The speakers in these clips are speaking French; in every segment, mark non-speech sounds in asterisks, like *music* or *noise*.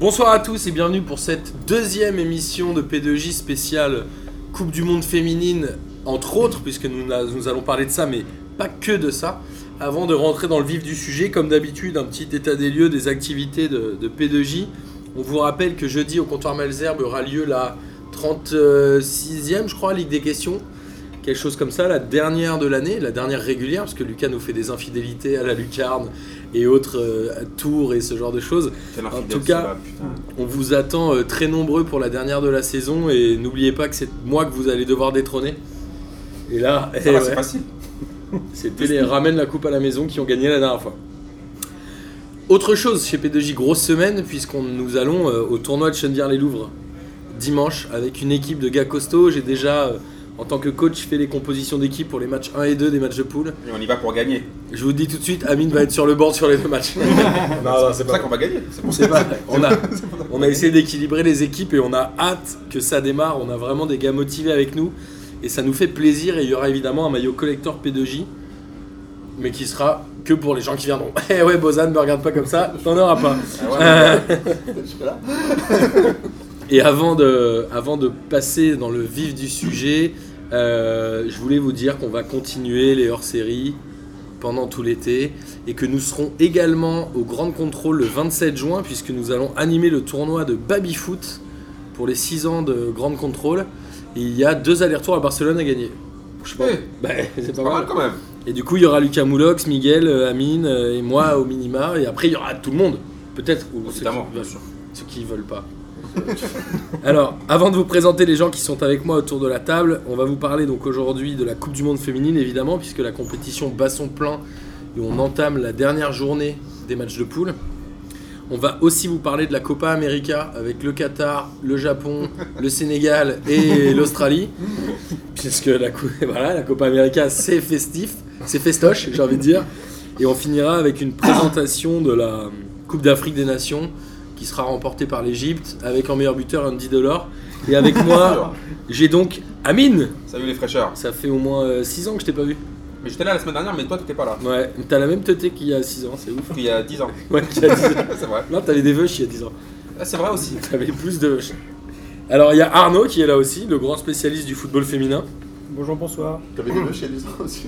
Bonsoir à tous et bienvenue pour cette deuxième émission de P2J spéciale Coupe du Monde féminine, entre autres, puisque nous, na- nous allons parler de ça, mais pas que de ça. Avant de rentrer dans le vif du sujet, comme d'habitude, un petit état des lieux des activités de, de P2J. On vous rappelle que jeudi au comptoir Malzerbe aura lieu la 36e, je crois, Ligue des questions. Quelque chose comme ça, la dernière de l'année, la dernière régulière, parce que Lucas nous fait des infidélités à la lucarne et autres euh, tours et ce genre de choses. Quelle tout infidèle, cas, celle-là, putain. On vous attend euh, très nombreux pour la dernière de la saison et n'oubliez pas que c'est moi que vous allez devoir détrôner. Et là, Ah, eh Ça va, ouais, c'est facile. c'était les ramène la coupe à la maison qui ont gagné la dernière fois. Autre chose chez P2J, grosse semaine puisqu'on nous allons euh, au tournoi de Chenvière-les-Louvres dimanche avec une équipe de gars costauds. J'ai déjà, euh, en tant que coach, fait les compositions d'équipe pour les matchs 1 et 2 des matchs de poule. Et on y va pour gagner. Je vous dis tout de suite, Amine va être sur le board sur les deux matchs. *laughs* Non, non, C'est c'est pour ça pas qu'on va gagner. C'est pour ça. C'est pas vrai. *laughs* On a, on a essayé d'équilibrer les équipes et on a hâte que ça démarre. On a vraiment des gars motivés avec nous et ça nous fait plaisir. Et il y aura évidemment un maillot collector P2J, mais qui sera que pour les gens qui viendront. *laughs* Eh ouais, Bozan, me regarde pas comme ça, t'en auras pas. Euh, *laughs* et avant de, avant de passer dans le vif du sujet, euh, je voulais vous dire qu'on va continuer les hors-séries pendant tout l'été et que nous serons également au Grand Contrôle le 27 juin puisque nous allons animer le tournoi de baby-foot pour les 6 ans de Grand Contrôle. Et il y a deux allers-retours à Barcelone à gagner. Je pense. Eh, Bah, *laughs* c'est pas Pas mal mal. quand même. Et du coup, il y aura Lucas Moulox, Miguel, euh, Amine euh, et moi au minima. Et après, il y aura tout le monde. Peut-être. ou ceux qui- Évidemment, bien sûr. ceux qui veulent pas. *laughs* Alors, avant de vous présenter les gens qui sont avec moi autour de la table, on va vous parler donc aujourd'hui de la Coupe du Monde féminine, évidemment, puisque la compétition bat son plein et on entame la dernière journée des matchs de poule. On va aussi vous parler de la Copa América avec le Qatar, le Japon, le Sénégal et l'Australie, puisque la, cou- *laughs* voilà, la Copa América c'est festif, c'est festoche, j'ai envie de dire. Et on finira avec une présentation de la Coupe d'Afrique des Nations qui sera remportée par l'Égypte avec en meilleur buteur Andy Delors. Et avec moi, j'ai donc Amine. Salut les fraîcheurs. Ça fait au moins 6 ans que je t'ai pas vu. Mais j'étais là la semaine dernière, mais toi t'étais pas là. Ouais, t'as la même teuté qu'il y a 6 ans, c'est ouf. Il y a 10 ans. *laughs* Ouais, qu'il y a 10 ans. C'est vrai. Non, t'avais des vœux il y a 10 ans. *laughs* Ah, C'est vrai aussi. T'avais plus de vœux. Alors, il y a Arnaud qui est là aussi, le grand spécialiste du football féminin. Bonjour, bonsoir. T'avais des vœux chez les autres aussi.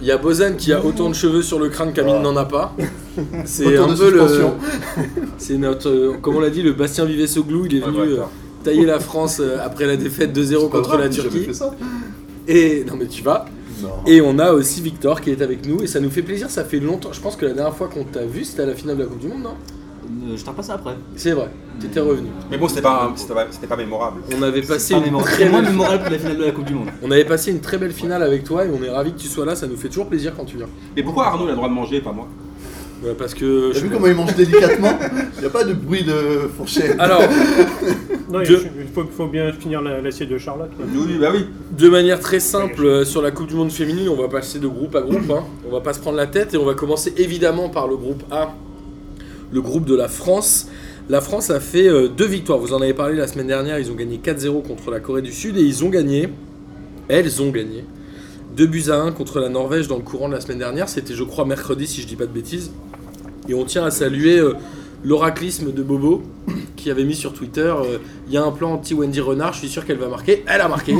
Il y a Bozan qui a autant de cheveux sur le crâne qu'Amine Ah. n'en a pas. C'est Autour un de peu le. suspension. *laughs* C'est notre. euh, Comme on l'a dit, le Bastien Vivet-Soglou, il est Ouais, venu ouais, euh, tailler la France euh, après la défaite 2-0 contre la J'avais Turquie. fait ça. Et. Non, mais tu vas. Non. Et on a aussi Victor qui est avec nous et ça nous fait plaisir, ça fait longtemps. Je pense que la dernière fois qu'on t'a vu, c'était à la finale de la Coupe du Monde, non Euh, Je t'en passe après. C'est vrai, t'étais revenu. Ah, Mais bon, c'était pas, c'était pas, c'était pas mémorable. On avait passé Pas une mémorable. très C'est moins belle... mémorable que la finale de la Coupe du Monde. On avait passé une très belle finale avec toi et on est ravi que tu sois là, ça nous fait toujours plaisir quand tu viens. Mais pourquoi Arnaud il a le droit de manger et pas moi Ouais, parce que T'as je vu comment ils mangent délicatement Il a pas de bruit de Ah, fourchette. Alors, Non, Dieu. il- il faut, faut bien finir la- l'assiette de Charlotte. quoi. Oui, oui, bah oui. de manière très simple euh, sur la Coupe du Monde féminine, on va passer de groupe à groupe. hein. On va pas se prendre la tête et on va commencer évidemment par le groupe A, le groupe de la France. La France a fait euh, deux victoires. Vous en avez parlé la semaine dernière. Ils ont gagné 4-0 contre la Corée du Sud et ils ont gagné. Elles ont gagné. 2 buts à 1 contre la Norvège dans le courant de la semaine dernière. C'était, je crois, mercredi, si je dis pas de bêtises. Et on tient à saluer euh, l'oraclisme de Bobo, qui avait mis sur Twitter euh, il y a un plan anti-Wendy Renard, je suis sûr qu'elle va marquer. Elle a marqué,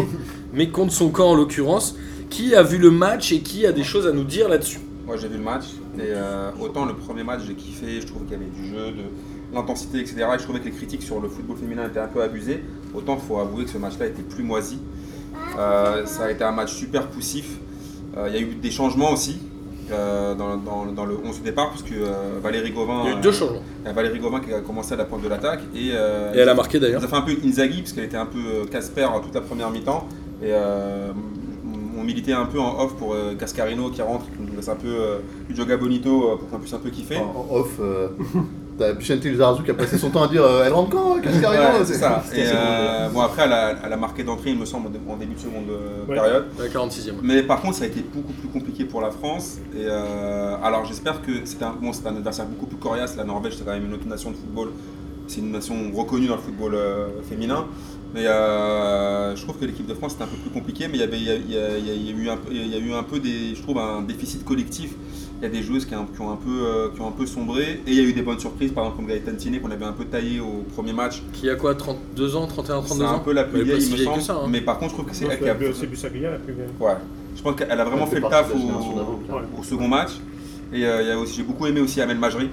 mais contre son camp en l'occurrence. Qui a vu le match et qui a des choses à nous dire là-dessus Moi j'ai vu le match. Et euh, autant le premier match j'ai kiffé, je trouve qu'il y avait du jeu, de l'intensité, etc. Et je trouvais que les critiques sur le football féminin étaient un peu abusées. Autant faut avouer que ce match-là était plus moisi. Euh, ça a été un match super poussif. Euh, Il y a eu des changements aussi euh, dans, dans- dans le 11 de départ, puisque euh, Valérie Gauvin. Il y a eu euh, deux changements. il y a Valérie Gauvin qui a commencé à la pointe de l'attaque. Et, euh, Et elle a marqué d'ailleurs. elle a fait un peu Inzaghi, parce qu'elle était un peu euh, Casper toute la première mi-temps. Et euh, on militait un peu en off pour euh, Cascarino qui rentre, qui nous laisse un peu euh, du Joga Bonito euh, pour qu'on puisse un peu kiffer. En- en off, euh, t'as Bichente Lizarazu qui a passé son temps à dire euh, Elle rentre quand Cascarino Ouais, Ah, *laughs* c'est ça. C'était Et assez bon. euh, bon, après, elle a, elle a marqué d'entrée, il me semble, en début de seconde euh, Ouais. période. La 46e. Mais par contre, ça a été beaucoup plus compliqué pour la France. Et euh, alors, j'espère que c'est un, bon, c'est un adversaire beaucoup plus coriace. La Norvège, c'est quand même une autre nation de football. C'est une nation reconnue dans le football euh, féminin. Mais euh, je trouve que l'équipe de France c'était un peu plus compliqué. Mais il y avait, il y a, il y a- il y a- il y a eu un peu, il y a eu un peu des, je trouve, un déficit collectif Il y a des joueuses qui, ont- qui ont un peu, euh, qui ont un peu sombré. Et il y a eu des bonnes surprises, par exemple comme Gaëtan Tiné, qu'on avait un peu taillé au premier match. Qui a quoi 32 ans 31, 32 C'est ans un peu la plus Elle est pas vieille, si il me vieille que semble. ça, hein. Mais par contre, je trouve que c'est Non, elle C'est qui a. la plus- c'est Bussaglia la plus vieille. Ouais. Je pense qu'elle a vraiment Elle fait fait le partie taf de la génération d'avant, au, clairement. Ouais. au second match. Et euh, il y a aussi, j'ai beaucoup aimé aussi Amel Majri.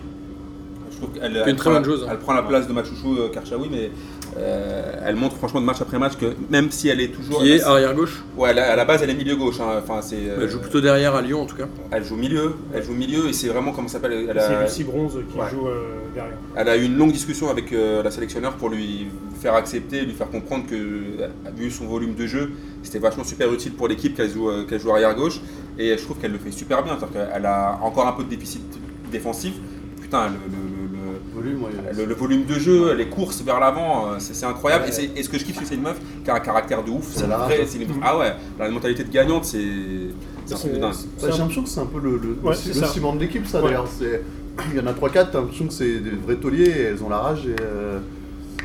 Je trouve qu'elle très elle prend bonne la- joueuse, hein. Elle prend la place de Machouchou euh, Karchaoui, mais euh, elle montre franchement de match après match que même si elle est toujours. Qui est arrière gauche Ouais, elle a- à la base, elle est milieu gauche. hein. Enfin, c'est. bah, euh, Elle joue plutôt derrière à Lyon en tout cas. elle joue milieu. Elle joue milieu et c'est vraiment comment ça s'appelle. Elle C'est a, Lucie Bronze qui Ouais. joue euh, derrière. elle a eu une longue discussion avec euh, la sélectionneur pour lui faire accepter, lui faire comprendre que, euh, vu son volume de jeu, c'était vachement super utile pour l'équipe qu'elle joue, euh, qu'elle joue arrière gauche. Et je trouve qu'elle le fait super bien. C'est-à-dire qu'elle a encore un peu de déficit défensif. Putain, le- le- le- le, Volume, ouais. le, le volume de jeu, les courses vers l'avant, euh, c'est c'est incroyable. Ouais. Et, c'est- et ce que je kiffe, c'est que c'est une meuf qui a un caractère de ouf. C'est Elle a la vrai, rage. c'est une- Ah ouais, elle a une mentalité de gagnante, c'est c'est un truc de dingue. Ouais, Bah, J'ai l'impression que c'est un peu le, le- le Ouais, ci- c'est le ça. ciment de l'équipe, ça Ouais. d'ailleurs. C'est- Il y en a 3-4, t'as l'impression que c'est des vrais tauliers, et elles ont la rage. Et, euh,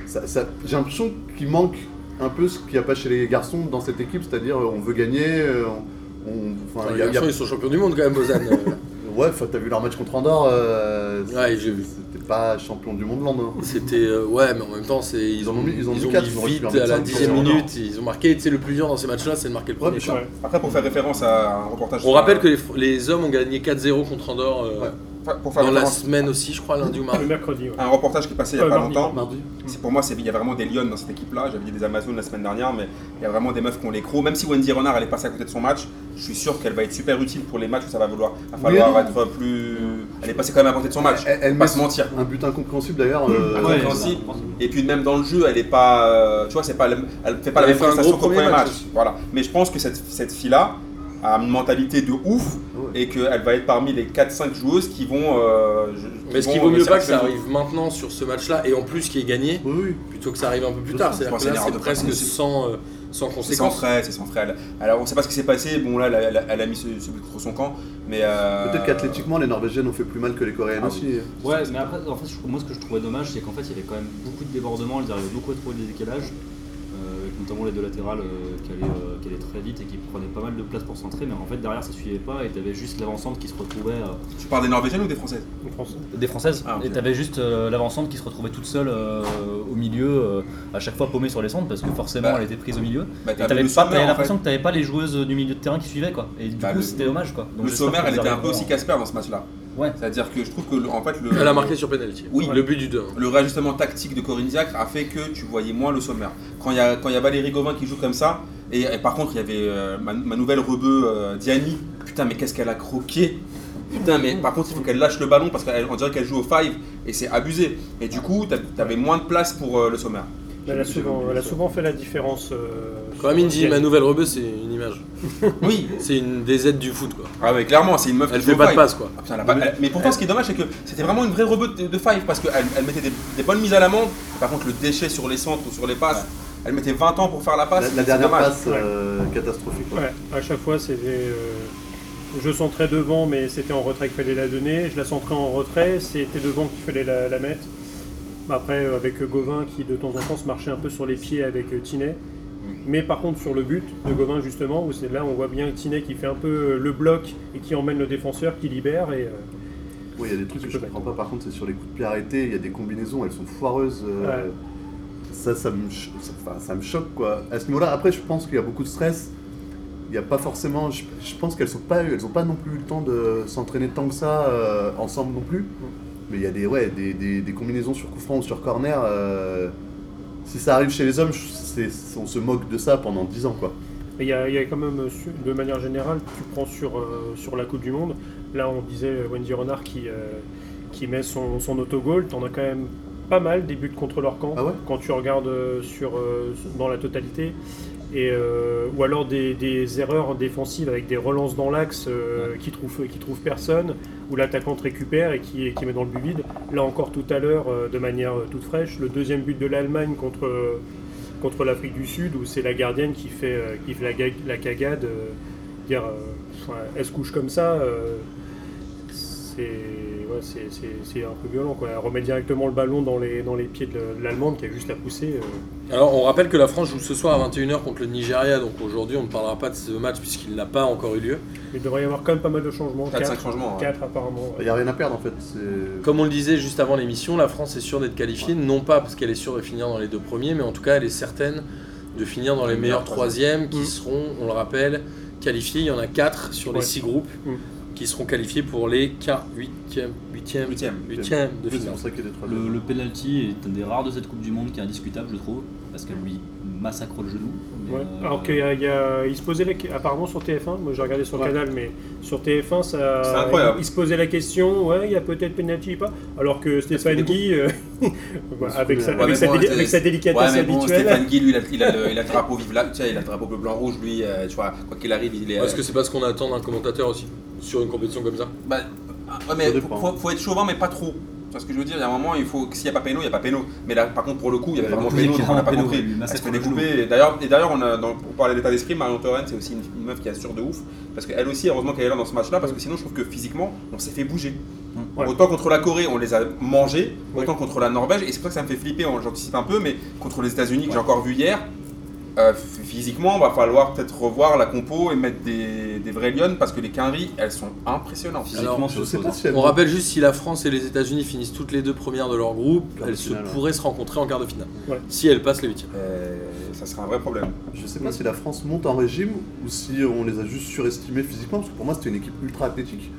ça- ça- J'ai l'impression qu'il manque un peu ce qu'il n'y a pas chez les garçons dans cette équipe, c'est-à-dire euh, on veut gagner. euh, on- on- Enfin, enfin, il les y a- il y a- garçons, ils sont champions du monde quand même, Lausanne. Euh, Ouais, enfin, t'as vu leur match contre Andorre. euh, Ouais, j'ai vu. C'était pas champion du monde l'an. hein. C'était. euh, ouais, mais en même temps, c'est, ils, Ils ont, ont mis- ils ont mis mis quatre, ils ont vite récupéré à la cinq, dixième ils ont- minute. Ils ont marqué. Tu sais, le plus dur dans ces matchs-là, c'est de marquer le premier. mais quoi. Ouais. Après, pour faire référence à un reportage. On sur- rappelle que les, Fr- les hommes ont gagné 4-0 contre Andorre euh, Ouais. Enfin, Pour faire dans la référence semaine aussi, je crois, lundi ou *laughs* Le mardi. mercredi, ouais. à un reportage qui est passé il n'y a Euh, pas mardi, longtemps. Mardi. C'est pour moi, c'est il y a vraiment des lionnes dans cette équipe-là. J'avais dit des Amazones la semaine dernière, mais il y a vraiment des meufs qui ont les crocs. Même si Wendy Renard elle est passée à côté de son match, je suis sûr qu'elle va être super utile pour les matchs où ça va vouloir. Il va Oui et falloir non. être plus. Elle est passée quand même à côté de son match. Elle- elle pas met- se mentir. Un but incompréhensible d'ailleurs. euh, Ouais, compréhensible. Et puis même dans le jeu, elle est pas, euh, tu vois, c'est pas, la- elle fait pas la Elle même fait un prestation gros qu'au premier premier match. match. Voilà. Mais je pense que cette, cette fille-là a une mentalité de ouf Ah ouais. et qu'elle va être parmi les 4-5 joueuses qui vont. euh, je- Mais ce qui vont vaut mieux réussir pas à que ça faire le- arrive maintenant sur ce match-là et en plus qui est gagné, Oui, oui. plutôt que ça arrive un peu plus Je tard. pense C'est-à-dire que que c'est là, une erreur c'est de presque principe. sans, euh, sans C'est sans conséquence. frais, c'est sans frais. Elle- Alors on sait pas ce qui s'est passé. Bon là, elle, a- elle a- elle a mis ce, ce but contre son camp, mais euh, Peut-être qu'athlétiquement, les Norvégiennes ont fait plus mal que les Coréennes Ah oui. aussi. Ouais, mais après, en fait, je- moi, ce que je trouvais dommage, c'est qu'en fait, il y avait quand même beaucoup de débordements. Ils arrivaient beaucoup à trouver des décalages, euh, avec notamment les deux latérales euh, qui, allaient, euh, qui allaient très vite et qui prenaient pas mal de place pour centrer. Mais en fait, derrière, ça suivait pas et t'avais juste l'avancante qui se retrouvait. euh, Tu parles des Norvégiennes ou des Françaises Bah, en France. des Françaises. Ah, ok. Et t'avais juste euh, l'avancante qui se retrouvait toute seule euh, au milieu, euh, à chaque fois paumée sur les centres, parce que forcément, Bah, elle était prise au milieu. bah, Et t'as t'avais le pas- t'avais sommaire, en fait. l'impression que t'avais pas les joueuses du milieu de terrain qui suivaient, quoi. Et du Bah, coup, le- c'était dommage, quoi. Donc, Le j'espère sommaire, qu'ils elle était un arriveront peu aussi en- Casper dans ce match-là. Ouais. C'est-à-dire que je trouve que le- en fait le. Elle a marqué sur penalty. Oui. Le but du hein. 2. Le réajustement tactique de Corinne Diacre a fait que tu voyais moins le sommaire. Quand il y a, quand il y a Valérie Gauvin qui joue comme ça, et, et par contre, il y avait euh, ma, ma nouvelle rebeu euh, Diani. Putain, mais qu'est-ce qu'elle a croqué Putain, mais par contre, il faut qu'elle lâche le ballon parce qu'on dirait qu'elle joue au five et c'est abusé. Et du coup, t'as- t'avais moins de place pour euh, le sommaire. Mais Elle a souvent, elle a souvent fait la différence. euh, Quand même, il dit sur- ma nouvelle rebeu, c'est une image. Oui, C'est une des aides du foot, quoi. ah ouais, clairement, c'est une meuf Elle qui joue fait au pas de five. passe, quoi. Ah, putain, elle a pas- elle- mais pourtant, ce qui est dommage, c'est que c'était vraiment une vraie rebeu de, de five parce qu'elle elle mettait des, des bonnes mises à l'amende. Par contre, le déchet sur les centres ou sur les passes, elle mettait 20 ans pour faire la La, passe. la Ah, c'est dernière dommage. passe euh, catastrophique. ouais. Ouais, à chaque fois, c'était. euh, je centrais devant, mais c'était en retrait qu'il fallait la donner. Je la centrais en retrait, c'était devant qu'il fallait la, la mettre. Après, euh, avec Gauvin qui de temps en temps se marchait un peu sur les pieds avec euh, Tinet. Mais par contre, sur le but de Gauvin, justement, où c'est là, on voit bien Tinet qui fait un peu euh, le bloc et qui emmène le défenseur, qui libère. Et, euh, Oui, il y a des trucs que je comprends pas. Par contre, c'est sur les coups de pied arrêtés, il y a des combinaisons, elles sont foireuses. euh, Ouais. Ça, ça me, cho- ça, enfin, ça me choque quoi. À ce niveau-là, après, je pense qu'il y a beaucoup de stress. Il n'y a pas forcément. Je, je pense qu'elles sont pas, elles ont pas non plus eu le temps de s'entraîner tant que ça euh, ensemble non plus. Mais il y a des, ouais, des, des- des combinaisons sur coup franc ou sur corner. euh, si ça arrive chez les hommes, je- c'est- on se moque de ça pendant 10 ans quoi. Et Il y, a, il y a quand même, euh, su- de manière générale, tu prends sur, euh, sur la Coupe du Monde, là on disait euh, Wendy Renard qui, euh, qui met son, son autogol, t'en as quand même pas mal des buts contre leur camp, Ah ouais quand tu regardes euh, sur, euh, dans la totalité, et, euh, ou alors des, des erreurs défensives avec des relances dans l'axe euh, qui, trouvent, qui trouvent personne, où l'attaquante récupère et qui, et qui met dans le but vide. Là encore tout à l'heure, euh, de manière euh, toute fraîche, le deuxième but de l'Allemagne contre... euh, contre l'Afrique du Sud où c'est la gardienne qui fait, euh, qui fait la, ga- la cagade, euh, dire euh, ouais, elle se couche comme ça, euh, c'est ouais, c'est- c'est c'est un peu violent. Quoi. Elle remet directement le ballon dans les, dans les pieds de la- de l'Allemande qui a juste à pousser. euh. Alors, on rappelle que la France joue ce soir à 21h contre le Nigeria, donc aujourd'hui, on ne parlera pas de ce match puisqu'il n'a pas encore eu lieu. Il devrait y avoir quand même pas mal de changements. 4-5 4, changements. ouais. apparemment. Il n'y a rien à perdre en fait. c'est- Comme on le disait juste avant l'émission, la France est sûre d'être qualifiée, non pas parce qu'elle est sûre de finir dans les deux premiers, mais en tout cas, elle est certaine de finir dans les Les meilleurs meilleurs troisièmes qui Mm. seront, on le rappelle, qualifiés. Il y en a quatre sur les Ouais. six groupes Mm. qui seront qualifiés pour les quarts, huitièmes, huitièmes, Huitième. huitièmes de Oui, c'est finale. pour ça qu'il y a des trois Le, le penalty est un des rares de cette Coupe du Monde qui est indiscutable, je trouve, parce qu'elle lui massacre le genou. mais, Ouais. Ah, euh, Alors qu'il y a- il y a- il se posait la que- apparemment sur TF1, moi j'ai regardé sur le Ouais. canal, mais sur TF1 ça, C'est incroyable. il se posait la question, ouais, il y a peut-être penalty ou pas. Alors que Stéphane que des Guy, euh, *laughs* voilà, avec, sa, Ouais, mais avec sa bon, déli- c'est- avec sa Ouais, délicatesse mais bon, habituelle, Stéphane Guy, lui, il a, il a le, il a le drapeau vive là, tu sais, il a le drapeau bleu, blanc, rouge, lui, euh, tu vois, quoi qu'il arrive, il est. Parce que c'est pas ce qu'on attend d'un commentateur aussi, sur une compétition comme ça. Bah, ouais, mais Ça faut, dépend. faut- faut être chauvin, mais pas trop. Tu vois ce que je veux dire Il y a un moment, il faut que s'il n'y a pas péno, il n'y a pas péno. Mais là, par contre, pour le coup, il y avait Il y a vraiment beaucoup péno, donc on n'a pas d'écrans, compris. péno, il Elle se fait massacre le découper. Et d'ailleurs, et d'ailleurs, on a, dans- pour parler d'état d'esprit, Marion Torrent, c'est aussi une, une meuf qui assure de ouf. Parce qu'elle aussi, heureusement qu'elle est là dans ce match-là, parce que sinon, je trouve que physiquement, on s'est fait bouger. Ouais. Autant contre la Corée, on les a mangés, Ouais. autant contre la Norvège, et c'est pour ça que ça me fait flipper, on- j'anticipe un peu, mais contre les États-Unis que j'ai encore vu hier, euh, f- physiquement, va falloir peut-être revoir la compo et mettre des, des vrais lions parce que les quinries, elles sont impressionnantes. physiquement, Alors, c'est Je autre sais chose, pas hein. si elle. On rappelle juste si la France et les États-Unis finissent toutes les deux premières de leur groupe, Quart de elles se finale, ouais. pourraient se rencontrer en quart de finale. Ouais. Si elles passent les huitièmes. Euh, ça serait un vrai problème. Je sais pas si la France monte en régime ou si on les a juste surestimés physiquement, parce que pour moi c'était une équipe ultra athlétique.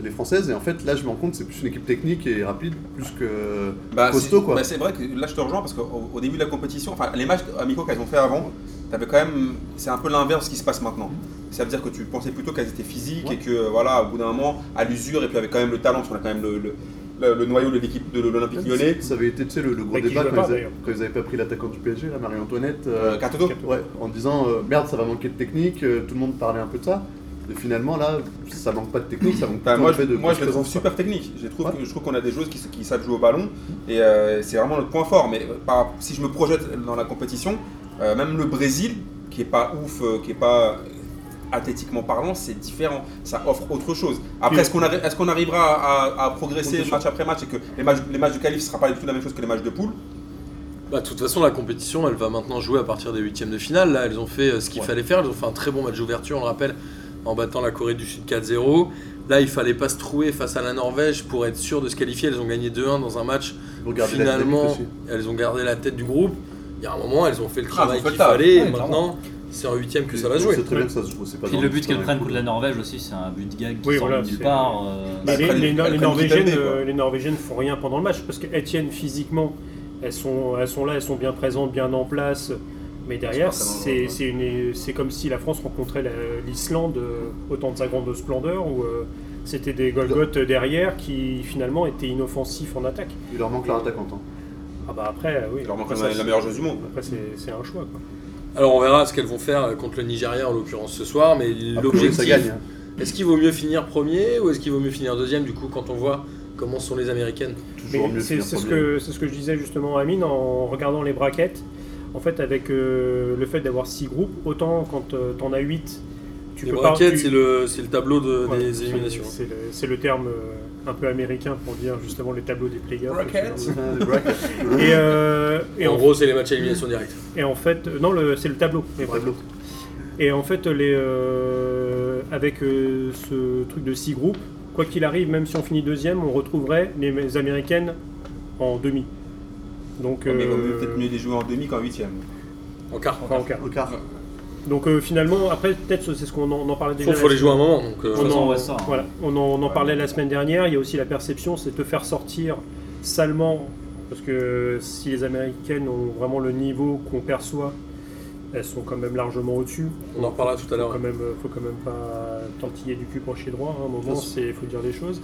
Les Françaises, et en fait là je me rends compte c'est plus une équipe technique et rapide, plus que. Bah, Costaud, c'est- quoi. bah, c'est vrai que là je te rejoins parce qu'au au début de la compétition, enfin les matchs amicaux qu'elles ont fait avant, t'avais quand même, c'est un peu l'inverse qui se passe maintenant. Ça veut dire que tu pensais plutôt qu'elles étaient physiques Ouais. et que voilà, au bout d'un moment, à l'usure et puis avec quand même le talent, parce qu'on a quand même le, le, le- le noyau de l'équipe de l'Olympique Lyonnais. Ça avait été tu sais, le, le gros Mais qui débat jouait quand, pas, ils avaient, d'ailleurs. quand ils avaient pas pris l'attaquant du PSG, la Marie-Antoinette. euh, Euh, Cartoto. ouais, en disant euh, merde ça va manquer de technique, euh, tout le monde parlait un peu de ça. Et finalement là ça manque pas de technique, ça manque Enfin, Bah, plutôt moi, en je, fait, de moi, je grosse les trouve présence, super techniques. Je trouve, Ouais. que- je trouve qu'on a des joueuses qui, se- qui savent jouer au ballon et euh, c'est vraiment notre point fort. Mais euh, par- si je me projette dans la compétition, euh, même le Brésil, qui est pas ouf, euh, qui est pas euh, athlétiquement parlant, c'est différent. Ça offre autre chose. Après, Oui. est-ce qu'on, arri- est-ce qu'on arrivera à, à- à progresser Compétition. match après match et que les matchs, les matchs de qualif ne sera pas du tout la même chose que les matchs de poule Bah, de toute façon, la compétition, elle va maintenant jouer à partir des huitièmes de finale. Là, elles ont fait euh, ce qu'il Ouais. fallait faire. Elles ont fait un très bon match d'ouverture, on le rappelle, en battant la Corée du Sud 4-0. Là, il fallait pas se trouer face à la Norvège pour être sûr de se qualifier. Elles ont gagné 2-1 dans un match. Vous regardez la Finalement, dynamique elles ont gardé la tête du groupe. Il y a un moment, elles ont fait le Ah, travail elles ont qu'il fait le taf. fallait. Ouais, et maintenant, c'est en huitième que aussi. ça va jouer. C'est très bien que ça se joue, c'est pas Puis dans le but dans qu'elles les prennent coups. contre la Norvège aussi, c'est un but gag qui Oui, sort de voilà, nulle c'est- part. euh, Mais Bah, les, après, les- elle les prend du Norvégiennes, TNT, quoi. euh, les Norvégiennes font rien pendant le match parce que elles tiennent physiquement, elles sont, elles sont là, elles sont bien présentes, bien en place. Mais derrière, C'est pas ça, c'est ouais. c'est une- c'est comme si la France rencontrait la- l'Islande euh, au temps de sa grande splendeur où euh, c'était des Golgoth derrière qui finalement étaient inoffensifs en attaque. Il leur manque leur attaquante. hein. Ah bah après, euh, oui. Il leur manque après, la, ça, la meilleure joueuse du monde. après, c'est c'est un choix. quoi. Alors, on verra ce qu'elles vont faire euh, contre le Nigeria, en l'occurrence, ce soir. Mais A priori, ça gagne. l'objectif, hein. est-ce qu'il vaut mieux finir premier ou est-ce qu'il vaut mieux finir deuxième, du coup, quand on voit comment sont les Américaines Toujours Mais mieux c'est finir c'est ce, premier. que- c'est ce que je disais justement à Amine en regardant les braquettes. En fait, avec euh, le fait d'avoir six groupes, autant quand euh, t'en as 8, tu Les peux pas. braquettes, tu- c'est le, c'est le tableau de- Ouais, des c'est- éliminations. hein. C'est le, c'est le terme euh, un peu américain pour dire justement les tableaux des playoffs. Brackets. Ah, *laughs* les brackets. Et, euh, et, en en, gros, c'est les matchs à élimination directe. et en fait, euh, non, le- c'est le tableau. les braquettes. Tableau. Et en fait, les, euh, avec euh, ce truc de six groupes, quoi qu'il arrive, même si on finit deuxième, on retrouverait les, les américaines en demi. Donc, Ah, Mais il vaut mieux euh, peut-être mieux les jouer en demi qu'en huitième. En quart. enfin, en quart. Au quart. Donc euh, finalement, après, peut-être c'est ce qu'on en, on en parlait déjà. Il faut les jouer à un moment. Donc, euh, De toute On façon, en, ouais, ça, hein. voilà, on en, on en Ouais. parlait la semaine dernière. Il y a aussi la perception, c'est de te faire sortir salement. Parce que si les Américaines ont vraiment le niveau qu'on perçoit, elles sont quand même largement au-dessus. on en reparlera tout à l'heure. Quand même, euh, faut quand même pas tortiller du cul penché droit. hein, à un moment, Bien sûr. c'est faut dire les choses.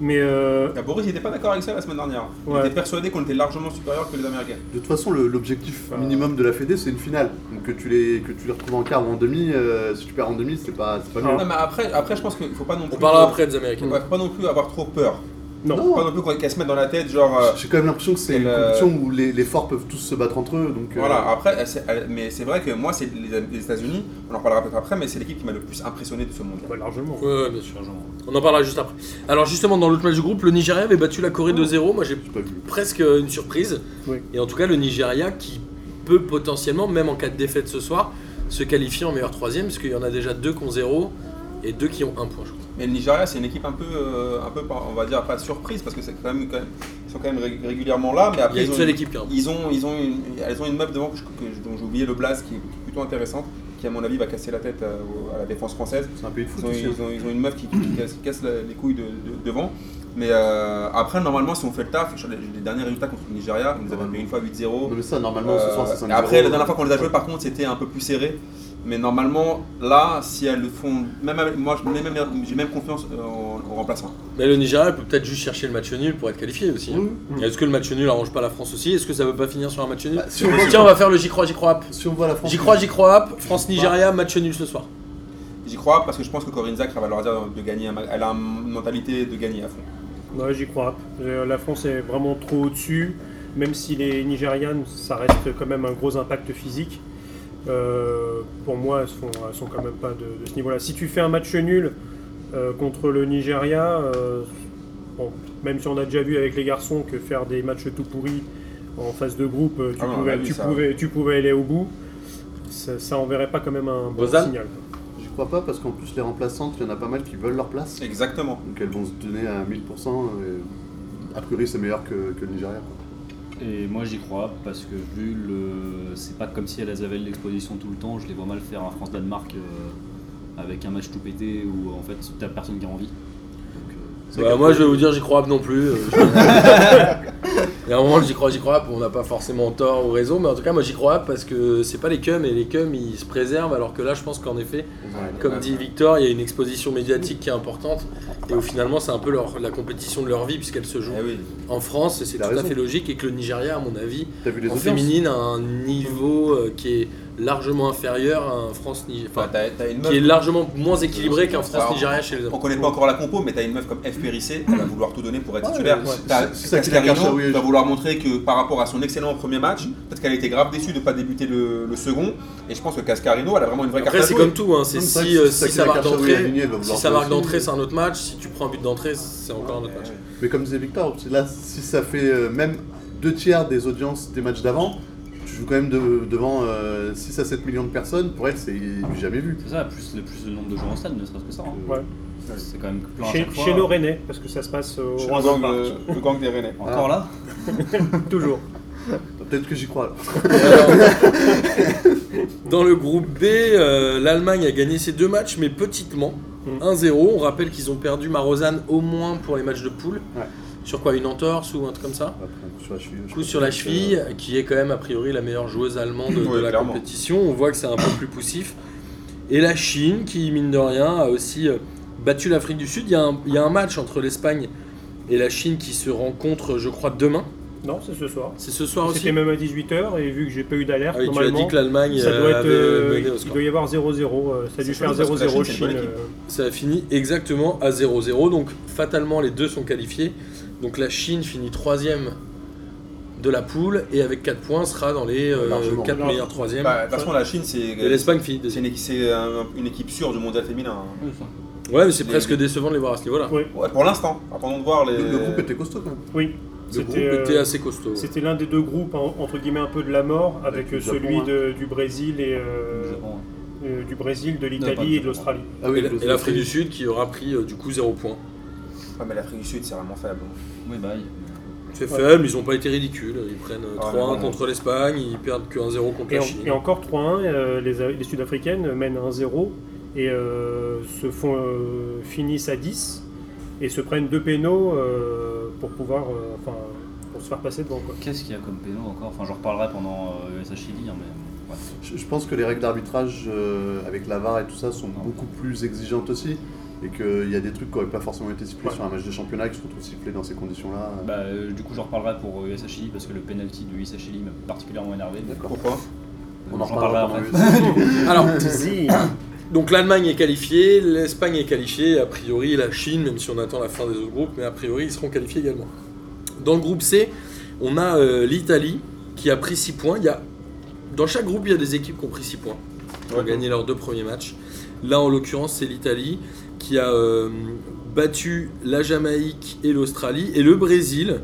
Mais euh, Ah, Boris n'était pas d'accord avec ça la semaine dernière. Il Ouais. était persuadé qu'on était largement supérieur que les Américains. De toute façon, le- l'objectif Enfin, minimum de la Fédé, c'est une finale. Donc que tu les, que tu les retrouves en quart ou en demi, euh, si tu perds en demi, c'est pas, c'est pas mieux. Ah. Non, mais après, après, je pense qu'il faut pas non plus. On parlera après des Américaines. Ouais, faut pas non plus avoir trop peur. Non. Non. Pas non plus qu'on- qu'elle se mette dans la tête, genre. euh, J'ai quand même l'impression que c'est elle, une euh, compétition où les, les forts peuvent tous se battre entre eux. Donc, euh, Voilà, après, elle s'est- elle- mais c'est vrai que moi, c'est les, les États-Unis, on en parlera peut-être après, mais c'est l'équipe qui m'a le plus impressionné de ce mondial. Bah, largement. Ouais, ouais, bien sûr. On en parlera juste après. Alors justement, dans l'autre match du groupe, le Nigeria avait battu la Corée 2-0. Moi, j'ai j'ai pas vu. presque une surprise. Oui. Et en tout cas, le Nigeria qui peut potentiellement, même en cas de défaite ce soir, se qualifier en meilleur troisième, parce qu'il y en a déjà deux qui ont 0 et deux qui ont un point, je crois. Mais le Nigeria, c'est une équipe un peu, euh, un peu, pas- on va dire, pas de surprise, parce que c'est quand même, quand même- ils sont quand même ré- régulièrement là, mais Il y a après, ils une ont seule une- équipe qui a un point. ils ont, ils ont une, elles ont une meuf devant que je- que je- dont j'ai oublié le blaze, qui est plutôt intéressante, qui, à mon avis, va casser la tête euh, au- à la défense française. C'est un pays de foot Ils ont, aussi. hein. ils ont- ils ont une meuf qui, qui casse, qui casse la- les couilles de- de- devant. Mais euh, après, normalement, si on fait le taf, sur les, les derniers résultats contre le Nigeria, on nous avait mis une fois 8-0. Non, mais ça, normalement, ce soir, Euh, c'est 5 après, la dernière fois qu'on les a joués, par contre, c'était un peu plus serré. Mais normalement, là, si elles le font, même avec- moi, j'ai même, j'ai même confiance euh, en, en remplaçant. Mais le Nigeria peut peut-être juste chercher le match nul pour être qualifié aussi. hein. Et Est-ce que le match nul arrange pas la France aussi Est-ce que ça veut pas finir sur un match nul Bah, si, on voit, Tiens, on va faire le j'y crois, j'y crois app. si on voit la France. J'y crois, j'y crois app. France-Nigeria, Bah. match nul ce soir. J'y crois parce que je pense que Corinne Zach, elle va leur dire de gagner. un ma- Elle a une mentalité de gagner à fond. Ouais, j'y crois. Euh, La France est vraiment trop au-dessus, même si les Nigérianes, ça reste quand même un gros impact physique. Euh, pour moi, elles sont, elles sont quand même pas de, de ce niveau-là. Si tu fais un match nul euh, contre le Nigeria, euh, bon, même si on a déjà vu avec les garçons que faire des matchs tout pourris en phase de groupe, euh, tu, Ah, on pouvais, l'a vu, tu, ça. pouvais, tu pouvais aller au bout, ça, ça enverrait pas quand même un bon Bozan signal. Euh, J'y crois pas parce qu'en plus, les remplaçantes, il y en a pas mal qui veulent leur place. Exactement. Donc elles vont se donner à 1000%. Et a priori, c'est meilleur que, que le Nigeria. quoi. Et moi j'y crois parce que vu le. C'est pas comme si elles avaient l'exposition tout le temps, je les vois mal faire un France-Danemark euh, avec un match tout pété où en fait t'as personne qui a envie. Donc, euh, C'est Bah, vrai moi, qu'après- je vais vous dire, j'y crois app non plus. euh, *laughs* je- Il y a un moment, le j'y crois, j'y crois app. On n'a pas forcément tort ou raison, mais en tout cas, moi, j'y crois app parce que c'est pas les cums et les cums ils se préservent. Alors que là, je pense qu'en effet, comme dit Victor, il y a une exposition médiatique qui est importante et où finalement, c'est un peu leur, la compétition de leur vie puisqu'elle se joue Eh oui. en France et c'est Il tout a à raison. fait logique et que le Nigeria, à mon avis, T'as vu les en audiences féminine a un niveau euh, qui est largement inférieur à un France Nigeria. Enfin, t'as- t'as une meuf- qui est largement moins équilibré qu'un Alors, France Nigeria chez les On hommes. connaît pas encore la compo, mais t'as une meuf comme F. Périssé, elle va vouloir tout donner pour être titulaire. Mm. ouais. T'as C'est- c'est ça que Cascarino, Pierre Carchaoui- elle va vouloir montrer que par rapport à son excellent premier match, peut-être qu'elle était grave déçue de ne pas débuter le, le second. Et je pense que Cascarino, elle a vraiment une vraie Après carte à c'est jouer. comme tout, hein, c'est Non, mais c'est vrai si, que euh, c'est ça si que ça la marque Karchaoui a d'entrée, aligné, elle va si vouloir ça jouer marque aussi, d'entrée mais- c'est un autre match, si tu prends un but d'entrée c'est encore un autre match. Mais comme disait Victor, c'est là, si ça fait euh, même deux tiers des audiences des matchs d'avant, tu joues quand même de- devant euh, 6 à 7 millions de personnes. Pour elle, c'est du jamais vu. Euh, c'est ça, plus le, plus le nombre de joueurs en stade, ne serait-ce que ça. hein. Ouais. C'est quand même plein à Chez, chaque fois. chez nos Rennais, parce que ça se passe au Chez euh, Royal le gang, Park. le- le gang des Rennais. Encore là *laughs* toujours. Peut-être que j'y crois. alors. Dans le groupe B, euh, l'Allemagne a gagné ses deux matchs mais petitement. Mm. Hmm. 1-0, on rappelle qu'ils ont perdu Marozan au moins pour les matchs de poule. Ouais. Sur quoi Une entorse ou un truc comme ça Après, un coup sur la cheville. je Coup pense sur la que, cheville, qui est quand même a priori la meilleure joueuse allemande de *clears throat* Ouais, la clairement. compétition. On voit que c'est un peu plus poussif. Et la Chine, qui mine de rien, a aussi euh, battu l'Afrique du Sud. Il y, a un, il y a un match entre l'Espagne et la Chine qui se rencontre, je crois, demain. Non, c'est ce soir. C'est ce soir Ah, aussi. C'était même à 18h et vu que j'ai pas eu d'alerte, Ah oui, tu as dit normalement, que l'Allemagne ça doit euh, être, avait euh, mené au il score. doit y avoir 0-0. euh, Ça a C'est dû faire chelou parce que la 0-0 Chine, c'est Chine. une bonne euh, Ça a fini exactement à 0-0. Donc fatalement, les deux sont qualifiés. Donc la Chine finit troisième de la poule et avec 4 points sera dans les Largement. 4 meilleurs troisièmes. Bah, de toute façon, la Chine, c'est et l'Espagne finit c'est deuxième. une, c'est un- une équipe sûre du mondial féminin. hein. Ouais, mais c'est Les- presque décevant de les voir à ce niveau-là. euh, Ouais, Ouais, pour l'instant, attendons de euh, voir les. Le, le groupe était costaud quand même. Oui, Le groupe c'était euh, était assez costaud. c'était l'un des deux groupes, en- entre guillemets, un peu de la mort, avec, le euh, Japon, celui hein. de- du Brésil et euh, Le Japon, hein. euh, du Brésil, de Non, pas l'Italie le et de Japon. l'Australie. Ah Et la- le- et l'Afrique du Sud qui aura pris euh, du coup 0 points. Ouais, mais l'Afrique du Sud, c'est vraiment faible. Oui, bah oui. C'est Ouais. faible, ils n'ont pas été ridicules. Ils prennent euh, Ah, 3-1 ouais. contre l'Espagne, ils perdent que 1-0 contre Et, la en- Chine. et encore 3-1, euh, les, les Sud-Africaines mènent 1-0 et euh, se font euh, finissent à 10 et se prennent deux pénaux euh, pour pouvoir, euh, enfin, pour se faire passer devant quoi. Qu'est-ce qu'il y a comme péno encore Enfin, j'en reparlerai pendant euh, USA Chili, hein, mais. ouais. Je, je pense que les règles d'arbitrage euh, avec la VAR et tout ça sont Non. beaucoup plus exigeantes aussi. Et qu'il y a des trucs qui n'auraient pas forcément été sifflés Ouais. sur un match de championnat qui se retrouvent sifflés dans ces conditions-là. Bah, euh, du coup, j'en reparlerai pour USA Chili parce que le penalty de USA Chili m'a particulièrement énervé. D'accord. Pourquoi Euh, On *laughs* en j'en parlerai *coughs* reparlera après. pendant le- Alors, Donc l'Allemagne est qualifiée, l'Espagne est qualifiée, a priori la Chine, même si on attend la fin des autres groupes, mais a priori ils seront qualifiés également. Dans le groupe C, on a euh, l'Italie qui a pris 6 points. Il y a... Dans chaque groupe, il y a des équipes qui ont pris 6 points qui ont Ouais. gagné leurs deux premiers matchs. Là, en l'occurrence, c'est l'Italie qui a euh, battu la Jamaïque et l'Australie et le Brésil.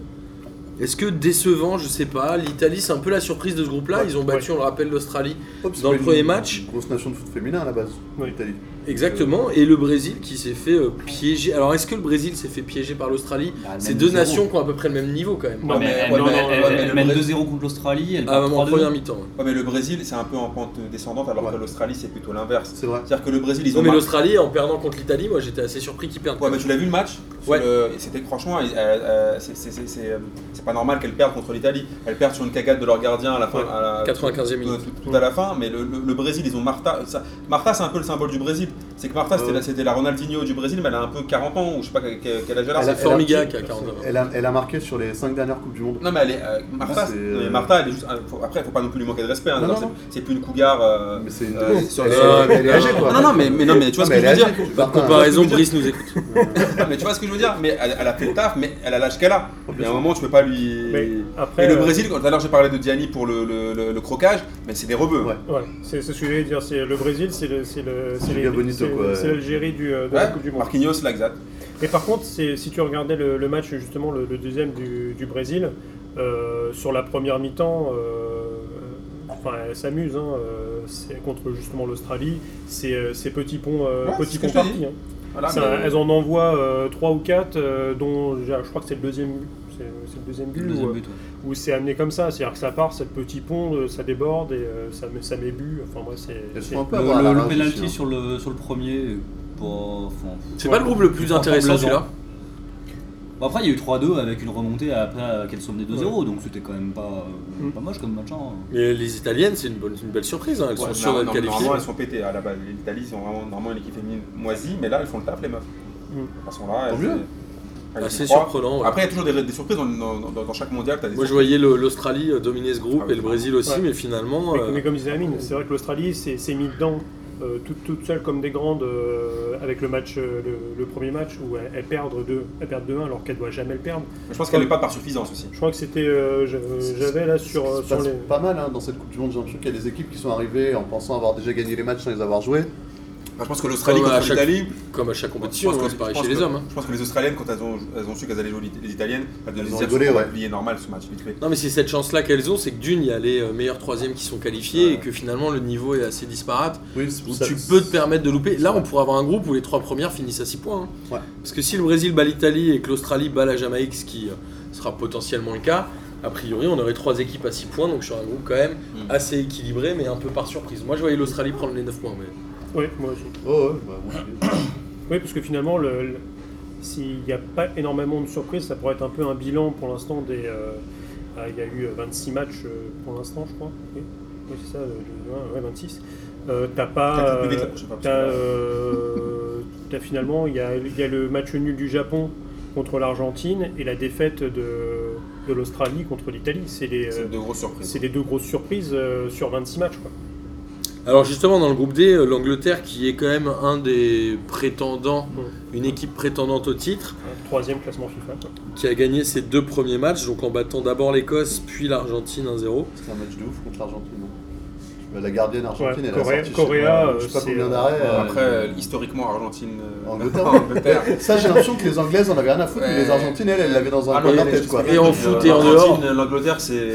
Est-ce que décevant, je sais pas, l'Italie c'est un peu la surprise de ce groupe-là. Ouais, Ils ont battu, on le rappelle, l'Australie. Hop, c'est Dans pas le une- premier match- une Grosse nation de foot féminin à la base, Oui. l'Italie. Exactement. Et le Brésil qui s'est fait euh, piéger. Alors est-ce que le Brésil s'est fait piéger par l'Australie Bah, Ah, C'est deux nations qui ont à peu près le même niveau quand même. Non, Ouais, mais mais- elle ouais, mène- mais- elle- ouais, mais elle le mène Brésil- 2-0 contre l'Australie, elle Ah, perd en 3-2. première mi-temps. Ouais, mais le Brésil, c'est un peu en pente descendante, alors que l'Australie, c'est plutôt l'inverse. C'est vrai. C'est-à-dire que le Brésil, ils Non, ont. mais marqué- l'Australie en perdant contre l'Italie, moi j'étais assez surpris qu'ils perdent. Ouais, mais tu l'as vu le match Sur Ouais. le- et C'était franchement, euh, euh, c'est- c'est- c'est c'est, euh, c'est pas normal qu'elles perdent contre l'Italie. Elles perdent sur une cagade de leur gardien à la fin. Ouais. à la- 95e minute. tout- tout- tout à la fin, mais le, le- le Brésil, ils ont Martha. ça- Martha, c'est un peu le symbole du Brésil. C'est que Martha, c'était Ouais. la- c'était la Ronaldinho du Brésil, mais elle a un peu 40 ans, ou je sais pas quel quel âge elle a. Elle a- c'est- Formiga qui a 40 ans. Elle a, elle a marqué sur les 5 dernières Coupes du Monde. Non mais elle est, euh, Martha, Ah, c'est, c'est- non, mais euh, Martha, elle est juste. euh, faut- après, faut pas non plus lui manquer de respect. hein, Non, genre, non, c'est- non. C'est plus une cougar. euh, Mais c'est une. euh, sur elle, les- est- Ah, elle est âgée, quoi. Non, non, mais- mais- non, mais tu vois ce que je veux elle est dire. âgée, quoi. Pas de Martin, comparaison, Brice nous écoute. Non, mais tu vois ce que je veux dire Mais elle, elle a fait le taf, mais elle a l'âge qu'elle a. Il y a un moment, tu peux pas lui. Oh, Mais après, et le euh, Brésil, quand tout à l'heure j'ai parlé de Diani pour le, le- le- le croquage, mais c'est des rebeux. Ouais. Ouais, c'est c'est ce que j'allais dire. C'est le Brésil, c'est le, c'est le, c'est Julien les- Bonito, c'est- quoi. c'est l'Algérie du euh, de la Ouais, Coupe du Monde. Marquinhos, Laxat. Mais par contre, c'est- si tu regardais le, le match justement le, le deuxième du, du Brésil euh, sur la première mi-temps, euh, enfin elle s'amuse hein, euh, c'est contre justement l'Australie. C'est euh, c'est petit pont, euh, Ouais, petit c'est ce que pont je te parti. dis. hein. Voilà, Ça, mais- Elles en envoient euh, trois ou quatre, euh, dont je je crois que c'est le deuxième, c'est c'est le deuxième but. Le deuxième où, but, ouais. où c'est amené comme ça, c'est-à-dire que ça part, c'est le petit pont, euh, ça déborde et euh, ça met, ça met but. Enfin moi c'est. Elles c'est- sont un peu à voir à la Le, le rage aussi, penalty hein. sur le, sur le premier, est pas- enfin, C'est pas le groupe le plus intéressant celui-là. Bon, après, il y a eu 3-2 avec une remontée après euh, qu'elle somme des 2-0, donc c'était quand même pas, euh, Mm. pas moche comme match. hein. Mais les Italiennes, c'est une, bonne- une belle surprise. hein. Elles Ouais, sont sûres non, d'être non, qualifiées. Normalement, elles sont pétées. À la base, l'Italie, ils ont vraiment normalement une équipe féminine moisie, mais là, elles font le taf, les meufs. Mm. De toute façon, là, Tant elles- mieux. elles Assez y croient. surprenant. ouais. Après, il y a toujours des, des surprises dans, dans- dans- dans chaque mondial. T'as des Moi, je voyais le- l'Australie euh, dominer ce groupe Ah et oui. le Brésil aussi, Ouais. mais finalement. Mais, euh, mais comme disait Amine, c'est vrai que l'Australie s'est s'est mis dedans euh, toute, toute seule comme des grandes euh, avec le match, euh, le, le premier match où elles, elles perdent 2 elles perdent 2-1 alors qu'elles doivent jamais le perdre. je pense qu'elle n'est pas par suffisance aussi. Je crois que c'était, euh, je- j'avais là sur, euh, Ça sur se les. passe pas mal hein, dans cette Coupe du Monde. J'ai l'impression qu'il y a des équipes qui sont arrivées en pensant avoir déjà gagné les matchs sans les avoir joués. Enfin, je pense que l'Australie Comme à contre chaque- l'Italie, Comme à chaque compétition, Je pense hein, que- c'est pareil je chez pense les que- hommes. hein. Je pense que les Australiennes, quand elles ont, elles ont su qu'elles allaient jouer les Italiennes, elles devaient Elles se ont dire rigolé, qu'on va ouais. oublier normal ce match vite fait. Non, mais c'est cette chance-là qu'elles ont, c'est que d'une, il y a les euh, meilleurs troisièmes qui sont qualifiés Ouais. et que finalement le niveau est assez disparate. Oui, c'est Où ça- tu peux te permettre de louper. Là, on pourrait avoir un groupe où les trois premières finissent à 6 points. hein. Ouais. Parce que si le Brésil bat l'Italie et que l'Australie bat la Jamaïque, ce qui euh, sera potentiellement le cas, a priori, on aurait trois équipes à 6 points, donc sur un groupe quand même Mm. assez équilibré, mais un peu par surprise. Moi, je voyais l'Australie prendre les 9 points. Mais... Oui, moi aussi. Oh, ouais, bah, moi, Oui, parce que finalement, le- le- s'il n'y a pas énormément de surprises, ça pourrait être un peu un bilan pour l'instant des. euh, ah, il y a eu euh, 26 matchs euh, pour l'instant, je crois. Oui, Oui, c'est ça, euh, de- ouais, 26. Euh, T'as Peut-être pas. plus vite la euh, prochaine fois, parce T'as que là- euh, t'as finalement, il y a, il y a le match nul du Japon contre l'Argentine et la défaite de, de l'Australie contre l'Italie. C'est les, euh, C'est de grosses c'est surprises. les deux grosses surprises euh, sur 26 matchs. Quoi. Alors justement dans le groupe D, euh, l'Angleterre qui est quand même un des prétendants, Mm. une équipe prétendante au titre, Hein, Troisième classement FIFA. quoi. qui a gagné ses deux premiers matchs, donc en battant d'abord l'Écosse puis l'Argentine 1-0. C'était un match de ouf contre l'Argentine. Bah, La gardienne argentine, Ouais, elle Corée- a sorti Corée, je sais pas, euh, je sais pas c'est- combien d'arrêts. euh, Après, euh, historiquement, Argentine, euh, *laughs* Angleterre. Angleterre. Ça, j'ai l'impression que les Anglaises en avaient rien à foutre, mais les Ouais. Argentines, elles, elles l'avaient dans un Ah coin non, de leur mais tête, quoi. c'est- Et en c'est- foot et en l'Argentine, euh, L'Angleterre, c'est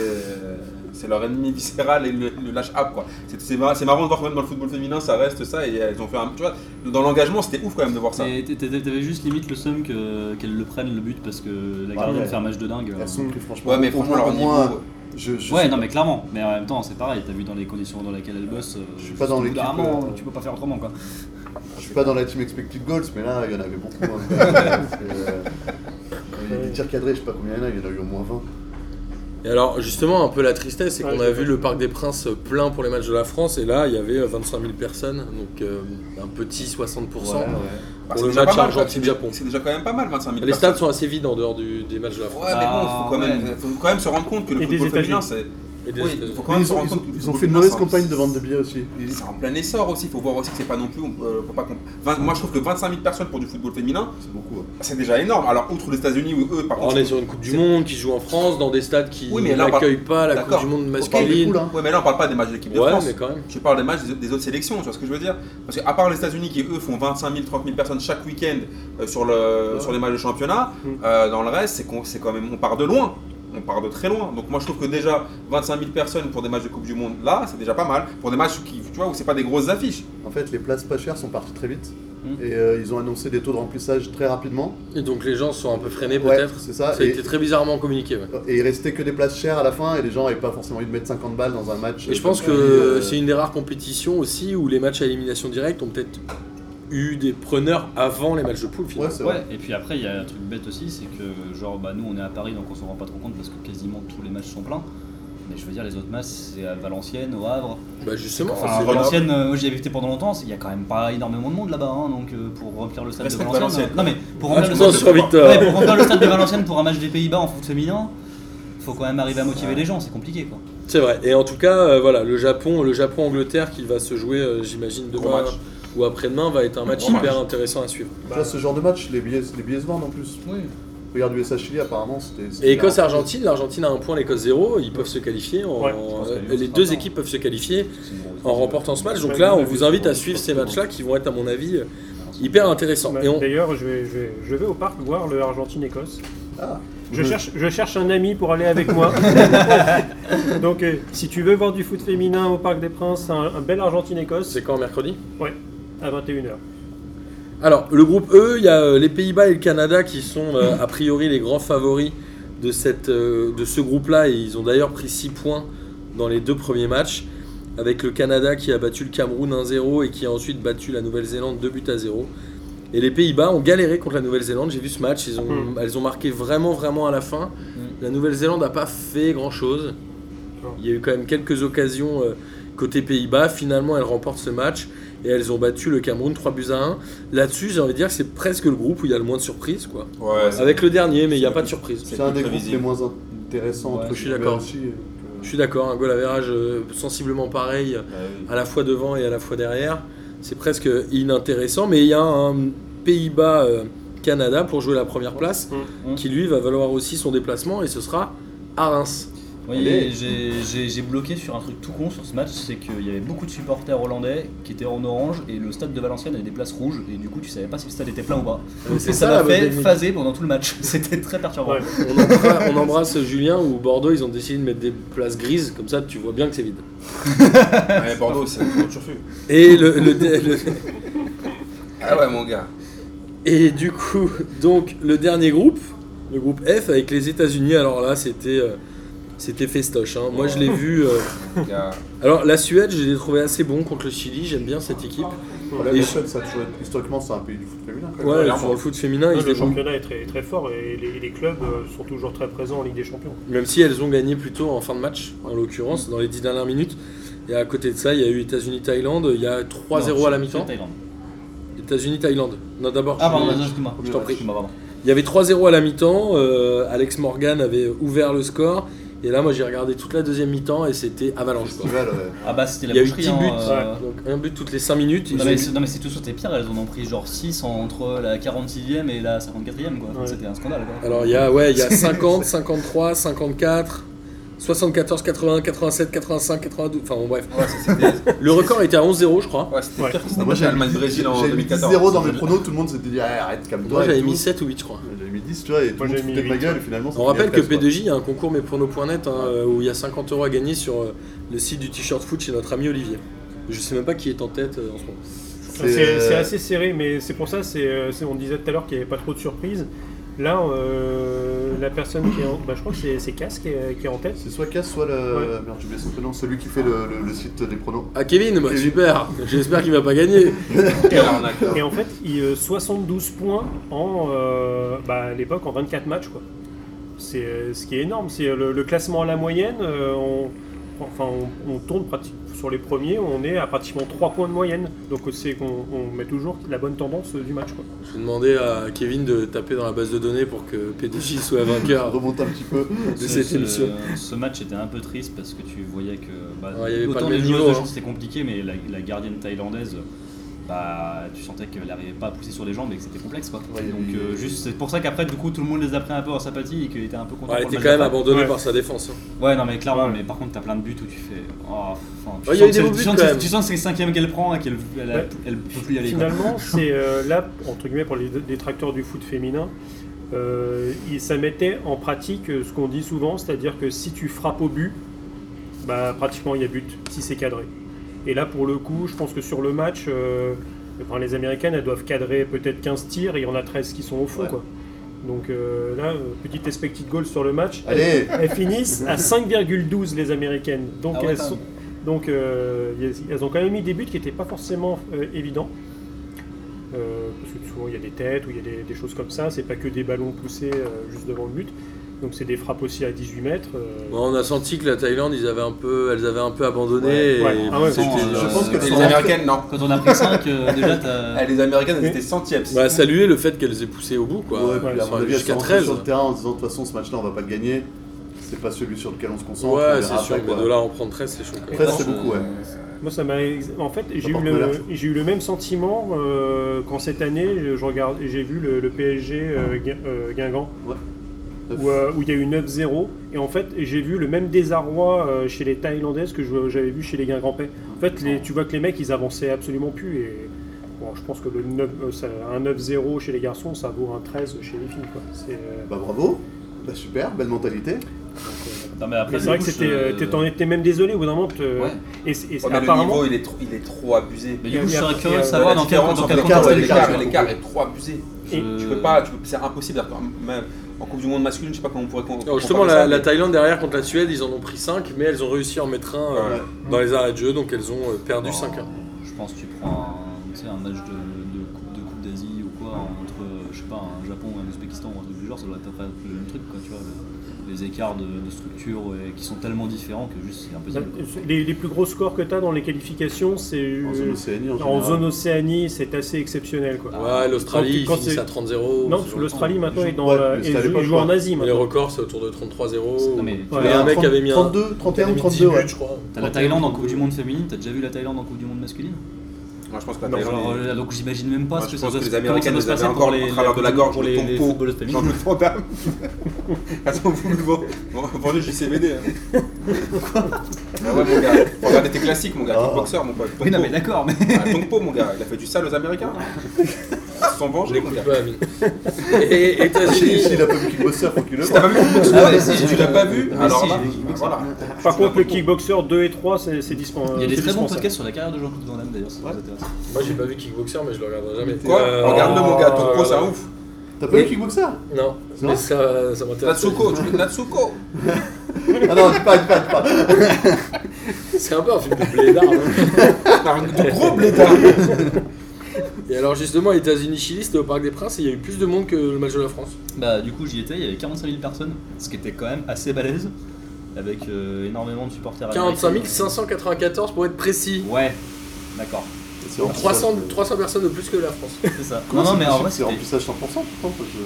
c'est leur ennemi viscéral et le, le lâche up quoi. C'est c'est marrant, c'est marrant de voir quand même dans le football féminin, ça reste ça et elles ont fait un. Tu vois, dans l'engagement, c'était ouf quand même de voir ça. Mais t'a- t'a- T'avais juste limite le seum que- qu'elle le prenne le but parce que la Bah, gardienne ouais. fait un match de dingue. euh. Elles sont pris, franchement. Ouais, mais au franchement, moins- leur au niveau. moins, euh, je, je ouais, sais non, mais clairement, mais en même temps, c'est pareil, t'as vu dans les conditions dans lesquelles elle bosse. euh, Je suis pas dans au bout l'équipe, d'un moment, euh, Tu peux pas faire autrement quoi. Je suis pas dans la team expected goals, mais là, il y en avait beaucoup. *laughs* hein. C'est, euh, Il y a des tirs cadrés, je sais pas combien il y en a, il y en a eu au moins 20. Et alors justement un peu la tristesse, c'est Ouais, qu'on je a l'ai vu pas le Parc des Princes plein pour les matchs de la France, et là il y avait euh, 25 000 personnes, donc euh, un petit 60%. Ouais, ouais. bah, pour c'est le déjà match pas mal, Argentine-Japon. C'est déjà quand même pas mal, 25 000 Les personnes. stades sont assez vides en dehors du- des matchs de la France. Ouais, mais bon, Ah, faut quand, même, faut quand même se rendre compte que le Et des football féminin, États-Unis. c'est. Et des Oui, États-Unis. faut quand Mais même Ils se ont, rendre ils ont- compte. ils ont Ils ont fait une mauvaise campagne de vente de billets aussi. Ils- C'est en plein essor aussi, faut voir aussi que c'est pas non plus. euh, faut pas qu'on- vingt- moi je trouve que 25 000 personnes pour du football féminin, C'est beaucoup. hein. c'est déjà énorme. Alors, outre les États-Unis où eux, par Alors, contre. on est sur une Coupe du Monde qui se joue en France, dans des stades qui Oui, mais là, n'accueillent pas la Coupe D'accord. du Monde On parle de masculine. cool, hein. Ouais, mais là on parle pas des matchs de l'équipe de ouais, France. mais quand même. Je parle des matchs des, des autres sélections, tu vois ce que je veux dire Parce qu'à part les États-Unis qui eux font 25 000, 30 000 personnes chaque week-end euh, sur, le, Ouais. sur les matchs de championnat, Mm. euh, dans le reste, c'est, qu'on, c'est quand même. On part de loin. On part de très loin. Donc moi je trouve que déjà 25 000 personnes pour des matchs de Coupe du Monde là, c'est déjà pas mal. Pour des matchs qui, tu vois, où c'est pas des grosses affiches. En fait, les places pas chères sont parties très vite. Mm. Et euh, ils ont annoncé des taux de remplissage très rapidement. Et donc les gens sont un peu freinés Ouais, peut-être. c'est ça. Ah, Ça a et, été très bizarrement communiqué. ouais. et il restait que des places chères à la fin et les gens n'avaient pas forcément envie de mettre 50 balles dans un match. Euh, Et je pense comme ça. que euh, Et, c'est une des rares compétitions aussi où les matchs à élimination directe ont peut-être eu des preneurs avant les matchs de poule. Ouais, finalement. c'est Ouais, vrai. et puis après, il y a un truc bête aussi, c'est que, genre, bah, nous on est à Paris donc on s'en rend pas trop compte parce que quasiment tous les matchs sont pleins. Mais je veux dire, les autres matchs, c'est à Valenciennes, au Havre. Ah, Bah justement. Enfin, c'est Valenciennes, euh, moi j'y ai habité pendant longtemps, il y a quand même pas énormément de monde là-bas, hein, donc euh, pour remplir le stade de Respecte Valenciennes. Valenciennes. Non mais pour remplir, le Attention stade, sur Victor. ouais, pour remplir le stade de Valenciennes pour un match des Pays-Bas en foot féminin, faut quand même arriver à motiver les gens, c'est compliqué quoi. C'est vrai. Et en tout cas, euh, voilà, le Japon, le Japon-Angleterre qui va se jouer, euh, j'imagine Gros demain match. ou après-demain, va être un match Gros hyper match. intéressant à suivre. Tu vois, ce genre de match, les billets, les billets se vendent en plus. Oui. Regarde USA Chili, apparemment, c'était. c'était Et un- Écosse-Argentine, l'Argentine a un point, l'Écosse zéro. Ils peuvent se qualifier. en- Ouais. Je pense que euh, l'Écosse les sera deux pas. équipes peuvent se qualifier C'est une grosse- en remportant ce match. Donc Ouais, là, ouais, on ouais, vous invite à ouais, suivre ouais. ces matchs-là qui vont être, à mon avis, euh, hyper intéressants. Bah, Et on- D'ailleurs, je vais, je, vais- je vais au parc voir le Argentine-Écosse. Ah. Je cherche, je cherche un ami pour aller avec moi. Donc, euh, si tu veux voir du foot féminin au Parc des Princes, un, un bel Argentine-Écosse c'est quand mercredi à 21h. Alors, le groupe E, il y a euh, les Pays-Bas et le Canada qui sont euh, a priori les grands favoris de, cette, euh, de ce groupe-là. Et ils ont d'ailleurs pris 6 points dans les deux premiers matchs. Avec le Canada qui a battu le Cameroun 1-0 et qui a ensuite battu la Nouvelle-Zélande 2 buts à 0. Et les Pays-Bas ont galéré contre la Nouvelle-Zélande. J'ai vu ce match. Ils ont, Mm. Elles ont marqué vraiment, vraiment à la fin. La Nouvelle-Zélande n'a pas fait grand-chose. Non. Il y a eu quand même quelques occasions euh, côté Pays-Bas. Finalement, elles remportent ce match et elles ont battu le Cameroun 3 buts à 1. Là-dessus, j'ai envie de dire que c'est presque le groupe où il y a le moins de surprises. Quoi. Ouais, c'est- Avec le dernier, mais il n'y a c'est pas le de surprise. c'est C'est un plus des groupes prévisible. les moins intéressants. Ouais, entre je suis guillemets, d'accord. aussi, et Euh, Je que- suis d'accord, un goal à verrage euh, sensiblement pareil, Bah oui. à la fois devant et à la fois derrière. C'est presque inintéressant, mais il y a un Pays-Bas-Canada pour jouer la première place Mm. qui, lui, va valoir aussi son déplacement et ce sera à Reims. Oui, Allez. j'ai- j'ai j'ai bloqué sur un truc tout con sur ce match, c'est qu'il y avait beaucoup de supporters hollandais qui étaient en orange et le stade de Valenciennes avait des places rouges et du coup tu savais pas si le stade était plein ou pas. Euh, Et c'est Ah, ça la m'a bonne fait technique. phaser pendant tout le match. *laughs* C'était très perturbant. Ouais. On embrasse, on embrasse Julien ou Bordeaux, ils ont décidé de mettre des places grises, comme ça tu vois bien que c'est vide. *laughs* Ouais, Bordeaux, c'est un turfu. Et, le, le- le- Ah ouais, mon gars. et du coup, donc le dernier groupe, le groupe F avec les États-Unis, alors là c'était euh, c'était festoche. hein. Moi je l'ai vu. euh, Mon gars. alors la Suède, je l'ai trouvé assez bon contre le Chili, j'aime bien cette équipe. Voilà, Et la je- Suède, ça a toujours été- historiquement, c'est un pays du foot féminin. quoi. Ouais, clairement. sur le foot féminin, Ouais, ils se le débrouillent. championnat est très, très fort et les, les clubs euh, sont toujours très présents en Ligue des Champions. Même si elles ont gagné plutôt en fin de match, en l'occurrence, dans les 10 dernières minutes. Et à côté de ça, il y a eu États-Unis-Thaïlande, il y a 3-0 à la mi-temps. Thaïlande. États-Unis-Thaïlande. Non, d'abord. Ah pardon, Chili. non, excuse-moi. Je t'en prie. Excuse-moi, pardon. Il y avait 3-0 à la mi-temps, euh, Alex Morgan avait ouvert le score, et là moi j'ai regardé toute la deuxième mi-temps et c'était avalanche quoi. Festival, ouais. Ah bah c'était la Il y a eu boucherie, 10 hein, buts, euh, donc un but toutes les 5 minutes. ils Non ont mais, eu- c'est- non, mais c'est tout sur tes pires, elles en ont pris genre 6 entre la 46e et la 54e quoi. Ouais. C'était un scandale quoi. Alors il y a, ouais, *laughs* il y a 50, 53, 54, 74, 80, 87, 85, 92, enfin bon bref. Ouais, c'était *laughs* Le record était à 11-0 je crois. ouais, c'était Ouais. pire que Moi, c'était j'avais Allemagne-Brésil en j'avais mis 2014. 0 dans mes pronos, tout le monde s'était dit Ah, arrête, calme-toi. Moi et j'avais tout. mis 7 ou 8 je crois. J'avais mis 10, tu vois, et tout Moi, le monde j'avais se mis foutait de ma huit, gueule, et finalement. ça On finit à rappelle que 13, quoi. P2J, il y a un concours mais pour nos points nets hein, où il y a 50 euros à gagner sur euh, le site du t-shirt foot chez notre ami Olivier. Je sais même pas qui est en tête euh, en ce moment. C'est c'est euh, assez serré, mais c'est pour ça, c'est, euh, c'est- on disait tout à l'heure qu'il n'y avait pas trop de surprises. Là, euh, la personne qui est en... bah, je crois que c'est, c'est Cass qui est, qui est en tête. C'est soit Cass, soit le. Merde, j'ai oublié son prénom, celui qui fait le, le- le site des pronos. Ah Kevin, bah, *laughs* Kevin. super J'espère qu'il va pas gagner Quelle arnaque. Et en fait, il, euh, 72 points en, euh, bah, à l'époque en 24 matchs. Quoi. C'est euh, ce qui est énorme. C'est euh, le, le classement à la moyenne. euh, on, enfin, on, on tourne pratique- sur les premiers, on est à pratiquement 3 points de moyenne. Donc c'est qu'on on met toujours la bonne tendance euh, du match. Quoi. Je vais demander à Kevin de taper dans la base de données pour que PDJ soit vainqueur Remonte un *laughs* petit peu. de ce, cette émission. ce- ce match était un peu triste parce que tu voyais que bah, Ouais, il y avait pas autant le les même joueuses niveau, de hein. chance c'était compliqué, mais la, la gardienne thaïlandaise, bah, tu sentais qu'elle n'arrivait pas à pousser sur les jambes et que c'était complexe. Quoi. Ouais, Donc il y a eu- euh, juste, c'est pour ça qu'après, du coup, tout le monde les a pris un peu en sympathie et qu'il était un peu content. Ouais, elle pour était le quand même match d'après. abandonnée Ouais. par sa défense. hein. Ouais, non, mais clairement, mais par contre, t'as plein de buts où tu fais. Oh, enfin, tu, Ouais, il y a eu sens que des c'est- beaux tu buts, sens quand que c'est- même. tu sens que c'est le cinquième qu'elle prend et qu'elle elle a- Ouais. elle peut plus y aller. quoi. Finalement, c'est euh, là, entre guillemets, pour les détracteurs du foot féminin, euh, il- ça mettait en pratique euh, ce qu'on dit souvent, c'est-à-dire que si tu frappes au but, bah, pratiquement il y a but, si c'est cadré. Et là, pour le coup, je pense que sur le match, euh, enfin, les Américaines, elles doivent cadrer peut-être 15 tirs et il y en a 13 qui sont au fond. Ouais. Quoi. Donc euh, là, euh, petite expected goal sur le match. Allez Elles finissent à 5,12 les Américaines. Donc, Ah ouais, elles, quand sont- même. donc euh, y a- elles ont quand même mis des buts qui n'étaient pas forcément euh, évidents. Euh, parce que souvent il y a des têtes ou il y a des, des choses comme ça. C'est pas que des ballons poussés euh, juste devant le but. Donc c'est des frappes aussi à 18 mètres. euh, Ouais, on a senti que la Thaïlande, ils avaient un peu, elles avaient un peu abandonné. Ouais, euh, et ouais. Ah ouais, c'était- je- Je pense que Euh, Et elles les sont rentrées- Américaines, non. Quand on a pris 5, *laughs* déjà, t'as. Ah, les Américaines, elles Mais- étaient sentières. Bah, saluer le fait qu'elles aient poussé au bout, quoi. Ouais, puis à mon Enfin, avis, elles sont Jusqu'à rentrées 13. sur le terrain en se disant de toute façon ce match-là on va pas le gagner. C'est pas celui sur lequel on se concentre. on Ouais, verra c'est sûr, après, mais quoi. de là à en prendre 13, c'est chaud quand même. Après, c'est beaucoup, ouais. Moi, ça m'a. ex- En fait, j'ai eu, porte le... malheur. j'ai eu le même sentiment euh, quand cette année, je je regarde, j'ai vu le, le PSG euh, Guin- euh, Guingamp, Ouais. où euh, où il y a eu 9-0. Et en fait, j'ai vu le même désarroi euh, chez les Thaïlandaises que je- j'avais vu chez les Guingampais. En fait, les... tu vois que les mecs, ils avançaient absolument plus. Et bon, je pense que le 9... euh, ça- un 9-0 chez les garçons, ça vaut un 13 chez les filles. Quoi. C'est, euh, Bah bravo, bah, super, belle mentalité. Non, mais après, mais c'est vrai du que coup, c'était, je- euh, t'es- t'en étais même désolé au bout d'un moment. te- Ouais. Et, c'est- et c'est- Ouais, mais le apparemment, euh, niveau, il est, trop, il est trop abusé. Mais du coup, Et je serais après, curieux de euh, savoir la dans quel différence dans entre quel l'écart, contexte ouais, les l'écart, jouent. l'écart, l'écart ouais. est trop abusé. Et Je- Tu peux pas, tu peux- c'est impossible. d'avoir- Même en Coupe du Monde masculine, je sais pas comment on pourrait con- Alors, Oh, justement, comparer la, ça, la mais- Thaïlande derrière contre la Suède, ils en ont pris 5, mais elles ont réussi à en mettre un euh, Ouais. dans les arrêts de jeu, donc elles ont euh, perdu Bon, 5-1. Ah bah, Je pense que tu prends un, tu sais, un match de, de Coupe, de coupe d'Asie ou quoi, entre, euh, je sais pas, un Japon ou un Ouzbékistan ou un truc du genre, ça doit être à peu près le même truc, quoi, tu vois. le- les écarts de, de structure ouais, qui sont tellement différents que juste c'est impossible. quoi. Les, les plus gros scores que tu as dans les qualifications, c'est euh, En zone Océanie, en en général. zone Océanie, c'est assez exceptionnel. Quoi. Ah, Oh. Ouais, l'Australie, quand ils finissent c'est- à 30-0. ce non, parce que genre de truc. l'Australie maintenant Ils est dans jouent- la- ouais, mais et c'était à joue- l'époque, ils jouent en quoi. Asie Mais les maintenant. records, c'est autour de 33-0. Non, mais tu Il y Ouais, avait un mec qui avait mis un. 32, 31 ou 32, 32, ouais. je crois. T'as la Thaïlande en Coupe du Monde féminine, t'as déjà vu la Thaïlande en Coupe du Monde masculine Moi, je pense que la Non, Thaïlande, Genre, est- euh, Donc j'imagine même pas Ah Moi, je ce que ça pense doit que se les comment ça Américaines doit se les avaient passer pour encore les en travers de la gorge, pour le les, les tempo. footballeuses féminines. *laughs* Jean-Claude Van Damme. Elles ont voulu le vendre. Vendez JCBD. Hein. ah ouais, mon gars. Faut regarder tes classiques, mon gars. T'es Oh. boxeur, mon pote. Oui, non, mais Tongpo. d'accord, mais. Ah, Tongpo, mon gars. Il a fait du sale aux Américains. *laughs* Ils se sont Je vengés, mon l'écoute gars. pas, *laughs* Amine. Et S'il *laughs* États-Unis. s'il a pas vu Kickboxer, faut qu'il le Si t'as voit. pas vu le boxeur, Ah, mais si, si tu j'ai- l'as pas vu, mais alors si, là, j'ai vu le boxeur. voilà. Par contre, le kickboxer 2 et 3, c'est c'est dispen- Il y a des c'est très bons dispensable. podcasts sur la carrière de Jean-Claude Van Damme d'ailleurs, si ça vous intéresse. Moi, j'ai pas vu Kickboxer, mais je le regarderai jamais. Quoi Euh, Regarde-le, mon gars. Tongpo, c'est un euh, ouf. T'as pas vu Kickboxer Ah Non, C'est mais vrai ça, ça m'intéresse. Natsuko, tu veux Natsuko. Ah non, dis pas, dis pas, dis pas. C'est un peu un film de blédard. hein. T'as *laughs* un gros blédard. Et alors, justement, États-Unis-Chili, c'était au Parc des Princes et il y a eu plus de monde que le match de la France. Bah du coup j'y étais, il y avait 45 000 personnes, ce qui était quand même assez balèze, avec euh, énormément de supporters. 45 américains. 594 pour être précis. Ouais, d'accord, C'est Ah, remplissage, 300, euh, personnes de plus que la France. *laughs* c'est ça. comment non non c'est mais en possible vrai C'est c'était... remplissage 100%, je pense. je-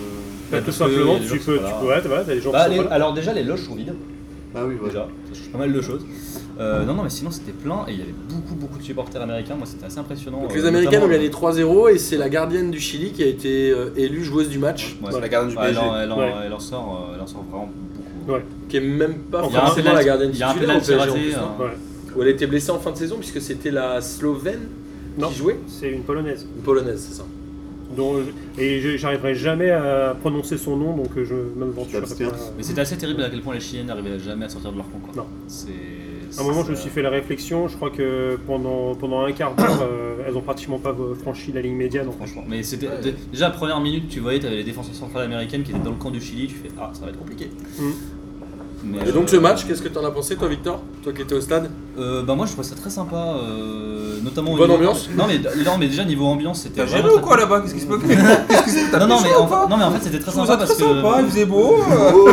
Bah, Parce que Tout simplement, il y a des tu gens peux. qui sont tu pas peux- là. ouais, voilà, t'as des gens Bah, qui les- sont pas là. alors déjà les loges sont vides, Ah oui, voilà. déjà, ça change pas mal de choses. Euh, non non mais sinon c'était plein et il y avait beaucoup beaucoup de supporters américains, moi c'était assez impressionnant. Donc euh, les Américaines ont notamment- gagné 3-0 et c'est la gardienne du Chili qui a été euh, élue joueuse du match, Ouais, Dans la garde du ouais, elle, PSG. en, elle, en, Ouais. elle en sort, euh, elle en sort vraiment beaucoup. Ouais. qui est même pas Il y a un forcément pénal, la gardienne il y a un titulaire au pénal PSG en raté. plus, non hein. Ouais. Où elle a été blessée en fin de saison puisque c'était la Slovène Non. qui jouait, C'est une polonaise. une Polonaise, c'est ça. dont- et je- j'arriverai jamais à prononcer son nom, donc euh, je m'aventure t'abstiens. Mais c'était assez terrible à quel point les Chiliennes n'arrivaient jamais à sortir de leur camp quoi. Non. C'est... À un moment, je c'est- me suis fait la réflexion. Je crois que pendant, pendant un quart d'heure, euh, elles ont pratiquement pas franchi la ligne médiane. En fait. Franchement, mais c'était dé- déjà première minute, tu voyais, t'avais les défenseurs centrales américaines qui étaient dans le camp du Chili, tu fais ah, ça va être compliqué. Mm. Mais, Et donc euh, ce match, qu'est-ce que t'en as pensé toi Victor Toi qui étais au stade euh, Bah moi je trouvais ça très sympa, euh, notamment. au Bonne niveau- ambiance Non mais non mais déjà niveau ambiance c'était. T'as géré vraiment ou très- quoi là-bas Qu'est-ce qui se passe Qu'est-ce qui se passe non, non, mais chaud ou en, pas non mais en fait c'était Je très trouve *laughs* ça sympa parce très que sympa, il faisait beau. euh. Oh,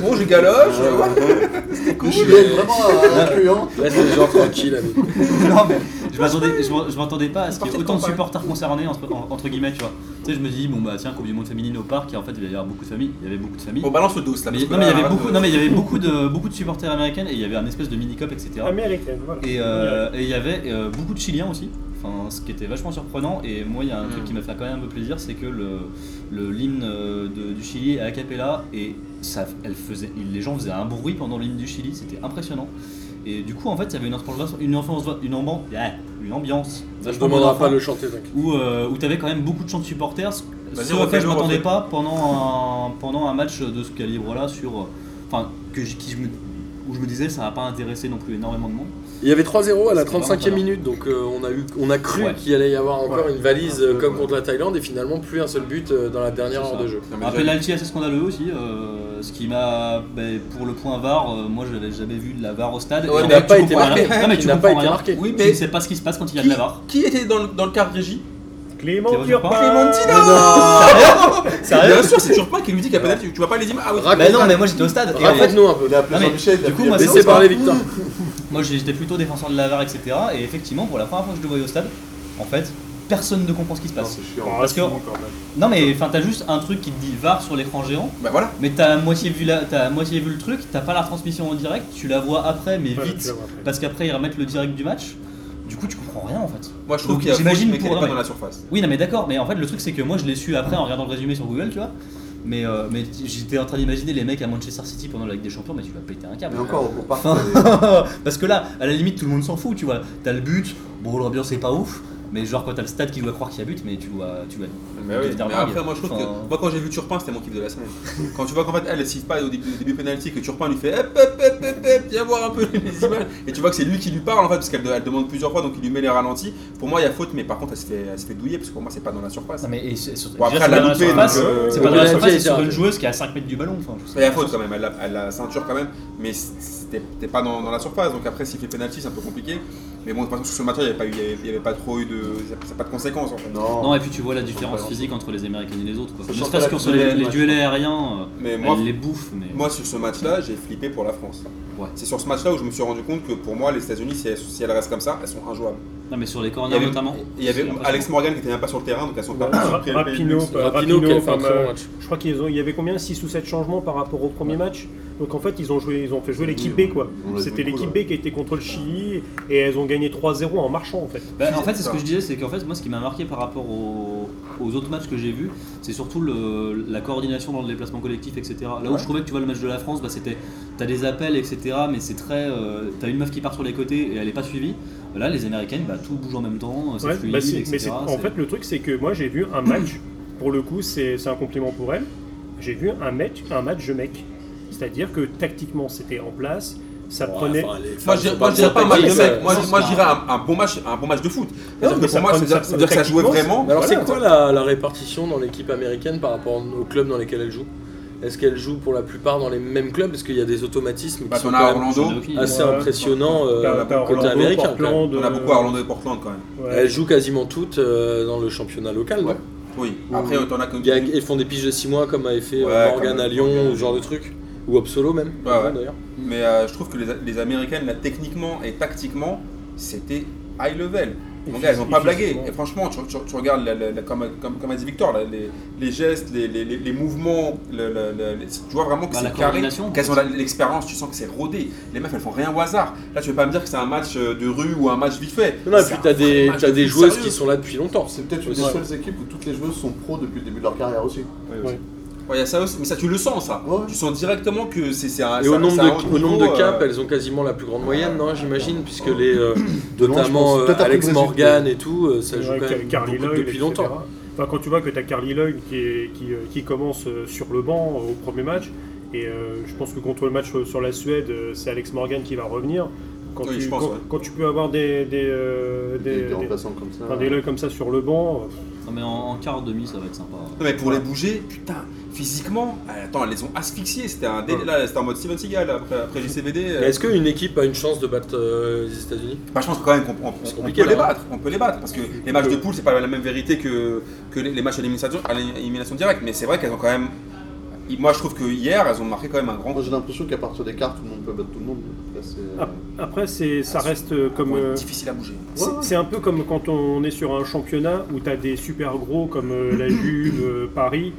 bon, j'ai galoche. Ouais, ouais. Une chilienne vraiment euh, incluante. Laisse les gens tranquilles. avec. non, mais je m'attendais, je m'en- je m'attendais pas à ce qu'il y ait Partie de autant de campagne. supporters concernés, entre, en- entre guillemets, tu vois. Tu sais, je me dis, bon bah tiens, Coupe du Monde féminine au parc, et en fait, il va y avoir beaucoup de familles. Il y avait beaucoup de familles. On balance le dos là. parce Mais- que non, mais là, euh, il y avait arrête beaucoup, de- non, mais il y avait beaucoup de, beaucoup de supporters américains, et il y avait un espèce de mini-cop, etc. Ah, Américaine, voilà. Et euh, et il y avait euh, beaucoup de Chiliens aussi, enfin, ce qui était vachement surprenant. Et moi, il y a un truc Mm. qui m'a fait quand même un peu plaisir, c'est que le, le l'hymne euh, de- du Chili est a cappella et ça, elle faisait, les gens faisaient un bruit pendant l'hymne du Chili, c'était impressionnant. Et du coup, en fait, il y avait une ambiance, une ambiance, une ambiance, une ambiance Ça, *laughs* je vachement demanderai bon pas enfant, de le chanter, t'inquiète. où, euh, où t'avais quand même beaucoup de chants de supporters, ce Vas-y, ce auquel je refais-le, m'attendais refais-le. pas pendant un, pendant un match de ce calibre-là sur, euh, enfin, que j- qui je me- où je me disais ça va pas intéresser non plus énormément de monde. Il y avait 3-0 à la C'était 35e vraiment pas mal. minute, donc euh, on, a eu, on a cru Ouais. qu'il allait y avoir encore Ouais. une valise euh, Ouais. comme contre la Thaïlande, et finalement plus un seul but euh, dans la dernière C'est heure ça. de jeu. Non, mais Un déjà, penalty assez scandaleux aussi, euh, ce qui m'a, ben, pour le point VAR, euh, moi je n'avais jamais vu de la VAR au stade. Ouais, il Et en n'a fait, pas tu été comprends marqué. rien. Non, mais Il tu n'a comprends pas été rien. marqué. Oui, Oui, mais mais- tu ne sais pas ce qui se passe quand il y a de la VAR. Qui était dans le, dans le cadre régie Clément Clément Turpin. Turpin Clémentine Sérieux Bien sûr, c'est Turpin qui lui dit qu'il y a pas Tu vois pas les images Ah oui. Raconte- Ben non, mais moi j'étais au stade. Et en fait, Raconte-nous un peu. Il a appelé Non, mais Jean-Michel, il a du coup, appelé- moi, Laissez c'est- parler Victor. moi j'étais plutôt défenseur de la VAR, etc. Et effectivement, pour la première fois que je le voyais au stade, en fait, personne ne comprend ce qui se Non, passe. c'est chiant. Parce Parce que. que- Non, mais enfin, t'as juste un truc qui te dit VAR sur l'écran géant. Bah voilà. Mais t'as à moitié vu la, t'as à moitié vu le truc, t'as pas la transmission en direct, tu la vois après, mais vite, parce qu'après ils remettent le direct du match. Du coup, tu comprends rien en fait. Moi, je trouve Donc, qu'il y a j'imagine faute, mais qu'elle pour- est pas dans la surface. Oui, non, mais d'accord, mais en fait, le truc, c'est que moi, je l'ai su après en regardant le résumé sur Google, tu vois. Mais, euh, mais t- j'étais en train d'imaginer les mecs à Manchester City pendant la Ligue des Champions, mais tu vas péter un câble. *laughs* Mais encore, pour Enfin, partir. parce que là, à la limite, tout le monde s'en fout, tu vois. T'as le but, bon, l'ambiance c'est pas ouf, mais genre quand t'as le stade qui doit croire qu'il y a but, mais tu dois. Tu dois Mais, oui. après, moi, je trouve Enfin- que moi, quand j'ai vu Turpin, c'était mon kiff de la *laughs* semaine. quand tu vois qu'en fait, elle, elle siffle pas au début, au début penalty, que Turpin lui fait hop, hop, hop, hop, hop, viens voir un peu les *laughs* images, et tu vois que c'est lui qui lui parle en fait, parce qu'elle elle demande plusieurs fois, donc il lui met les ralentis. Pour moi, il y a faute, mais par contre, elle se fait, elle se fait douiller, parce que pour moi, c'est pas dans la surface. Non, mais et c'est- sur- Bon, après, déjà, c'est elle pas l'a dans la loupé, surface, donc, euh, c'est pas dans Penalty la surface, a c'est été sur une arrêté. joueuse qui est à 5 mètres du ballon. Enfin, je sais Mais il y a pas. faute quand même, elle a, elle a la ceinture quand même, mais c'était c'était pas dans, dans la surface, donc après s'il fait penalty c'est un peu compliqué. Mais bon, de toute façon sur ce match il n'y avait, pas eu- il y avait- il y avait pas trop eu de. ça- ça a pas de conséquences en fait. Non, Non. et puis tu vois la différence physique entre les Américains et les autres. Quoi. Ne Sachant que serait-ce la que sur les, duel, les ouais. duels aériens, Mais euh, moi, elle les bouffe, mais. moi sur ce match là j'ai flippé pour la France. Ouais. C'est sur ce match là où je me suis rendu compte que pour moi les États-Unis si, elles- si elles restent comme ça, elles sont injouables. Non, mais sur les Il y corners avait, notamment. il y avait c'est l'impression. Alex Morgan qui était même pas sur le terrain donc elles sont pas. Rapino, euh, Rapino qui a fait un enfin, très bah, bon euh, match. Je crois qu'ils ont, il y avait combien 6 ou 7 changements par rapport au premier match. Donc en fait, ils ont joué, ils ont fait jouer l'équipe B quoi. On l'a C'était joué l'équipe beaucoup, B qui était contre le Chili et elles ont gagné 3-0 en marchant en fait. Bah, en fait, c'est ce que je disais, c'est qu'en fait, moi, ce qui m'a marqué par rapport aux, aux autres matchs que j'ai vus, c'est surtout le- la coordination dans le déplacement collectif, etc. Là où Ouais. je trouvais que tu vois le match de la France, bah, c'était t'as des appels, etc. Mais c'est très, euh, t'as une meuf qui part sur les côtés et elle est pas suivie. Là, les Américaines, bah, tout bouge en même temps, c'est Ouais, fluide, bah, c'est- etc. mais c'est- en c'est- fait, le truc c'est que moi j'ai vu un match. pour le coup, c'est c'est un compliment pour elle. J'ai vu un match, un match de mec. C'est-à-dire que tactiquement, c'était en place. Ça prenait. Moi, je dirais- moi, je dirais pas un match de ça- mec, moi, je- moi je dirais un, un bon match, un bon match de foot. C'est-à-dire mais que ça pour moi, prend- c'est-à-dire ça- c'est-à-dire que ça jouait tactiquement, vraiment. Mais alors, Voilà, c'est quoi la, la répartition dans l'équipe américaine par rapport aux clubs dans lesquels elle joue Est-ce qu'elle joue pour la plupart dans les mêmes clubs Parce qu'il y a des automatismes qui Bah, sont t'en as à quand même Orlando, Jockey, assez Ouais. impressionnants euh, T'as- t'as côté Orlando, américain. quand même. Portland, on a euh, beaucoup à Orlando et Portland quand même. ouais. Elles jouent quasiment toutes euh, dans le championnat local. non Ouais. Oui, euh, après, t'en as comme. Il y a- Elles font des piges de 6 mois comme avait fait euh, Ouais, Morgan comme- à Lyon Morgan. ou ce genre de truc. Ou Absolo même, Ouais, avant, ouais. d'ailleurs. Mais euh, je trouve que les, les américaines, là, techniquement et tactiquement, c'était high level. Donc, elles n'ont pas Et blagué. physiquement. Et franchement, tu, tu- tu regardes, la- la- la- comme, comme, comme a dit Victor, là, les, les gestes, les, les- les- les mouvements, le- le- le- le- tu vois vraiment que Bah, la c'est carré, coordination. qu'elles ont la- l'expérience, tu sens que c'est rodé. Les meufs, elles font rien au hasard. Là, tu ne pas me dire que c'est un match euh, de rue ou un match vite fait. Non, non, et C'est puis un t'as vrai des, match t'as de des foot joueuses sérieux. qui sont là depuis longtemps. C'est peut-être une des Ouais. seules équipes où toutes les joueuses sont pros depuis le début de leur carrière aussi. Ouais. Ouais, il y a ça aussi. Mais ça, tu le sens, ça. Ouais. Tu sens directement que c'est c'est un. Et c'est au un- nombre, c'est un haut de, au nombre niveau, de caps, euh, elles ont quasiment la plus grande moyenne, non J'imagine, puisque les, *clears throat* euh, Non, je notamment pense- euh, peut-être après Alex Brésil, Morgan mais- et tout, euh, ça Ouais, joue quand Car- même Carly beaucoup Lloyd, depuis etc. longtemps. Enfin, quand tu vois que tu as Carly Lloyd qui, est- qui, euh, qui commence euh, sur le banc euh, au premier match, et euh, je pense que contre le match euh, sur la Suède, euh, c'est Alex Morgan qui va revenir. Quand, Oui, tu, je pense, quand, ouais. quand tu peux avoir des, des, euh, des, Des des- remplaçants comme ça. enfin, des Lloyd comme ça sur le banc, euh, Non, mais en, en quart demi, ça va être sympa. Non mais pour les bouger, putain, physiquement, euh, attends, elles les ont asphyxiées, c'était un délire, Ouais. là, c'était en mode Steven Seagal après, après JCVD. Mais euh, Est-ce qu'une équipe a une chance de battre euh, les États-Unis bah, je pense quand même qu'on on- on- C'est on compliqué, peut les là, hein. battre, on peut les battre, parce que les matchs de poule, c'est pas la même vérité que, que les, les matchs à élimination, à l'élimination directe, mais c'est vrai qu'elles ont quand même, il- moi je trouve que hier, elles ont marqué quand même un grand Moi j'ai l'impression qu'à partir des cartes, tout le monde peut battre tout le monde. Là, c'est, euh, Ah. Après, c'est, ça reste euh, comme. point euh, difficile à bouger. C'est c'est un peu comme quand on est sur un championnat où tu as des super gros comme euh, *clears throat* la Juve, euh, Paris.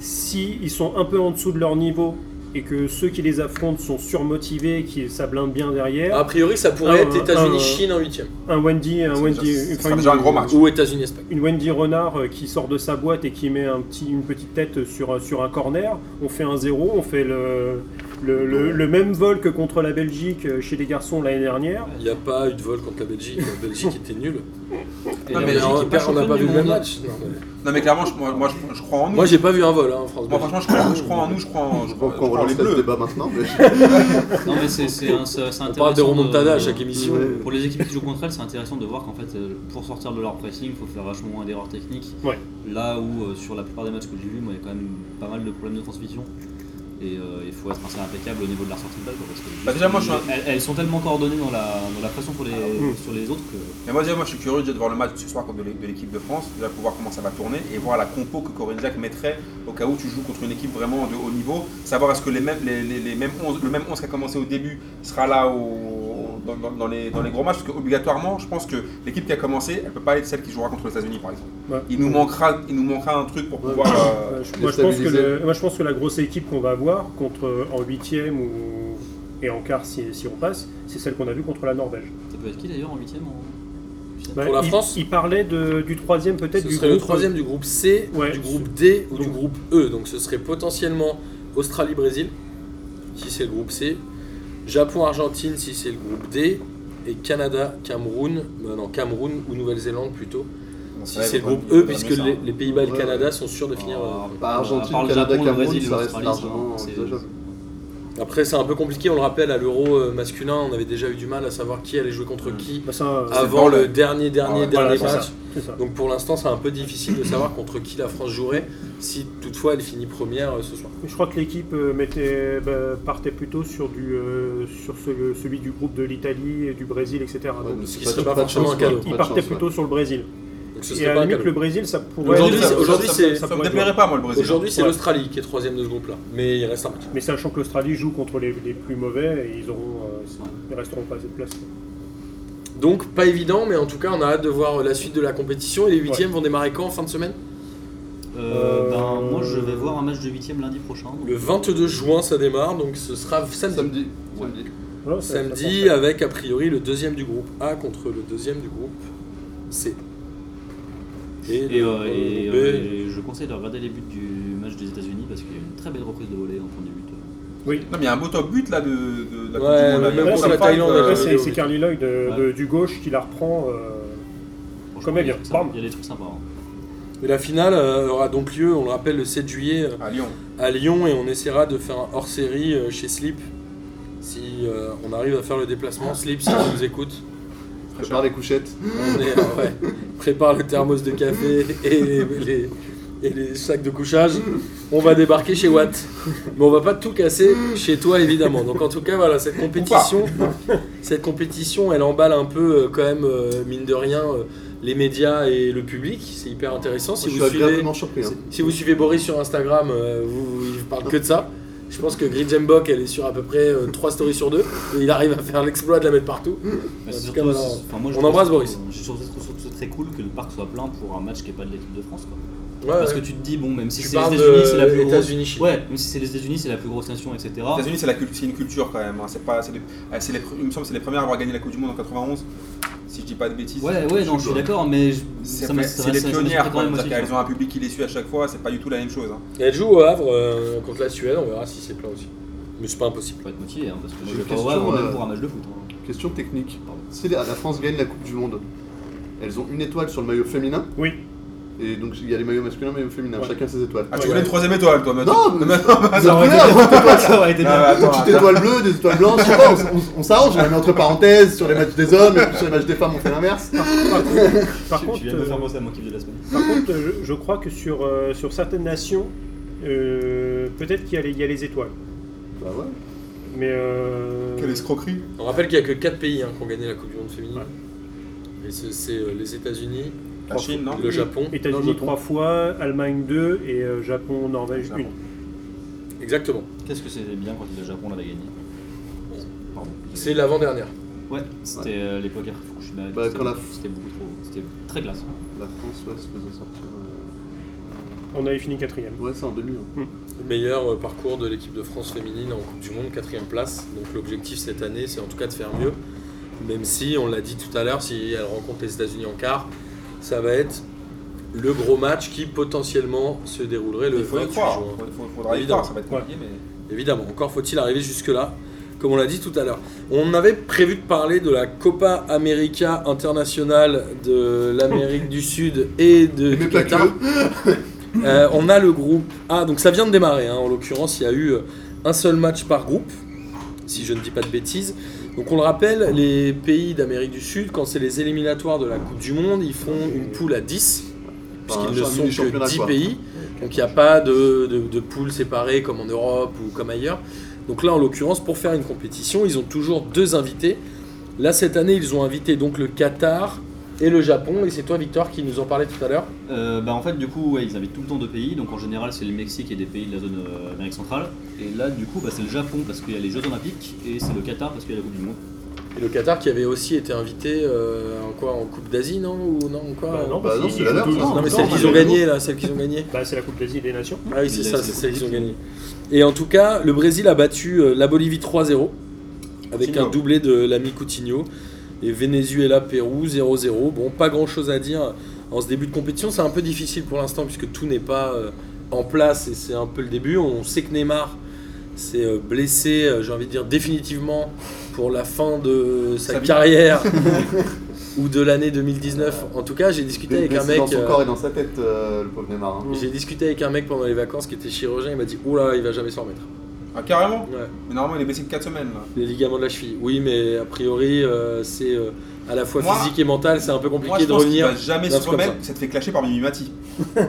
Si ils sont un peu en dessous de leur niveau et que ceux qui les affrontent sont surmotivés, qui ça blinde bien derrière, A priori, ça pourrait Ah, être euh, euh, États-Unis-Chine en huitième. un Wendy, un C'est Wendy, déjà- enfin, Ah. ça sera une- déjà un gros match. Ou États-Unis-Espagne. une Wendy Renard euh, qui sort de sa boîte et qui met un petit, une petite tête sur, un- sur un corner, on fait un 0, on fait le, le, le- le même vol que contre la Belgique euh, chez les garçons l'année dernière. Il n'y a pas eu de vol contre la Belgique. La Belgique était nulle. Et Non, la mais Belgique on est pas n'a championne pas du vu le même monde. match. Non, mais- Non mais clairement, je, moi, moi, je, je crois en nous. Moi, Moi, j'ai pas vu un vol, hein, France. Belgique. franchement, je crois, je crois en nous, je crois en, je Je crois, pense Euh, je qu'on crois en les relance pas ce bleus. débat maintenant. Mais... Non, mais c'est- c'est un- c'est- c'est On parle de intéressant remontada à chaque émission. Ouais. Pour les équipes qui jouent contre elles, c'est intéressant de voir qu'en fait, euh, pour sortir de leur pressing, il faut faire vachement moins d'erreurs techniques. Ouais. Là où, euh, sur la plupart des matchs que j'ai vus, moi, il y a quand même pas mal de problèmes de transmission. Et euh, il faut être assez impeccable au niveau de la sortie de balle. quoi, parce que Bah, déjà, moi, je suis un- Ah, elles, elles sont tellement coordonnées dans la, dans la pression sur les, Mm. sur les autres que. Mais moi, déjà, moi, je suis curieux déjà de voir le match ce soir contre l'é- de l'équipe de France, déjà pour voir comment ça va tourner et voir la compo que Corinne Jacques mettrait au cas où tu joues contre une équipe vraiment de haut niveau. Savoir est-ce que les mêmes, les, les- les mêmes 11, le même 11 qui a commencé au début sera là au- dans, dans- dans les, dans les gros matchs parce que obligatoirement, je pense que l'équipe qui a commencé, elle peut pas être celle qui jouera contre les États-Unis par exemple. Ouais. Il nous manquera, il nous manquera un truc pour pouvoir. euh, Euh, je- moi, je pense que Déstabiliser. le- moi, je pense que la grosse équipe qu'on va avoir contre euh, en huitième ou et en quart si, si on passe, c'est celle qu'on a vue contre la Norvège. Ça peut être qui d'ailleurs en 8 en... Ouais, Pour la il- France Il parlait de- du troisième peut-être Ce du serait le groupe. troisième du groupe C, Ouais. du groupe D ou du Donc- groupe E. Donc ce serait potentiellement Australie-Brésil, si c'est le groupe C, Japon-Argentine, si c'est le groupe D, et Canada-Cameroun, euh, non, Cameroun ou Nouvelle-Zélande plutôt, si ouais, c'est le donc, groupe il E, faudra puisque mieux ça, les, hein. les Pays-Bas et le Ouais, Canada sont sûrs de Ah. finir. euh, Bah, Argentine, À part le Canada, Japon, le Cameroun, Brésil et ça reste l'Australie, largement c'est- envisageable. Après, c'est un peu compliqué, on le rappelle, à l'Euro euh, masculin, on avait déjà eu du mal à savoir qui allait jouer contre Mm. qui Bah, ça, euh, avant bon, le ouais. dernier, dernier, Ouais, dernier voilà, c'est match. c'est ça. Donc pour l'instant, c'est un peu difficile de savoir contre qui la France jouerait, si toutefois elle finit première euh, ce soir. Je crois que l'équipe euh, mettait- bah, partait plutôt sur du euh, sur ce- celui du groupe de l'Italie, et du Brésil, etc. Ouais, Donc, mais ce c'est qui pas- serait c'est pas de forcément chance, un cadeau. ouais, il pas de partait chance, plutôt ouais. sur le Brésil. Donc ce Et serait à pas la un limite, cadeau. le Brésil, ça pourrait. Aujourd'hui, être- c'est- aujourd'hui, ça, c'est- ça, ça me pourrait déplairait être- pas moi le Brésil. Aujourd'hui, c'est Ouais. l'Australie qui est troisième de ce groupe-là, mais il reste un match. Mais sachant que l'Australie joue contre les, les plus mauvais, et ils auront, euh, ils resteront pas à cette place. Donc, pas évident, mais en tout cas, on a hâte de voir la suite de la compétition. Et les huitièmes vont démarrer quand en fin de semaine Euh, ben, moi, je vais voir un match de 8 lundi prochain. donc- Le 22 juin, ça démarre, donc ce sera samedi. Samedi. Ouais. Samedi. Voilà, ça- ça Samedi, concerne. avec a priori le deuxième du groupe A contre le deuxième du groupe C. Et, le- euh, et, le- euh, et je conseille de regarder les buts du match des États-Unis parce qu'il y a une très belle reprise de volée en point de but. Euh, Non mais il y a un beau top but là de, de la Ouais, Coupe du Monde, mais là. même Il y a contre un la top five, Thaïlande, euh, Ouais, euh, c'est c'est Carly Lloyd de- Ouais. de- du gauche qui la reprend. euh, Franchement, Comme elle il y a vient. des trucs Bam. sympas- Il y a des trucs sympas. hein. Et la finale euh, aura donc lieu, on le rappelle, le 7 juillet euh, à Lyon. à Lyon et on essaiera de faire un hors-série euh, chez Sleep. Si euh, on arrive à faire le déplacement, Sleep, si tu nous écoutes. Prépare les couchettes. On est, euh, ouais, prépare le thermos de café et les, les- et les sacs de couchage. On va débarquer chez Watt. Mais on va pas tout casser chez toi, évidemment. Donc, en tout cas, voilà, cette compétition, cette compétition elle emballe un peu, euh, quand même, euh, mine de rien, euh, les médias et le public. C'est hyper intéressant. Si je vous suis suivez. agréablement surpris. hein. Si vous suivez Boris sur Instagram, euh, vous, il parle que de ça. Je pense que Grid Jambok, elle est sur à peu près 3 stories sur 2. Et il arrive à faire l'exploit de la mettre partout. Mais En c'est tout surtout- cas, voilà, c'est- enfin, moi, je on trouve embrasse ça- Boris. Je trouve ça- trouve ça très cool que le parc soit plein pour un match qui n'est pas de l'équipe de France. quoi. Ouais, Parce que ouais. tu te dis, bon, même si Tu c'est les parles États-Unis, de c'est la plus grosse. États-Unis, Chine. Ouais, même si c'est les États-Unis, c'est la plus grosse nation, etc. Les États-Unis, c'est la cul- c'est une culture quand même. hein. C'est pas, c'est les, euh, c'est les pre- il me semble que c'est les premiers à avoir gagné la Coupe du Monde en 91, si je dis pas de bêtises. Ouais, ouais, non, je suis d'accord, mais je- C'est m'a- vrai, m'a- c'est les ça m'a pionnières surpris quand même. aussi, c'est-à-dire tu qu'elles ont un public qui les suit à chaque fois. C'est pas du tout la même chose. hein. Elle joue au Havre euh, contre la Suède, on verra si c'est plein aussi. Mais c'est pas impossible. vois. Faut être motivé, hein, parce que moi, J'ai je une vais pas question, voir, euh, même pour un match de foot. hein. *laughs* Question technique. Pardon. Si la la France gagne la Coupe du Monde, elles ont une étoile sur le maillot féminin. *laughs* Oui. Et donc il y a les maillots masculins et les maillots féminins. Ouais. Chacun ses étoiles. Ah, tu Ouais, voulais ouais. une troisième étoile, toi, maintenant Non, *laughs* mais- Non, non, Ça aurait été- Ça aurait été non, bien. Bah, attends, Petite attends. étoile bleue, des étoiles blanches, je sais pas, on, on- on s'arrange, on la met entre parenthèses sur les matchs des hommes et puis sur les matchs des femmes on fait l'inverse. Par Tu- contre, tu viens de me faire euh, penser à mon kiff de la semaine. Par contre, je, je crois que sur, euh, sur certaines nations, euh, peut-être qu'il y, a les- il y a les étoiles. Bah ouais. Mais euh, Quelle escroquerie On rappelle qu'il y a que 4 pays hein, qui ont gagné la Coupe du Monde féminine. Et ce- c'est euh, les États-Unis, La Chine, non le Japon. Ah États-Unis trois fois, Allemagne deux et euh, Japon, Norvège Japon. une. Exactement. Qu'est-ce que c'était bien quand le Japon l'avait gagné Pardon. C'est l'avant-dernière. Ouais, c'était euh, les poker Fukushima. et tout, Bah, c'était- quand la- C'était beaucoup trop. C'était très glace. La France, ouais, se faisait sortir. euh, On avait fini quatrième. Ouais, c'est en demi. hein. Meilleur euh, parcours de l'équipe de France féminine en Coupe du Monde, quatrième place. Donc l'objectif cette année, c'est en tout cas de faire mieux. Même si, on l'a dit tout à l'heure, si elle rencontre les États-Unis en quart, ça va être le gros match qui potentiellement se déroulerait le Il faut y 28 croire, juin. il faudra y Évidemment. croire, ça va être compliqué, mais Évidemment, encore faut-il arriver jusque-là, comme on l'a dit tout à l'heure. On avait prévu de parler de la Copa América internationale de l'Amérique du Sud et de, du Mais pas Qatar. Euh, on a le groupe A, donc ça vient de démarrer. hein. En l'occurrence, il y a eu euh, un seul match par groupe, si je ne dis pas de bêtises. Donc on le rappelle, les pays d'Amérique du Sud, quand c'est les éliminatoires de la Coupe du Monde, ils font une poule à 10, Enfin, puisqu'ils un ne sont que mini-championnat, 10 quoi. pays. Donc il n'y a pas de, de, de poules séparées comme en Europe ou comme ailleurs. Donc là, en l'occurrence, pour faire une compétition, ils ont toujours deux invités. Là, cette année, ils ont invité donc le Qatar et le Japon. Et c'est toi, Victor, qui nous en parlait tout à l'heure. Euh, bah en fait, du coup, ouais, ils invitent tout le temps deux pays. Donc en général, c'est le Mexique et des pays de la zone euh, Amérique centrale. Et là, du coup, bah, c'est le Japon parce qu'il y a les Jeux Olympiques et c'est le Qatar parce qu'il y a la Coupe du Monde. Et le Qatar qui avait aussi été invité euh, en quoi En Coupe d'Asie, non Ou non, en Ah. quoi Bah non, Bah parce non, qu'ils c'est la jouent leur, tous en ça. hein. Non, même mais Non, celle temps. hein. qu'ils ont gagnée, là, celle qu'ils ont gagnée. Bah, c'est la Coupe d'Asie des Nations. Ah oui, c'est Il ça, a- c'est c'est celle qu'ils ont compliqué. gagnée. Et en tout cas, le Brésil a battu euh, la Bolivie 3-0 avec Coutinho. un doublé de l'ami Coutinho. Et Venezuela, Pérou 0-0. Bon, pas grand chose à dire en ce début de compétition. C'est un peu difficile pour l'instant puisque tout n'est pas euh, en place et c'est un peu le début. On sait que Neymar s'est euh, blessé, euh, j'ai envie de dire définitivement pour la fin de sa Sa vie. carrière ou de l'année 2019. En tout cas, j'ai discuté avec un Mais mec. c'est Dans son euh, corps et dans sa tête, euh, le pauvre Neymar. hein. j'ai discuté avec un mec pendant les vacances qui était chirurgien, il m'a dit Oula, il va jamais s'en remettre. ah, carrément. Ouais. Mais normalement, il est blessé de 4 semaines. Là. Les ligaments de la cheville. Oui, mais a priori, euh, c'est euh, à la fois Moi- physique et mental, c'est un peu compliqué Moi, je de pense qu'il revenir. va jamais d'un se truc comme remettre. Ça te fait clasher *laughs* par Mimimati. Moi,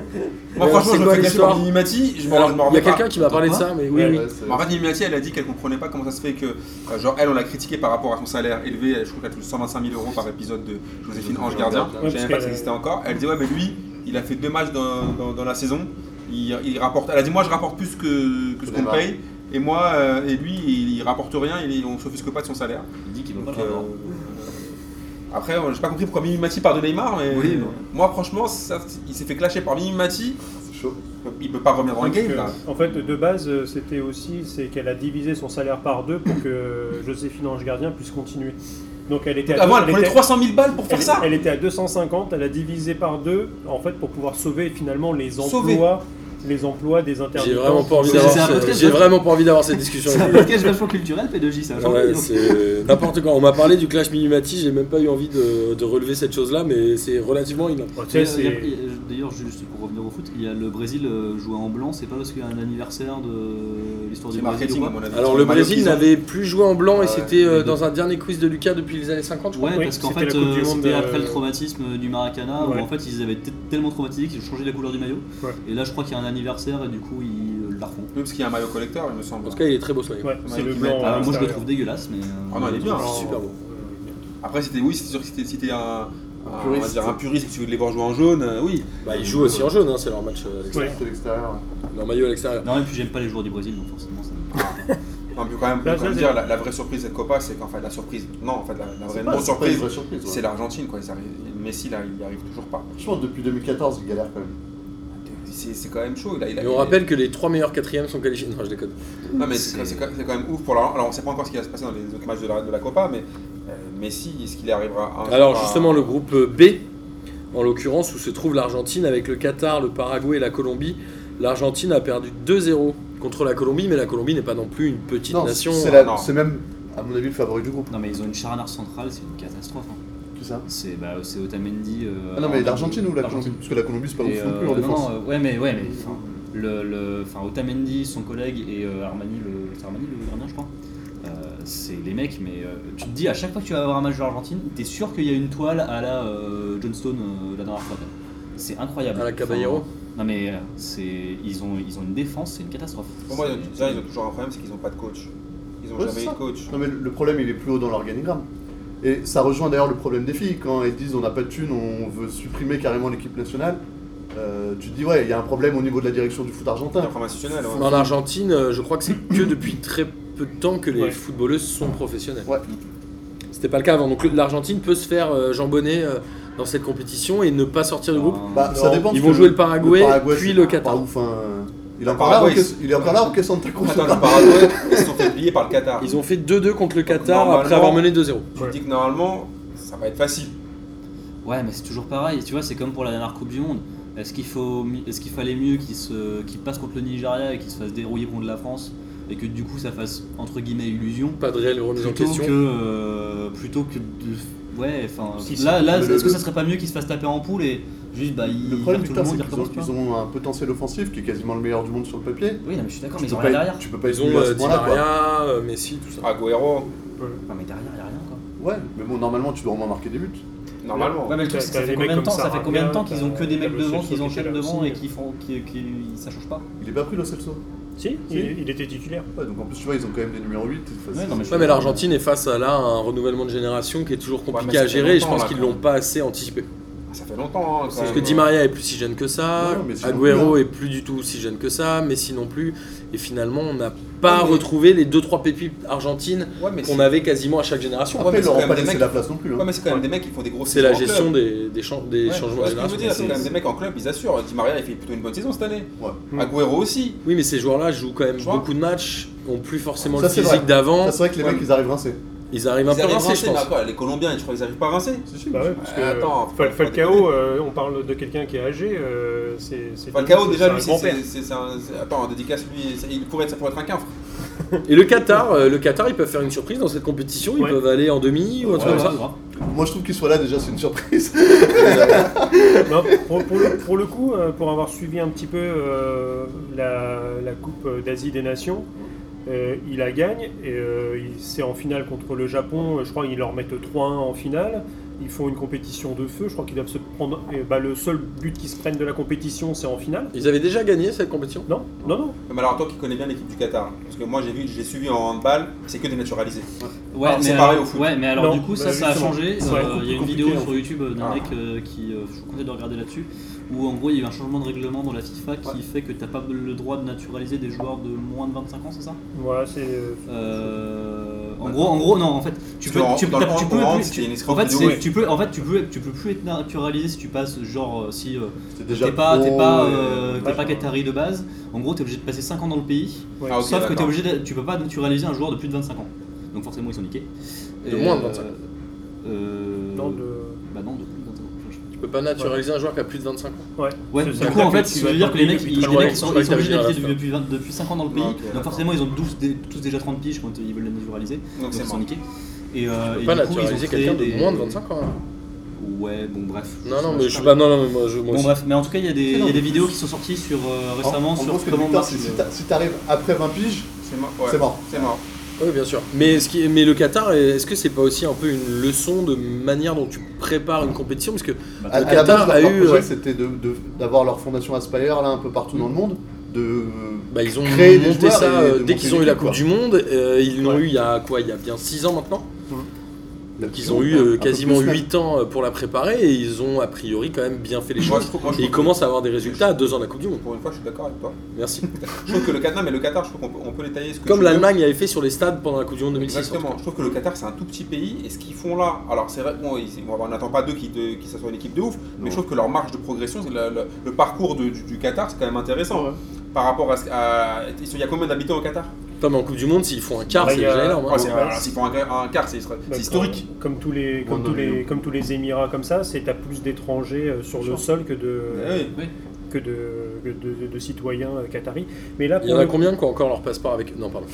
alors, franchement, c'est je me quoi fais clasher l'histoire par Mimimati. Je m'en je m'en Alors, il y remets a pas. quelqu'un qui m'a parlé de ça, mais oui, Ouais, oui. ouais, c'est- Mais Bah, En fait, Mimimati, elle a dit qu'elle comprenait pas comment ça se fait que, euh, genre, elle, on l'a critiquée par rapport à son salaire élevé. Elle- Je crois qu'elle touche 125 000 euros par épisode de Joséphine Ange Gardien. Ouais, Je parce savais même pas qu'elle- que ça existait encore. Elle dit, ouais, mais lui, il a fait deux matchs dans, dans- dans la saison. Il, il rapporte. Elle a dit, moi, je rapporte plus que, que ce qu'on me Neymar. paye. Et moi, euh, et lui, il, il rapporte rien. Il, on s'offusque pas de son salaire. Il dit qu'il va Donc, pas euh, l'avoir. Après, euh, j'ai pas compris pourquoi Mimimati part de Neymar, mais Oui, mais- moi, franchement, ça- il s'est fait clasher par Mimimati. C'est chaud. Il peut pas revenir dans le Parce game que, là. En fait, de base, euh, c'était aussi c'est qu'elle a divisé son salaire par deux pour que Joséphine Ange Gardien puisse continuer. Donc elle était à Avant, deux- elle prenait était- 300 000 balles pour faire elle- ça. elle était à 250, elle a divisé par deux en fait pour pouvoir sauver finalement les emplois, Sauver. les emplois des intermittents. J'ai vraiment pas envie C'est- d'avoir c'est un ce- podcast, j'ai hein. ça. vraiment pas envie d'avoir cette discussion. C'est un avec podcast vachement culturel, P2J, ça. vous. Ouais, c'est n'importe quoi. On m'a parlé du clash Minimati, j'ai même pas eu envie de, de relever cette chose-là, mais c'est relativement inapproprié. Bah, tu sais, c'est- D'ailleurs, juste pour revenir au foot, il y a le Brésil euh, joué en blanc, c'est pas parce qu'il y a un anniversaire de l'histoire du C'est Brésil. ou marketing, quoi. à mon avis. Alors C'est le maillot Brésil qu'ils ont. n'avait plus joué en blanc et Ouais. c'était euh, dans un dernier quiz de Lucas depuis les années 50, je crois. Ouais, Oui, parce qu'en c'était fait, la Coupe du euh, Monde, c'était euh, après le traumatisme euh, du Maracana, Ouais. où en fait ils avaient été tellement traumatisés qu'ils ont changé la couleur du maillot. Ouais. Et là, je crois qu'il y a un anniversaire et du coup, ils euh, la refont. Oui, parce qu'il y a un maillot collector, il me semble. En tout cas, il est très beau ce maillot. ouais, c'est le qui blanc. euh, mettent- à Ah, moi, je le l'extérieur. trouve dégueulasse, mais. euh, Ah non, il est bien. C'est super beau. Après, c'était oui, c'est sûr que si t'es- si t'es un, un- on va puriste. dire un *laughs* puriste que tu veux les voir jouer en jaune, euh, oui. Bah, ils jouent aussi en jaune, hein, c'est leur match euh, à l'extérieur. Ouais. C'est l'extérieur. ouais. Leur maillot à l'extérieur. Ah Non, et puis j'aime pas les joueurs du Brésil, donc forcément, ça me- Non, mais quand même, Là, quand même ça, dire, c'est- la, la vraie surprise de Copa, c'est qu'en fait, la surprise, non, en fait, la, la vraie pas- non pas une surprise, vraie surprise, ouais. c'est l'Argentine, quoi. Ils arrivent- Messi, là, il n'y arrive toujours pas. Je pense que depuis 2014, il galère quand même. C'est c'est quand même chaud. Il a, il a- Et on il a- rappelle que les trois meilleurs quatrièmes sont qualifiés. Non, je déconne. Non, mais c'est C'est- c'est quand c'est quand même ouf pour la. Alors, on sait pas encore ce qui va se passer dans les autres matchs de la, de la Copa, mais euh, Messi, est-ce qu'il arrivera un Alors, jour à- justement, le groupe B, en l'occurrence, où se trouve l'Argentine avec le Qatar, le Paraguay et la Colombie. L'Argentine a perdu 2-0 contre la Colombie, mais la Colombie n'est pas non plus une petite Non, nation. c'est euh, la- non. c'est même, à mon avis, le favori du groupe. Non, mais ils ont une charnière centrale, c'est une catastrophe. hein. Qui ça C'est bah, c'est Otamendi. euh, Ah non, mais Arnaud- l'Argentine ou la Colombie l'Argentine. Parce que la Colombie, c'est pas Et, ouf non plus euh, en défense. non, euh, ouais, mais, ouais, mais enfin, le, le, enfin, Otamendi, son collègue et euh, Armani, le, c'est Armani le gardien, je crois. Euh, c'est les mecs, mais euh, tu te dis à chaque fois que tu vas avoir un match de l'Argentine, t'es sûr qu'il y a une toile à la euh, Johnstone euh, la dernière fois. quoi. C'est incroyable. À la Caballero Enfin, Non, mais euh, c'est, ils, ont, ils ont une défense, c'est une catastrophe. Pour moi, ils ont, C'est- déjà, ils ont toujours un problème, c'est qu'ils n'ont pas de coach. Ils n'ont Ouais, jamais c'est eu de ça. coach. Non, mais le problème, il est plus haut dans l'organigramme. Et ça rejoint d'ailleurs le problème des filles. Quand elles disent on n'a pas de thunes, on veut supprimer carrément l'équipe nationale. euh, tu te dis, ouais, il y a un problème au niveau de la direction du foot argentin. Informationnel, hein. ouais. En Argentine, euh, je crois que c'est que depuis très peu de temps que les Ouais. footballeuses sont professionnelles. Ouais. C'était pas le cas avant. Donc l'Argentine peut se faire euh, jambonner euh, dans cette compétition et ne pas sortir Ah. du groupe. Bah, ça Non. dépend. Ils parce vont que jouer le Paraguay, c'est puis le pas Qatar. ouf, hein. Il est Le encore là, Paraguay, Roque- c'est- il est encore là, Roque Santa Cruz. Attends, *laughs* le Paraguay, ils se sont fait plier par le Qatar. Ils ont fait 2-2 contre le Qatar normalement- après avoir mené 2-0. Je dis que normalement, ça va être facile. Ouais, mais c'est toujours pareil. Tu vois, c'est comme pour la dernière Coupe du Monde. Est-ce qu'il faut, est-ce qu'il fallait mieux qu'ils se, qu'ils passent contre le Nigeria et qu'ils se fassent dérouiller contre la France et que du coup ça fasse entre guillemets illusion Pas de réelle remise en plutôt que question. euh, plutôt que de, ouais, enfin Si, si. là, là, Le- est-ce que le- ça serait pas mieux qu'ils se fassent taper en poule et juste bah ils Le problème, virent tout le Victor, c'est monde, ils qu'ils ont, recommencent pas. ils ont un potentiel offensif qui est quasiment le meilleur du monde sur le papier. Oui, non, mais je suis d'accord, mais Tu ils ont peux rien pas derrière. être- tu peux pas être Ils ont nul à ce euh, Di point-là, quoi. Maria, euh, Messi, tout ça. Agüero, euh, Non, mais derrière, y a rien quoi. Ouais, mais bon, normalement, tu dois au moins marquer des buts. normalement. Ouais, mais le truc, T'as- c'est que t'as ça des fait mecs combien de comme temps Ça fait Sarabia, combien de temps qu'ils ont t'as- que des t'as le mecs devant, Celso qui qu'ils est enchaînent là devant aussi. et qu'ils font, qu'ils, qu'ils- ça change pas. Il est pas pris, le Celso. Si, il, il était titulaire. Ouais, donc en plus, tu vois, ils ont quand même des numéros 8. Ouais, non, mais je- Ouais, mais l'Argentine est face à là un renouvellement de génération qui est toujours Ouais, compliqué mais ça à fait gérer et je longtemps, pense là, qu'ils quand l'ont même. pas assez anticipé. Ça fait longtemps. hein, quand Parce que même. Di Maria est plus si jeune que ça, Non, mais c'est non Agüero plus, est plus du tout si jeune que ça, Messi non plus, et finalement on n'a pas Ouais, mais- retrouvé les 2-3 pépites argentines Ouais, mais c'est qu'on avait quasiment à chaque génération. Après, mais ils c'est leur quand ont même pas des laissé mecs- la place non plus. hein. Ouais, mais c'est quand même des mecs qui font des grosses C'est la saisons en gestion club. des, des, chan- des Ouais, tu changements vois de ce que je veux génération. dire, c'est quand même des mecs en club, ils assurent. Di Maria, il fait plutôt une bonne saison cette année. Ouais. Hmm. Mm. Agüero aussi. Oui, mais ces joueurs-là jouent quand même Je vois. beaucoup de matchs, ont plus forcément Ça, le c'est vrai. physique d'avant, Ça, c'est vrai que les Ouais. mecs, ils arrivent rincés. ils arrivent Ils un peu arrivent rincés, je rincés, mais pense. après, les Colombiens, je crois qu'ils arrivent pas rincés. Bah ouais, parce que Euh, attends, faut- Fal- faut Falcao, déconner. euh, on parle de quelqu'un qui est âgé. euh, c'est, c'est Falcao, déjà, c'est un lui, c'est- grand-père. c'est c'est- c'est un. c'est- Attends, dédicace, lui, c'est- il pourrait être, ça pourrait être un quinfre. Et le Qatar, euh, le Qatar, ils peuvent faire une surprise dans cette compétition, ils Ouais. peuvent aller en demi ou un truc Ouais, comme ça. grave. Moi, je trouve qu'ils soient là, déjà, c'est *laughs* une surprise. Non, Bah, pour, pour le, pour le coup, euh, pour avoir suivi un petit peu euh, la, la Coupe d'Asie des Nations, euh, il la gagne. Et, euh, il- c'est en finale contre le Japon. euh, Je crois qu'ils leur mettent 3-1 en finale. Ils font une compétition de feu. Je crois qu'ils doivent se prendre. et bah, le seul but qu'ils se prennent de la compétition, c'est en finale. Ils avaient déjà gagné cette compétition Non, non, non. Mais alors, toi qui connais bien l'équipe du Qatar, parce que moi j'ai vu, j'ai suivi en handball, c'est que des naturalisés. Ouais, Ah, mais c'est alors, pareil au foot. ouais, mais alors Non, du coup, ça, bah, ça a justement. changé. Ça Euh, va Il être y a une compliqué, vidéo en sur fait. YouTube euh, d'un Ah. mec euh, qui, euh, je vous conseille de regarder là-dessus, où en gros il y a eu un changement de règlement dans la FIFA qui fait que t'as pas le droit de naturaliser des joueurs de moins de 25 ans, c'est ça Voilà, c'est. euh, Euh, En gros, en gros, non, en fait, tu Parce peux, que en- tu, dans t'as- le tu hand, peux au hand, plus- c'était tu- une escroque en fait, de c'est- jouer. tu peux, en fait, tu peux, tu peux plus être naturalisé si tu passes genre euh, si euh, C'est t'es pas, t'es trop, pas, et- euh, t'es ouais. pas qatari de base. En gros, t'es obligé de passer 5 ans dans le pays. ouais. Ah, ok, Sauf que t'es d'accord. obligé de- tu peux pas naturaliser un joueur de plus de 25 ans. Donc forcément ils sont niqués. De Et, moins de euh, 25. euh, Non, de- Bah non, de plus de 25 ans. je sais Tu peux pas naturaliser un joueur qui a plus de 25 ans. Ouais. pas. Ouais, Ça- du ça coup en s'appelle fait, qu'il ça va veut être dire que les dans le mecs, pays ils, depuis les très mecs, longtemps. ils sont, je ils crois sont que obligés t'as d'habiter vu la depuis, 20 depuis 5 ans dans le pays. Ah, ok, donc d'accord. forcément ils ont tous, des- tous déjà 30 piges quand ils veulent la naturaliser. Donc Donc c'est ils sont mort. niqués. Et, euh, Tu et peux pas du coup, ils ont naturaliser créé quelqu'un de des- moins de 25 ans. hein. Ouais, bon bref. Non, non, sais mais pas. je suis pas. Non, non, mais moi, je, moi Bon aussi. bref, mais en tout cas il y a des, C'est il y a normal. des vidéos qui sont sorties sur, euh, En- récemment en gros, sur ce que comment dit Victor, marche c'est si le- t'a- si t'arrives après 20 piges, C'est mort. ouais. c'est mort. C'est mort. Oui, bien sûr. Mais, ce qui est- mais le Qatar, est-ce que c'est pas aussi un peu une leçon de manière dont tu prépares une compétition Parce que Bah, À, à Le la Qatar base, a leur, leur eu, projet, euh, c'était de- de- d'avoir leur fondation Aspire là un peu partout dans le monde, de bah, ils ont Créer des monté joueurs et ça euh, de dès monter qu'ils ont eu la l'équipe, Coupe quoi. du Monde. euh, ils l'ont Ouais. eu il y a quoi Il y a bien 6 ans maintenant Donc ils ont Ouais, eu un euh, peu quasiment plus même. 8 ans euh, pour la préparer et ils ont a priori quand même bien fait les Moi, je choses. trouve- moi, je Et ils trouve- commencent à avoir des résultats à 2 ans de la Coupe du Monde. Pour une fois, je suis d'accord avec toi. Merci. Je trouve que le Qatar, mais le Qatar, je trouve qu'on peut, on peut les tailler ce que Comme tu veux. l'Allemagne avait fait sur les stades pendant la Coupe du Monde 2006. en tout cas. Exactement. Je trouve que le Qatar, c'est un tout petit pays et ce qu'ils font là, alors c'est vrai, bon, ils- on n'attend pas d'eux qui, de, qui ça soit une équipe de ouf, mais je trouve que leur marge de progression, c'est le, le- le parcours de- du, du Qatar, c'est quand même intéressant par rapport à, ce- à- Il y a combien d'habitants au Qatar Putain, mais en Coupe du Monde, s'ils font un quart, Bah, c'est il y a- déjà énorme. hein. Ah, c'est- ouais. alors, S'ils font un, un quart, c'est c'est Bah, historique. Comme, comme tous les, comme Ouais, tous non, mais les, bon. comme tous les Émirats comme ça, c'est t'as plus d'étrangers euh, sur le sol que de, Eh oui. que de, que de, de citoyens euh, qataris. Mais là, Il pour y en a le, combien qui ont encore leur passeport avec. Non, pardon.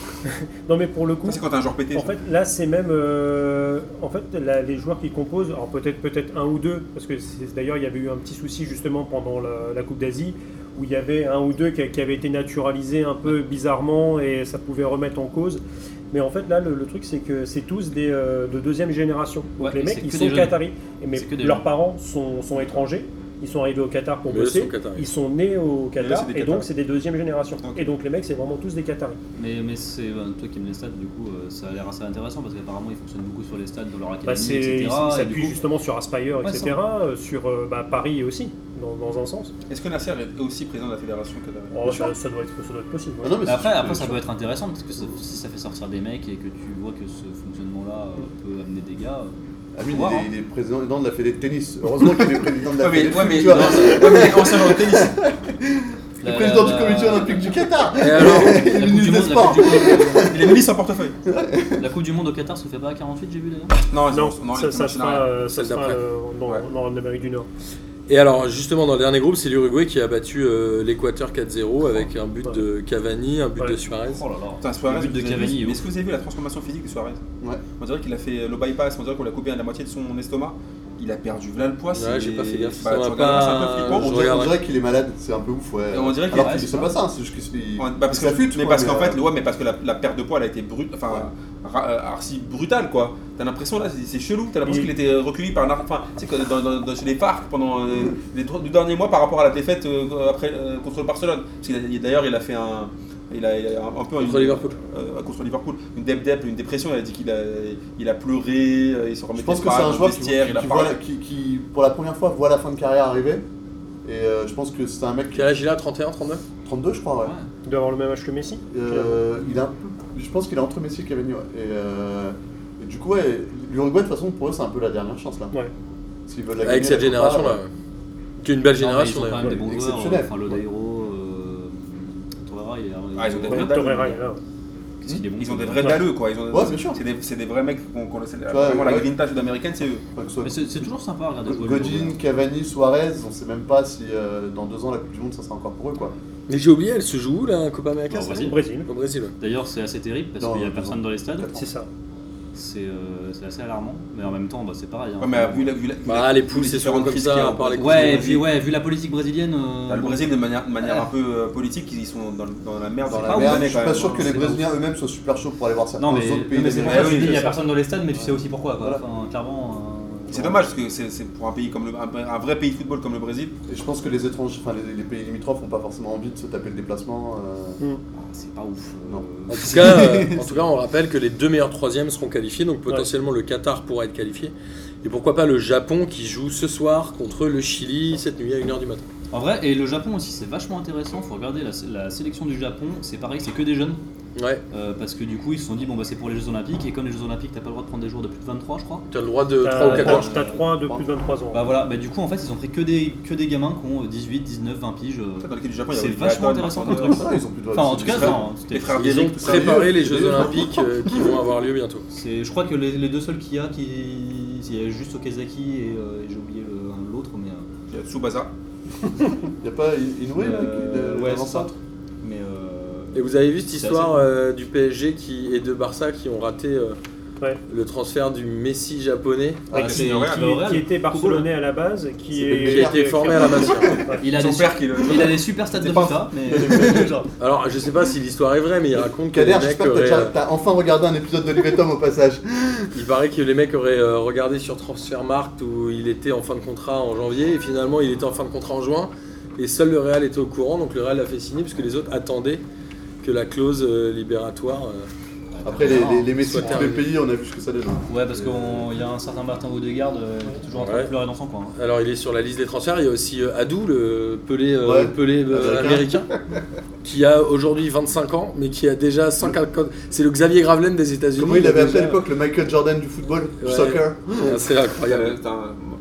non mais pour le coup, Ça, C'est quand t'as un joueur pété. en ça. fait, là c'est même, euh, en fait, la- les joueurs qui composent, alors peut-être peut-être un ou deux, parce que c'est- d'ailleurs il y avait eu un petit souci justement pendant la, la Coupe d'Asie où il y avait un ou deux qui, qui avaient été naturalisés un peu bizarrement et ça pouvait remettre en cause. Mais en fait, là, le, le truc, c'est que c'est tous des, euh, de deuxième génération. Donc Ouais, les et mecs, c'est ils que sont des jeunes. qataris. Et Mais C'est que des leurs jeunes. parents sont, sont étrangers. Ils sont arrivés au Qatar pour Mais eux bosser. sont Qataris. Ils sont nés au là, Qatar c'est des et donc Qataris. c'est des deuxièmes générations. Ok. Et donc les mecs, c'est vraiment tous des Qataris. Mais, mais c'est ben, toi qui aimes les stats, du coup, euh, ça a l'air assez intéressant parce qu'apparemment ils fonctionnent beaucoup sur les stats dans leur académie, Bah, c'est- etc. ils et du s'appuient coup- justement sur Aspire, c'est etc. euh, Sur euh, bah, Paris aussi, dans, dans un sens. Est-ce que Nasser est aussi président de la fédération Oh, qatarienne ça, ça doit être, ça doit être possible. ouais. Ah non, mais Mais Après, c'est- après ça c'est- peut être intéressant parce que ça- si ça fait sortir des mecs et que tu vois que ce fonctionnement-là euh, Mm. peut amener des gars. euh, Amine, faut voir, il, hein. est, il est président de la Fédé de tennis. Heureusement qu'il est président de la Ouais, Fédé. mais, ouais, mais, *laughs* tu vois. non, c'est- ouais, mais il est ancien joueur de tennis. Le La- président la- du comité la- olympique du Qatar Et alors la Coupe le du *laughs* ministre des Monde- la Sports Coupe du Monde- Il est ministre en portefeuille. La Coupe du Monde au Qatar se fait pas à 48, j'ai vu d'ailleurs. Non, Non, c'est- non, ça, les ça matchs sera, n'arrivent euh, ça Celle sera, d'après. euh, dans- Ouais. dans- en Amérique du Nord. Et alors, justement, dans le dernier groupe, c'est l'Uruguay qui a battu euh, l'Équateur 4-0 avec un but Ouais. de Cavani, un but Ouais. de Suarez. Oh là là. pas. Putain, Suarez, Le but de vous avez Cavani, vu- oui. mais est-ce que vous avez vu la transformation physique de Suarez Ouais. On dirait qu'il a fait le bypass, on dirait qu'on l'a coupé à la moitié de son estomac. Il a perdu là le poids. c'est- j'ai pas fait gaffe, ça Bah, tu m'a regardes, pas- c'est un peu flippant. Je On dirait, on regarderai. dirait qu'il est malade, c'est un peu ouf, ouais. Et on dirait qu'il Alors reste, qu'il ne pas ça, c'est juste qu'il Ouais, bah, il parce que- s'affûte, mais quoi, parce qu'en euh, fait, le- ouais, mais parce que la, la perte de poids elle a été brute, enfin, ra- euh, arsi brutale quoi. T'as l'impression là, c'est c'est chelou. T'as l'impression Il- qu'il était recueilli par un, ar- enfin, tu sais, que dans, dans- dans- chez les parcs pendant euh, les trois- du dernier mois par rapport à la défaite euh, après euh, contre le Barcelone. Parce qu'il a- il- d'ailleurs, il a fait un, il a, il a un, un peu Contre une- Liverpool. euh, contre Liverpool, une dep dep, une dépression. Il a dit qu'il a, il a pleuré, euh, il se Je remettait pense que pas c'est un dans le joueur qui, vestiaire, il a qui parlé. voit, qui, qui, pour la première fois, voit la fin de carrière arriver. Et euh, je pense que c'est un mec qui Quel âge il a 31, 39 32, je crois, ouais. Il doit avoir le même âge que Messi. Euh, il a un peu- je pense qu'il est entre Messi et Cavani, ouais. Et, euh, et du coup, ouais, l'Uruguay, de toute façon, pour eux, c'est un peu la dernière chance, là. Ouais. S'ils veulent la gagner, Avec cette elle peut pas, génération là. ouais. Qui est une belle Non, mais ils sont génération quand d'ailleurs. même des bons joueurs. Exceptionnel. Enfin, Lodeiro, euh, Torreira, il est. Ah, ils ont des Ouais, hein. vrais Torreira, dalles. il est là. Qu'est-ce qu'il est bon, Ils ont ce des gars. vrais Ouais. galeux quoi. Ils ont- Ouais, bien sûr. C'est des, c'est des vrais mecs qu'on connaissait. vois, Vraiment la ouais. green sud-américaine, c'est eux. Enfin, que ce soit Mais c'est c'est toujours sympa à regarder jouer. les Godin, Uruguayens. Cavani, Suarez, on sait même pas si euh, dans deux ans la Coupe du Monde ça sera encore pour eux quoi. Mais j'ai oublié, elle se joue où là, Copa América Au ça Brésil. Au Brésil, Au Brésil. ouais. D'ailleurs, c'est assez terrible parce Non, qu'il n'y a non. personne dans les Ah, stades. c'est ça. C'est euh, c'est assez alarmant. Mais en même temps, bah, c'est pareil. hein. Ouais, mais euh, vu la, vu la, vu Bah, la- les vu poules, c'est souvent différentes comme crises ça, qu'il y a à au part les Brésil. Ouais, et Brésil. puis ouais, vu la politique brésilienne. euh, Bah, le Brésil, de manière, de manière Ouais. un peu euh, politique, ils sont dans, le- dans la merde Dans depuis la des merde, années, je suis quand pas même. sûr que les c'est Brésiliens eux-mêmes soient super chauds pour aller voir certains Non, mais, autres pays. non, mais c'est pour ça que je oui, dis, il n'y a c'est personne dans les stades, mais tu sais aussi pourquoi. Quoi. Voilà. Enfin, clairement. euh, C'est dommage parce que c'est c'est pour un pays comme le, un, un vrai pays de football comme le Brésil. Et je pense que les étrangers, enfin les, les pays limitrophes n'ont pas forcément envie de se taper le déplacement. euh. bah, C'est pas ouf. euh, Non. En tout, *laughs* cas, euh, en tout cas, on rappelle que les deux meilleurs troisièmes seront qualifiés, donc potentiellement le Qatar pourra être qualifié. Et pourquoi pas le Japon qui joue ce soir contre le Chili cette nuit à 1h du matin. En vrai, et le Japon aussi, c'est vachement intéressant. Faut regarder la, la sélection du Japon. C'est pareil, c'est que des jeunes. Ouais, euh, parce que du coup, ils se sont dit, bon, bah c'est pour les Jeux Olympiques. Et comme les Jeux Olympiques, t'as pas le droit de prendre des jours de plus de 23, je crois. t'as le droit de 3 Euh, ou T'as 14. t'as- t'as trois de plus de 23 ans. Bah voilà, bah du coup, en fait, ils ont pris que des, que des gamins qui ont euh, 18, 19, 20 piges. euh. En fait, Dans le cas du Japon, il y a C'est Olivier vachement Hatton, intéressant Martin comme Odegaard. truc. Ah, ils ont plus de Enfin, en tout cas, ils- non, Les c'était- frères Ils ont Derrick, tout ça. préparé les Jeux Olympiques euh, qui vont avoir lieu bientôt. c'est- je crois que les, les deux seuls qu'il y a, qui, il y a juste Okazaki et, euh, et j'ai oublié le- un- l'autre, mais. euh, Il y a Tsubasa. Y a pas Inoué là Euh, qui- de- ouais, devant c'est ça ça. Mais euh, Et vous avez vu cette C'est histoire assez- euh, du PSG qui, et de Barça qui ont raté euh, Ouais. le transfert du Messi japonais Ah, Avec c'est- le Real, qui- Qui, le Real. qui était barcelonais à la base, qui, C'est est, qui a été formé à la Masia. il a Son des père qui le. Il a des super stats de C'est pas- FIFA, mais *laughs* Alors je sais pas si l'histoire est vraie mais il raconte que Kader, les mecs j'espère que auraient, t'as- euh, t'as enfin regardé un épisode de Livetom au passage. il paraît que les mecs auraient euh, regardé sur Transfermarkt où il était en fin de contrat en janvier et finalement il était en fin de contrat en juin et seul le Real était au courant donc le Real l'a fait signer puisque les autres attendaient que la clause euh, libératoire euh, Ah, Après les, les, les Messi Soit de tous les terminé. pays, on a vu ce que ça donne. Ouais, parce qu'il y a un certain Martin Odegaard euh, qui est toujours en train Ouais. de pleurer dans son coin. hein. alors il est sur la liste des transferts, il y a aussi euh, Adou, le Pelé, euh, Ouais, Pelé, euh, américain. américain, *laughs* qui a aujourd'hui 25 ans, mais qui a déjà 150... C'est le Xavier Gravelaine des États-Unis. Comment il a avait appelé déjà- à l'époque le Michael Jordan du football, du Ouais. soccer Ah, C'est incroyable. Euh, putain,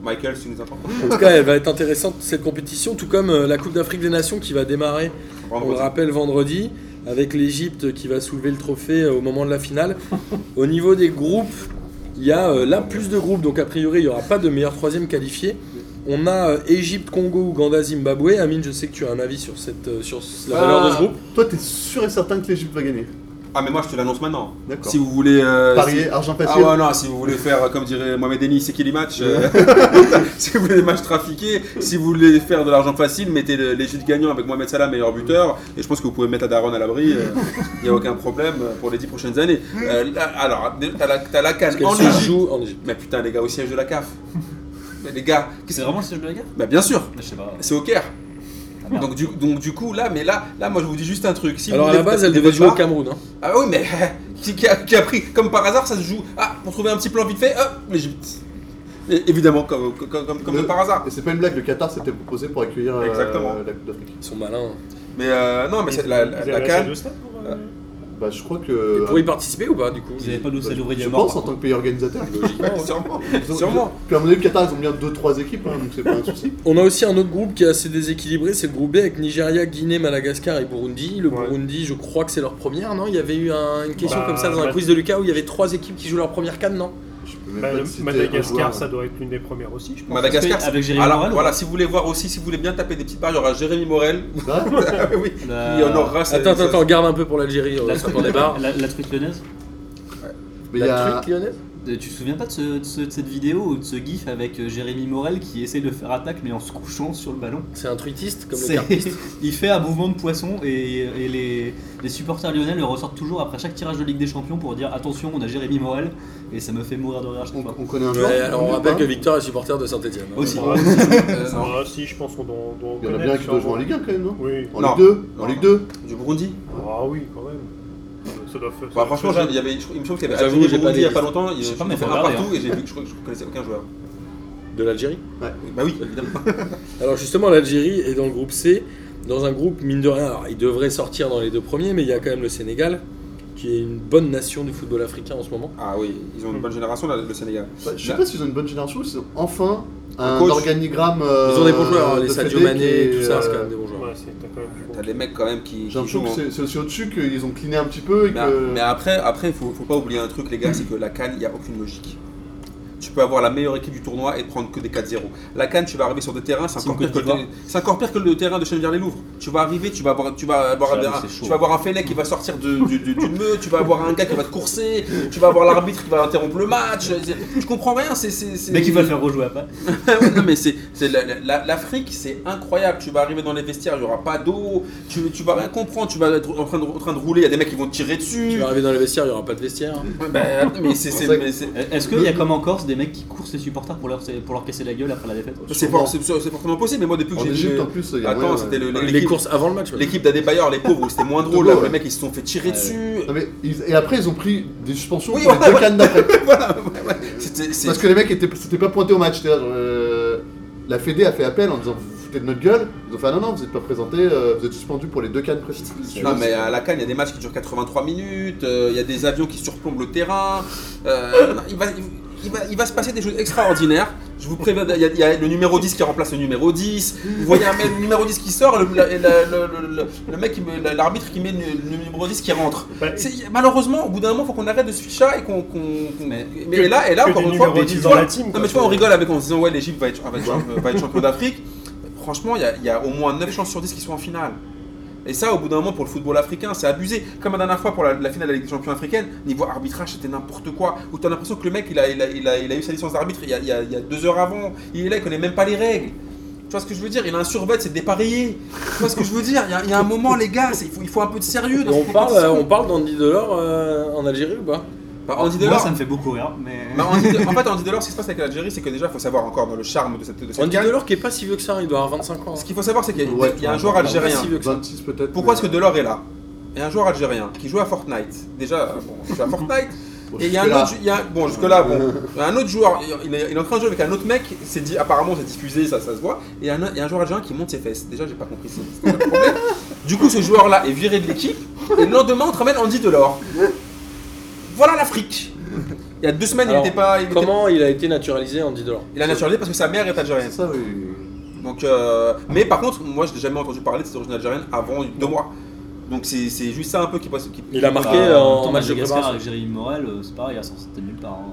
Michael, si nous entend. En tout cas, elle va être intéressante cette compétition, tout comme euh, la Coupe d'Afrique des Nations qui va démarrer, on le rappelle, vendredi, avec l'Égypte qui va soulever le trophée euh, au moment de la finale. Au niveau des groupes, il y a euh, là plus de groupes, donc a priori, il n'y aura pas de meilleur troisième qualifié. On a euh, Égypte, Congo, Ouganda, Zimbabwe. Amine, je sais que tu as un avis sur, cette, euh, sur Bah, la valeur de ce groupe. Toi, t'es sûr et certain que l'Égypte va gagner. Ah, mais moi, je te l'annonce maintenant. D'accord. Si vous voulez. euh, Parier, argent Ah facile. ouais, non, si vous voulez faire, euh, comme dirait Mohamed Denis, c'est qui les matchs euh, *laughs* Si vous voulez des matchs trafiqués, si vous voulez faire de l'argent facile, mettez le- l'Égypte gagnant avec Mohamed Salah, meilleur buteur. Et je pense que vous pouvez mettre Adaron à l'abri, euh, il n'y a aucun problème euh, pour les 10 prochaines années. Euh, là, alors, t'as la, t'as la Parce canne qu'elle en se Égypte. joue en Égypte. Mais putain, les gars, au siège de la CAF. Mais les gars, qu'est-ce C'est que- vraiment le siège de la guerre Bah bien sûr, Je sais pas. c'est au Caire. Ah, merde. Donc du, donc du coup là, mais là, là moi je vous dis juste un truc. Si Alors vous à la voulez base, taper elle des devait jouer au barres- Cameroun. hein. Ah oui, mais *laughs* qui, qui a, qui a pris Comme par hasard, ça se joue. Ah, pour trouver un petit plan vite fait, hop, l'Égypte. Et- Évidemment, comme, comme, comme, comme Le- par hasard. Et c'est pas une blague, le Qatar s'était proposé pour accueillir euh, Exactement. la Coupe d'Afrique. Ils sont malins. Mais euh, non, mais c'est la, la, Ils la avaient CAN, assez de stades pour, euh, Bah, je crois Euh, que. Et pour y participer ou pas du coup Ils avaient pas d'eau, ça devrait y Je avoir. pense en tant que pays organisateur. *laughs* Ouais, sûrement. Ils ont- Sûrement. Puis à mon avis, le Qatar, ils ont bien 2-3 équipes, hein, donc c'est pas un souci. On a aussi un autre groupe qui est assez déséquilibré, c'est le groupe B avec Nigeria, Guinée, Madagascar et Burundi. Le Ouais. Burundi, je crois que c'est leur première, non Il y avait eu un- une question Bah, comme ça dans un bah- quiz de Lucas où il y avait trois équipes qui jouent leur première canne, non Je peux même Bah, pas te citer un Madagascar, joueur. ça doit être l'une des premières aussi, je pense. Madagascar. Avec c'est- Jérémy Alors Morel, voilà, si vous voulez voir aussi, si vous voulez bien taper des petites barres, il y aura Jérémy Morel. *laughs* Ah, Ah oui, La- il y en aura. ça- Attends, attends, ça- attends, garde un peu pour l'Algérie, euh, La, ça prend des *laughs* barres. la, la truite lyonnaise Mais il y a. truc lyonnaise Euh, Tu te souviens pas de, ce- de ce- de cette vidéo ou de ce gif avec euh, Jérémy Morel qui essaie de faire attaque mais en se couchant sur le ballon C'est un truitiste comme le C'est- carpiste. *laughs* Il fait un mouvement de poisson et, et les, les supporters lyonnais le ressortent toujours après chaque tirage de Ligue des Champions pour dire attention on a Jérémy Morel et ça me fait mourir de rire à chaque On, fois. on connaît un joueur Ouais, alors on ou rappelle pas que Victor est supporter de hein, Saint-Etienne. Aussi. Ah, Euh, non. Ah, si, je pense qu'on doit, on doit en Il y en a connaître, bien qui doit jouer sûrement. en Ligue 1 quand même, non Oui. En Non. Ligue 2 Non, En Ligue 2 Du Burundi. Ah oui, quand même. Euh, Ça doit faire. ça Bah, doit franchement, faire- il, y avait, je- il me semble qu'il y avait J'avoue, Algérie j'ai pas Burundi il les y a pas listes. longtemps. Il Je y sais pas, en mais hein. faut a regarder, partout et j'ai vu que je, crois que je connaissais aucun joueur. De l'Algérie Oui, Bah oui, évidemment. Alors justement, l'Algérie est dans le groupe C, dans un groupe mine de rien. Alors, il devrait sortir dans les deux premiers, mais il y a quand même le Sénégal, qui est une bonne nation du football africain en ce moment. Ah oui, ils ont une bonne génération là, le Sénégal. Bah, Je sais Là. pas s'ils ont une bonne génération ou s'ils ont enfin un coach. organigramme. Ils euh, ont des bons joueurs, hein, les de Sadio Fédé qui Mané, est, tout ça, c'est euh, quand même des bons joueurs. Ouais, c'est t'as quand même du bon. T'as des mecs quand même qui. J'ai qui l'impression jouent, que hein. c'est- c'est aussi au-dessus qu'ils ont cliné un petit peu et Mais, que. mais après, après, faut, faut pas oublier un truc, les gars, c'est que la Cannes, il n'y a aucune logique. Tu peux avoir la meilleure équipe du tournoi et prendre que des 4-0. La Cannes, tu vas arriver sur des terrains, c'est Team encore, pire que Côte le- c'est encore pire que le terrain de Chenvière-les-Louvres. Tu vas arriver, tu vas avoir, tu vas avoir, J'avoue, un, Ah, c'est chaud. tu vas avoir un Fennec qui va sortir de- du- du- d'une meute, tu vas avoir un gars qui va te courser, tu vas avoir l'arbitre qui va interrompre le match. C'est- Je comprends rien, c'est. c'est- c'est- Mais qui va le faire rejouer après. *laughs* Ouais, non mais c'est c'est la- la- la- l'Afrique, c'est incroyable. Tu vas arriver dans les vestiaires, il y aura pas d'eau, tu, tu vas rien comprendre, tu vas être en train de, en train de rouler, il y a des mecs qui vont te tirer Tu dessus. vas arriver dans les vestiaires, il n'y aura pas de vestiaire. hein. *laughs* Ouais, bah, non, mais c'est c'est- mais c'est- Euh, Est-ce qu'il y a comme en Corse des mecs qui courent les supporters pour leur, pour leur casser la gueule après la défaite c'est fort- c'est- c'est fortement possible. Mais moi depuis que En j'ai vu Égypte le- en plus, il y a euh, moyen, attends, ouais. c'était le- Les l'équipe- courses avant Ah, le match. ouais. l'équipe d'Adebayor, les pauvres, où c'était moins drôle. Togo, là, où ouais. Les mecs ils se sont fait tirer Ouais. dessus. Non, mais ils- et après, ils ont pris des suspensions Oui, pour les voilà, deux ouais. cannes d'après. Voilà, ouais, ouais. C'était- c'est- Parce que les mecs étaient, s'étaient pas pointés au match. c'est-à-dire, euh, la Fédé a fait appel en disant vous vous foutez de notre gueule. Ils ont fait ah, non, non, vous êtes pas présenté, vous êtes suspendu pour les deux cannes précises. Non mais à la Cannes, il y a des matchs qui durent 83 minutes, euh, il y a des avions qui surplombent le terrain, euh, non, il, va, il, il va, il va se passer des choses extraordinaires. Je vous préviens, il y, a- il y a le numéro 10 qui remplace le numéro 10, vous voyez un mec- le numéro 10 qui sort, le, la- la- le- le- le- le mec, qui met- l'arbitre qui met le, le numéro 10 qui rentre. Bah, C'est- Malheureusement, au bout d'un moment, il faut qu'on arrête de se ficher et qu'on... qu'on- qu'on- mais, mais que- là, et là que encore des une fois, numéros mais 10 tu dans vois, la team, non, quoi. mais tu vois, on rigole avec en se disant ouais l'Égypte va être, va être champ- va être champion d'Afrique. Franchement, il y a- il y, a au moins 9 chances sur 10 qui sont en finale. Et ça, au bout d'un moment, pour le football africain, c'est abusé. Comme la dernière fois pour la, la finale de la Ligue des Champions africaine, niveau arbitrage, c'était n'importe quoi. Où t'as l'impression que le mec, il a, il a, il a- il a eu sa licence d'arbitre il, y a- il y a- il y a deux heures avant. Il est là, il connaît même pas les règles. Tu vois ce que je veux dire Il a un survêt, c'est dépareillé. Tu vois ce que je veux dire il y, a, il y a un moment, les gars, c'est- il faut, il faut un peu de sérieux. Et dans on cette parle, euh, compétition. on parle d'Andy Delors euh, en Algérie ou pas Bah, Andy Moi Delors- ça me fait beaucoup rire mais. bah, Andy De- en fait, Andy Delors, ce qui se passe avec l'Algérie, c'est que déjà, il faut savoir encore dans le charme de cette, de cette Andy canne. Delors qui est pas si vieux que ça, hein, il doit avoir 25 ans. Ce qu'il faut savoir, c'est qu'il y, a- Ouais, il y a un joueur algérien. si vieux que ça. 26 peut-être. Pourquoi est-ce mais- que Delors est là Et un joueur algérien qui joue à Fortnite. Déjà, euh, bon, il joue à Fortnite. Bon, Et il y a un jusque-là. autre, il y a, bon jusque là bon, Il y a un autre joueur, il est, il est en train de jouer avec un autre mec, c'est dit apparemment c'est diffusé, ça, ça se voit, et il y, a un, il y a un joueur algérien qui monte ses fesses. Déjà j'ai pas compris c'est c'est quoi le problème. Du coup ce joueur là est viré de l'équipe, et le lendemain on te ramène Andy Delors. Voilà l'Afrique. Il y a deux semaines Alors, il était pas, il, était- Comment il a été naturalisé Andy Delors il a naturalisé parce que sa mère est algérienne. C'est ça, oui. Donc, euh, mais par contre, moi, je n'ai jamais entendu parler de ses origines algériennes avant deux mois. Donc, c'est c'est juste ça un peu qui passe. qui- Il a Bah, marqué en en même temps, match de Madagascar préparation. avec Jérémy Morel, euh, c'est pareil, à sortir de nulle part. hein.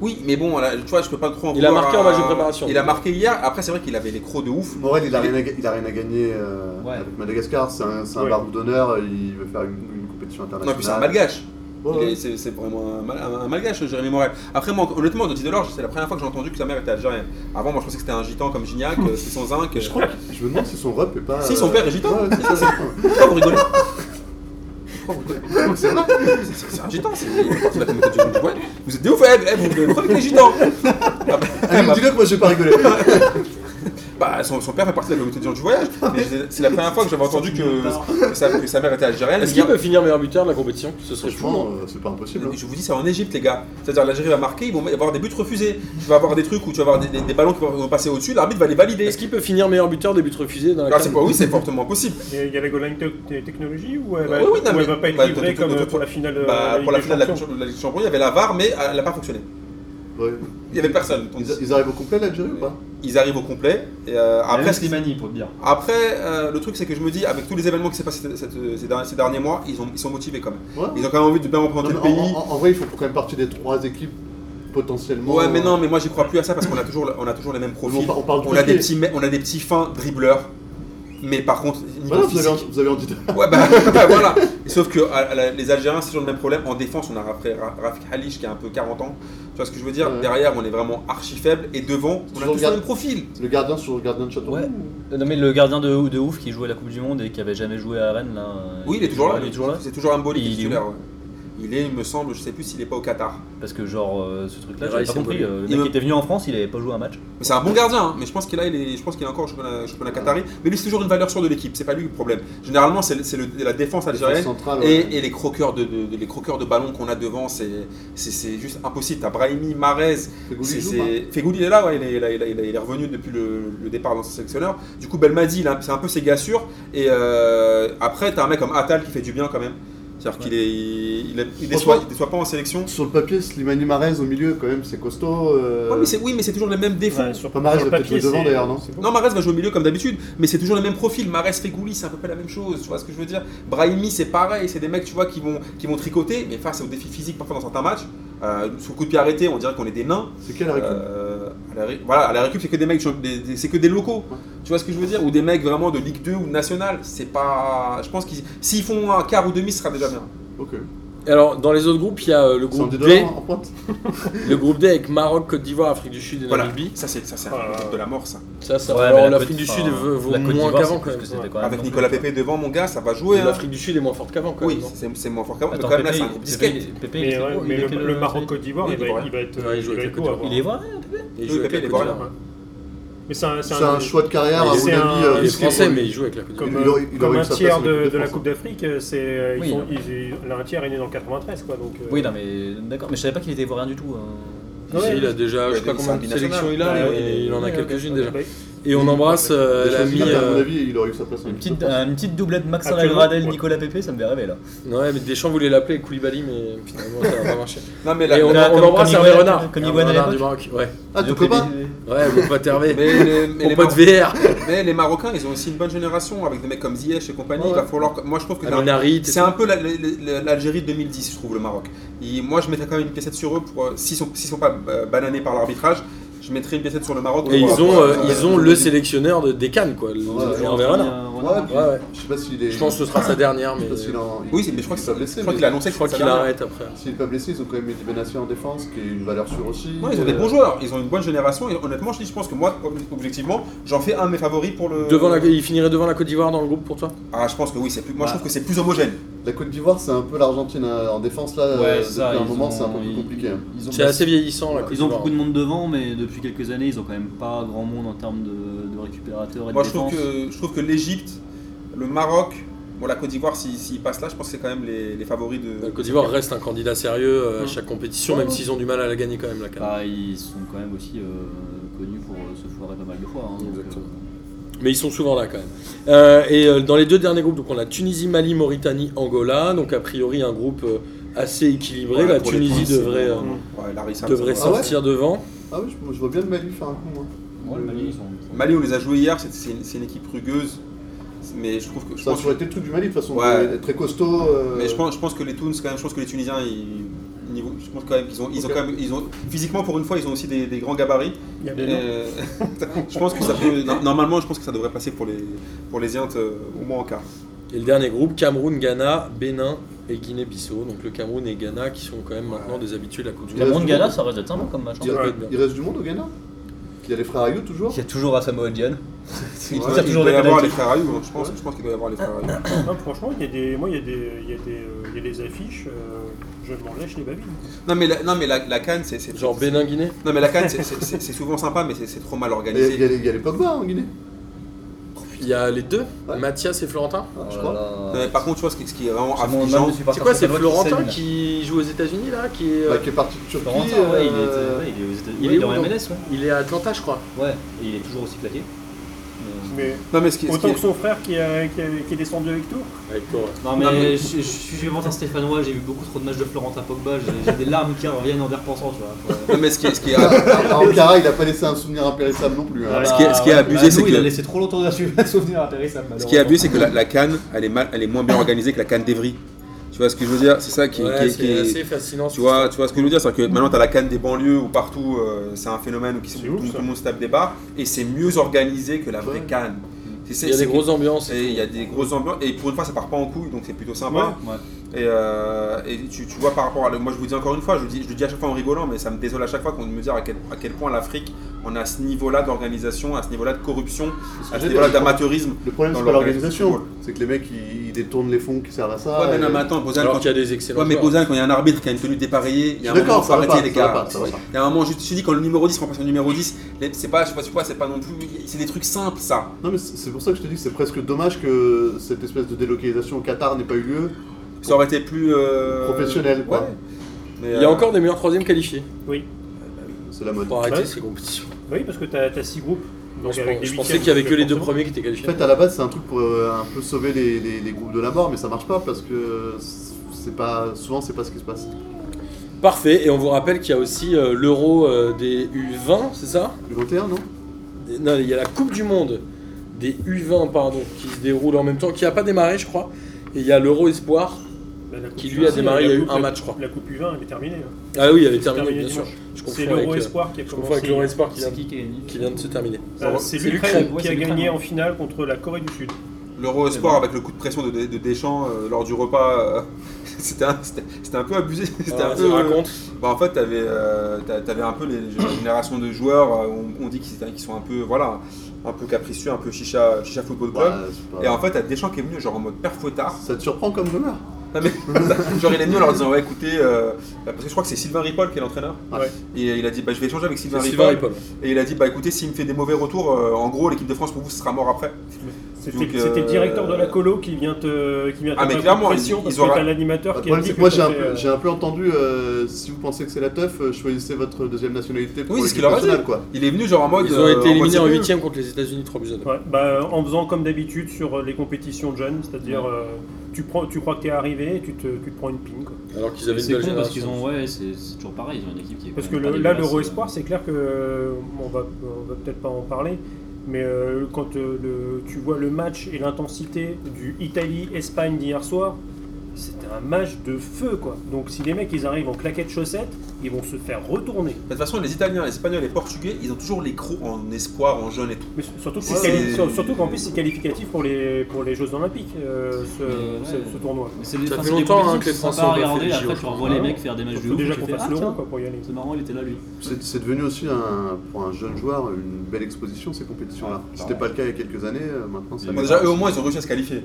Oui, mais bon, là, tu vois, je peux pas trop en Il a vouloir marqué à- en match de préparation. Il a marqué hier. Après, c'est vrai qu'il avait les crocs de ouf. Morel, il a rien à, ga- il a rien à gagner euh, Ouais. avec Madagascar. C'est un, c'est un Ouais. barbou d'honneur. Il veut faire une, une compétition Non, internationale. puis c'est un malgache. Ouais, Il est- ouais. C'est c'est vraiment un, mal- un- un malgache, Jérémy Morel. Après, moi, honnêtement, de Delors, c'est la première fois que j'ai entendu que sa mère était algérienne. Avant, moi, je pensais que c'était un gitan comme Gignac, euh, c'est son zinc. euh. Je crois que- je me demande si son rep est pas. Si, euh, son père est gitan. Ouais, c'est ça, c'est ça. Pourquoi vous rigolez Pourquoi *laughs* C'est non, c'est- c'est- c'est un gitan, c'est il est parti de la communauté du Bois. Vous êtes des ouf, eh, eh, vous me prenez avec les gitans Ah bah, Allez, bah, dis-le que moi j'ai *laughs* pas rigolé. bah, son, son père fait partie de la communauté des gens du voyage. mais c'est- C'est la première fois que j'avais entendu que, que sa, que sa mère était algérienne. Est-ce Les qu'il gars, peut finir meilleur buteur de la compétition Ce serait fou, Franchement, non euh, c'est pas impossible. hein. Je vous dis, c'est en Égypte, les gars. C'est-à-dire, l'Algérie va marquer, ils vont y avoir des buts refusés. Tu vas avoir des trucs où tu vas avoir des, des- des ballons qui vont passer au-dessus, l'arbitre va les valider. Est-ce qu'il peut finir meilleur buteur des buts refusés dans la Ah, Cannes c'est pas, oui, c'est fortement possible. Et Il y a la goal line te- te- technologie ou elle va, Oui, oui, non, ou elle mais- va pas être bah, livrée tout- tout- comme tout- euh, tout- pour la finale euh, Bah, pour la Ligue finale de des la Champions Coupe de la Ligue des Champions, il y avait la VAR, mais elle n'a pas fonctionné. Ouais. Il y avait personne. Donc, Ils, ils arrivent au complet l'Algérie ou pas Ils arrivent au complet. Et, euh, après, Même Slimani, pour te dire. après euh, le truc, c'est que je me dis, avec tous les événements qui s'est passé cette- cette- ces, derniers, ces derniers mois, ils, ont, ils sont motivés quand même. Ouais. Ils ont quand même envie de bien Non, représenter mais le en, pays. en- en vrai, ils font quand même partie des trois équipes potentiellement. Ouais, mais euh, non, mais moi j'y crois plus à ça parce qu'on a toujours, on a toujours les mêmes on, profils. par- on parle du On a des pied. petits, me- on a des petits fins dribbleurs, mais par contre, niveau Voilà, Bah vous physique- avez, vous avez entendu. Ouais, bah, *laughs* bah, voilà. Et sauf que à- à la- les Algériens, c'est toujours le même problème. En défense, on a Raf- Ra- Rafik Halish qui a un peu 40 ans. Tu vois ce que je veux dire Ouais. Derrière, on est vraiment archi faible. Et devant, on a Toujours tous le garde- même profil. *laughs* Le gardien sur le gardien de Château. Ouais. Non mais le gardien de, de ouf qui jouait la Coupe du Monde et qui avait jamais joué à Rennes là. euh, Oui, il est toujours là. Il est toujours là. C'est toujours un bol Il est où titulaire. ouais. Il est, il me semble, je sais plus s'il est pas au Qatar. Parce que genre euh, ce truc-là, Ouais, j'avais il pas s'est compris. volé. euh, le Il mec me- était venu en France, il avait pas joué un match. Mais C'est un bon gardien, hein. mais je pense qu'il a, il est, je pense qu'il est encore au championnat, championnat qatari. Mais lui, c'est toujours une valeur sûre de l'équipe. C'est pas lui le problème. Généralement, c'est le- c'est le- la défense algérienne central. Et, et les croqueurs de, de- de- les croqueurs de ballon qu'on a devant, c'est c'est- c'est juste impossible. T'as Brahimi, Marez, c'est- hein. c'est- Fegouli il est là, ouais, il, est, il est- il est- il est revenu depuis le, le départ dans son sélectionneur. Du coup, Belmadi, là, c'est un peu ses gars sûrs. Et euh, après, t'as un mec comme Atal qui fait du bien quand même. C'est-à-dire qu'il est, il, est- il déçoit, Franchement- il déçoit pas en sélection. Sur le papier, Slimani Marez au milieu, quand même, c'est costaud. euh, Ouais, mais c'est- oui, mais c'est toujours les mêmes défauts. Ouais, sur, Pas mal, sur le peut-être papier, le devant, c'est- d'ailleurs, non c'est bon. Non, Marez va jouer au milieu comme d'habitude, mais c'est toujours le même profil. Marez Fegouli, c'est à peu près la même chose. Tu vois ce que je veux dire Brahimi, c'est pareil. C'est des mecs, tu vois, qui vont, qui vont tricoter, mais face aux défis physiques parfois dans certains matchs, euh, sous le coup de pied arrêté, on dirait qu'on est des nains. C'est quelle récup Euh, à la ré- voilà, à la récup, c'est que des mecs, des- des- c'est que des locaux. Ouais. Tu vois ce que je veux dire Ou des mecs vraiment de Ligue 2 ou de National. C'est pas. Je pense qu'ils, s'ils font un quart ou demi, ce sera déjà bien. Ok. Alors, dans les autres groupes, il y a euh, le C'est en groupe D. dédouanement, en pointe Le groupe D avec Maroc, Côte d'Ivoire, Afrique du Sud et Voilà. Namibie. Ça, c'est, ça, c'est Ah. un truc de la mort, ça. Ça, ça Ouais, alors, mais la l'Afrique Côte- du enfin, Sud vaut vaut la Côte moins d'Ivoire, qu'avant, c'est quand plus même. que c'était Ouais. quand même. Avec non plus, Nicolas quoi. Pepe devant, mon gars, ça va jouer. Mais hein. L'Afrique du Sud est moins forte qu'avant, quand même. Oui, non c'est, c'est moins fort qu'avant, mais Attends, quand même là, Pépé, c'est un il- groupe Pépé, disquette. il est- Pépé, il Mais, était ouais, quoi Il mais était le, quel- le Maroc-Côte d'Ivoire, Oui, il, va- il est il va être. Ouais, il joue va avec être la beau à Côte voir. Il est vrai Il Oui, joue avec Pépé, la il est Côte volant, d'Ivoire. Mais c'est un, C'est un choix de carrière, à Ouais, mon c'est avis. un- euh, Il est Parce que- français, mais il joue avec la Côte Comme, euh, d'Ivoire. il aurait- il comme aurait eu un sa place tiers en équipe de, de de la France, Coupe d'Afrique, euh, c'est euh, ils Oui, sont- non. ils- ils- un tiers est né dans le 93, quoi. Donc, euh, Oui, non mais d'accord, mais je savais pas qu'il était ivoirien du tout. Si, euh. Il a déjà, je sais pas Ouais, combien de c'est un sélections il a, binational. mais Ouais, il en a ouais, quelques-unes ouais, déjà. ouais. Et on embrasse euh, Des l'ami. choses comme ça, À mon euh, avis, il aurait eu sa place en Une équipe petite, de France. une petite doublette Max Actuellement, Gradel, ouais. Nicolas Pépé, ça me fait rêver là. Ouais, mais Deschamps voulait l'appeler Koulibaly, mais finalement ça n'a pas marché. Non, mais la- Et on, là, on comme- embrasse comme Hervé Iguana- Renard. comme Hervé Iguana à Renard du l'époque. Maroc. Ouais, Ah, ton copain ouais, mon pote Hervé. Mais les, mais Mon les pote VR. Maroc- mais les Marocains, ils ont aussi une bonne génération avec des mecs comme Ziyech et compagnie. Ouais. Il va falloir. Moi, je trouve que c'est un- Aminarit. c'est un peu la- la- la- l'Algérie 2010, je trouve, le Maroc. Et moi, je mettrais quand même une piécette sur eux pour euh, s'ils sont, s'ils sont pas euh, bananés par l'arbitrage. Je mettrais une piécette sur le Maroc. Et pour- ils ont, pour- euh, pour- ils ont le sélectionneur de, des Cannes, quoi. le- Ouais, Hervé Et enfin, Renard. euh, Ouais, voilà. puis, Ouais, ouais. Je sais pas s'il est. Je pense que ce sera sa dernière, mais je sais pas s'il en- Oui, c'est- mais je crois il que est c'est- pas blessé, je crois mais qu'il a annoncé je crois qu'il a arrête après. S'il n'est pas blessé, ils ont quand même Mehdi Benassi en défense, qui est une valeur sûre aussi. ils ont des Euh, bons joueurs, ils ont une bonne génération et honnêtement je dis je pense que moi objectivement j'en fais un de mes favoris pour le Devant la, il finirait devant la Côte d'Ivoire dans le groupe pour toi Ah je pense que oui c'est plus moi je Bah. trouve que c'est plus homogène. La Côte d'Ivoire, c'est un peu l'Argentine hein. en défense là. Ouais, euh, c'est ça, depuis un ils moment, ont- c'est un peu plus ils- compliqué. hein. Ils ont C'est assez vieillissant la Côte Ils ont d'Ivoire. beaucoup de monde devant, mais depuis quelques années, ils ont quand même pas grand monde en termes de, de récupérateurs et Moi de je trouve défense. que je trouve que l'Égypte, le Maroc, bon la Côte d'Ivoire s'ils s'ils passent là je pense que c'est quand même les, les favoris La de Côte d'Ivoire reste un candidat sérieux euh, à Mm. chaque compétition, Ouais, même ouais. s'ils ont du mal à la gagner quand même la Cannes. Bah, ils sont quand même aussi euh, connus pour euh, se foirer pas mal de fois. hein, donc, Exactement. euh, Mais ils sont souvent là quand même. Euh, et euh, dans les deux derniers groupes, donc on a Tunisie, Mali, Mauritanie, Angola. Donc a priori un groupe euh, assez équilibré. Ouais, la pour les Tunisie points, c'est- devrait, euh, ouais, la Rissa, devrait ça va. ouais sortir devant. Ah oui, je, je vois bien le Mali faire un coup, hein. moi. ouais, le Mali, ils sont- Mali on les a joués hier, c'est- c'est une, c'est une équipe rugueuse mais je trouve que je Ça a pense toujours été le truc du Mali, de toute façon. Ouais. de- Très costaud. euh, Mais je pense, je pense que les Toons, quand même, je pense que les Tunisiens, ils, niveau, je pense quand même qu'ils ont, ils ont Ok. quand même, ils ont, physiquement pour une fois, ils ont aussi des, des grands gabarits. Il y a des noms. Euh, *laughs* je pense que ça peut, no- normalement, je pense que ça devrait passer pour les, pour les Intes euh, au moins *laughs* en quart. Et le dernier groupe, Cameroun, Ghana, Bénin et Guinée-Bissau. Donc le Cameroun et Ghana qui sont quand même maintenant des habitués de la Coupe du Monde. Cameroun Ouais. Ghana, ça reste être sympa comme match. hein. Il, Ouais. il reste du monde au Ghana Il y a les frères Ayou toujours Il y a toujours Asamoah Gyan. Il Ouais, tire toujours doit des y avoir les pénalités. frères Ayou, hein, je pense, je pense qu'il doit y avoir les frères Ayou. Non, franchement, il y a des, moi, il y a des, il y a des, euh, il y a des affiches, euh, je m'en lèche les babines. Non mais la, non, mais la, la Cannes, c'est c'est- Genre Bénin-Guinée Non mais la Cannes, c'est- c'est c'est- c'est souvent sympa, mais c'est- c'est trop mal Il y a- il y organisé. a les- il y a les Pogba en Guinée, Il y a les deux, Ouais. Mathias et Florentin. hein, je Oh crois. là Non, là. mais Euh, par contre, tu vois, ce qui, ce qui est vraiment C'est mon affligeant, homme de supporter C'est quoi, c'est stéphanois qui Florentin s'allume, là. qui joue aux États-Unis là qui est, Bah, euh, qui est parti de Turquie. Florentin, ouais, il est- euh, ouais, il est aux États- il ouais, il est est en où, donc MLS, ouais. Il est à Atlanta, je crois. Ouais, et il est toujours aussi claqué. Euh, Mais Non mais ce qui, ce qui autant est- que son frère qui, a- qui, a- qui est descendu avec Tours. Avec toi, ouais. Non, Non, mais mais- je, je suis suivant un Stéphanois, j'ai vu beaucoup trop de matchs de Florentin Pogba, j'ai j'ai des larmes qui reviennent en y repensant, tu *laughs* vois. non, mais ce qui est, ce qui est- *laughs* Ah, Ankara, il a pas laissé un souvenir impérissable non plus. hein. voilà, Ce qui est- ce qui est ouais. abusé, Bah, c'est nous, il que- a laissé trop longtemps dessus un souvenir intéressant. ce qui est abusé, c'est que la, la Cannes, elle est, mal, elle est moins bien organisée que la Cannes d'Evry. Tu vois ce que je veux dire C'est ça qui, Ouais, qui- qui c'est est... assez fascinant. Tu vois, tu vois ce que je veux dire, c'est que maintenant tu as la canne des banlieues où partout euh, c'est un phénomène où qui- C'est tout, ouf, ça. tout le monde se tape des bars et c'est mieux organisé que la vraie Ouais. canne. C'est- c'est- il y a c'est- des grosses ambiances. et Il y a des grosses ambiances et pour une fois ça part pas en couille donc c'est plutôt sympa. Ouais. Et, euh, et tu, tu vois par rapport à le- moi je vous dis encore une fois, je, dis, je le dis à chaque fois en rigolant mais ça me désole à chaque fois qu'on me dise à quel, à quel point l'Afrique on a ce niveau-là d'organisation, à ce niveau-là de corruption, Parce que à ce j'ai- niveau-là d'amateurisme. Le problème, dans c'est pas l'organisation. l'organisation. C'est que les mecs, ils, ils détournent les fonds qui servent à ça. Ouais, mais et- non, mais attends, Bozan, Alors quand qu'il y a des excellents. Ouais, mais joueurs. Bozan, quand il y a un arbitre qui a une tenue dépareillée, il y a un moment où D'accord, faut ça va arrêter pas, les ça va gars. pas, ça va pas. Il y a un moment, je te dis, quand le numéro 10 remplace le numéro 10, les- c'est pas, je sais pas, je sais pas, c'est pas non plus. C'est des trucs simples, ça. Non, mais c'est c'est pour ça que je te dis que c'est presque dommage que cette espèce de délocalisation au Qatar n'ait pas eu lieu. Ça aurait été plus. euh, Professionnel, quoi. Ouais. Mais, Il y a euh, encore des meilleurs troisièmes qualifiés. Oui, C'est la mode. Pour arrêter Ouais. ces compétitions. bah oui, parce que t'as as six groupes. Non, Donc je avec pense- des je pensais huitièmes, qu'il y avait que les deux forcément. premiers qui étaient En qualifiés. fait, à la base, c'est un truc pour euh, un peu sauver les, les- les groupes de la mort, mais ça marche pas parce que c'est pas souvent, c'est pas ce qui se passe. Parfait. Et on vous rappelle qu'il y a aussi euh, l'Euro euh, des U20, c'est ça Le 21, non Non, il y a la Coupe du Monde des U20, pardon, qui se déroule en même temps, qui n'a pas démarré, je crois. Et il y a l'Euro Espoir Bah, la Coupe qui, du lui, a Monde, démarré, il y a la eu Coupe- un la- match, je crois. La Coupe U20, elle est terminée. hein. Ah oui, elle est C'est terminée, bien terminé sûr. dimanche. Je C'est confonds avec, l'Euro euh, Espoir qui est je confonds avec l'Euro Espoir qui vient, C'est qui qui est qui vient de se terminer. Euh, C'est C'est l'Ukraine l'Ukraine. ouais, qui c'est a l'Ukraine, gagné ouais. en finale contre la Corée du Sud. L'Euro Espoir avec le coup de pression de, de- de Deschamps euh, lors du repas. euh, *laughs* C'était un, c'était- c'était un peu abusé. *laughs* C'était Alors, un vas-y, peu. euh, raconte. Bah, en fait, t'avais euh, t'a- t'avais un peu les les générations de joueurs. euh, On, on dit qu'ils qu'ils sont un peu, voilà, un peu capricieux, un peu chicha, chicha football club. Bah, c'est pas- Et en fait, t'as Deschamps qui est venu genre en mode père fouettard. *laughs* Ça te surprend comme rumeur Non mais *laughs* genre il est venu en leur disant ouais écoutez euh, parce que je crois que c'est Sylvain Ripoll qui est l'entraîneur Ouais. et il a dit bah je vais échanger avec Sylvain C'est Ripoll Sylvain Ripoll. et il a dit bah écoutez s'il me fait des mauvais retours euh, en gros l'équipe de France pour vous ce sera mort après C'était Donc, euh, c'était le directeur de la colo qui vient te, qui vient te Ah, mais mettre clairement, une pression ils- parce ils aura- que t'as l'animateur Bah, le qui a problème, dit c'est que que moi, t'as j'ai un, fait, peu- euh, j'ai un peu entendu euh, si vous pensez que c'est la teuf, euh, choisissez votre deuxième nationalité pour Oui, c'est ce qu'il l'équipe leur a nationale, dit. quoi. il est venu genre en mode Ils ont euh, été mode, éliminés en c'est nul. 8 contre les États-Unis 3 buts à 2. Ouais, bah, en faisant comme d'habitude sur euh, les compétitions de jeunes, c'est-à-dire euh, tu, prends, tu crois que t'es arrivé et tu te, tu te prends une ping. quoi. Alors qu'ils avaient une C'est belle con parce qu'ils génération. ont, ouais, c'est c'est toujours pareil, ils ont une équipe qui est. Parce quand que même pas le- là, dégueulasse, l'Euro euh. Espoir, c'est clair que euh, on va, on va peut-être pas en parler, mais euh, quand euh, le- tu vois le match et l'intensité du Italie-Espagne d'hier soir, c'était un match de feu quoi. Donc si les mecs ils arrivent en claquettes chaussettes, ils vont se faire retourner. de toute façon les Italiens les Espagnols les Portugais ils ont toujours les crocs en espoir en jeune et tout Mais sur- surtout que C'est- c'est quali- c'est- sur- surtout qu'en plus c'est qualificatif pour les pour les Jeux Olympiques euh, ce, Mais ce- ouais. ce tournoi. Mais c'est des- Ça enfin, fait c'est des longtemps, hein, compétitions que les qui sont Français sympas ont à pas fait regarder, les Après, JO, tu revois les mecs faire des matchs Il de Ah faut ouf. déjà tu qu'on fais, fasse ah, l'Euro tiens, quoi, pour y aller. C'est marrant, il était là lui. C'est c'est devenu aussi un- pour un jeune joueur une belle exposition ces compétitions-là. Ouais, C'était pas le cas il y a quelques années, euh, maintenant c'est. Mais Bon, déjà eux au moins ils ont réussi à se qualifier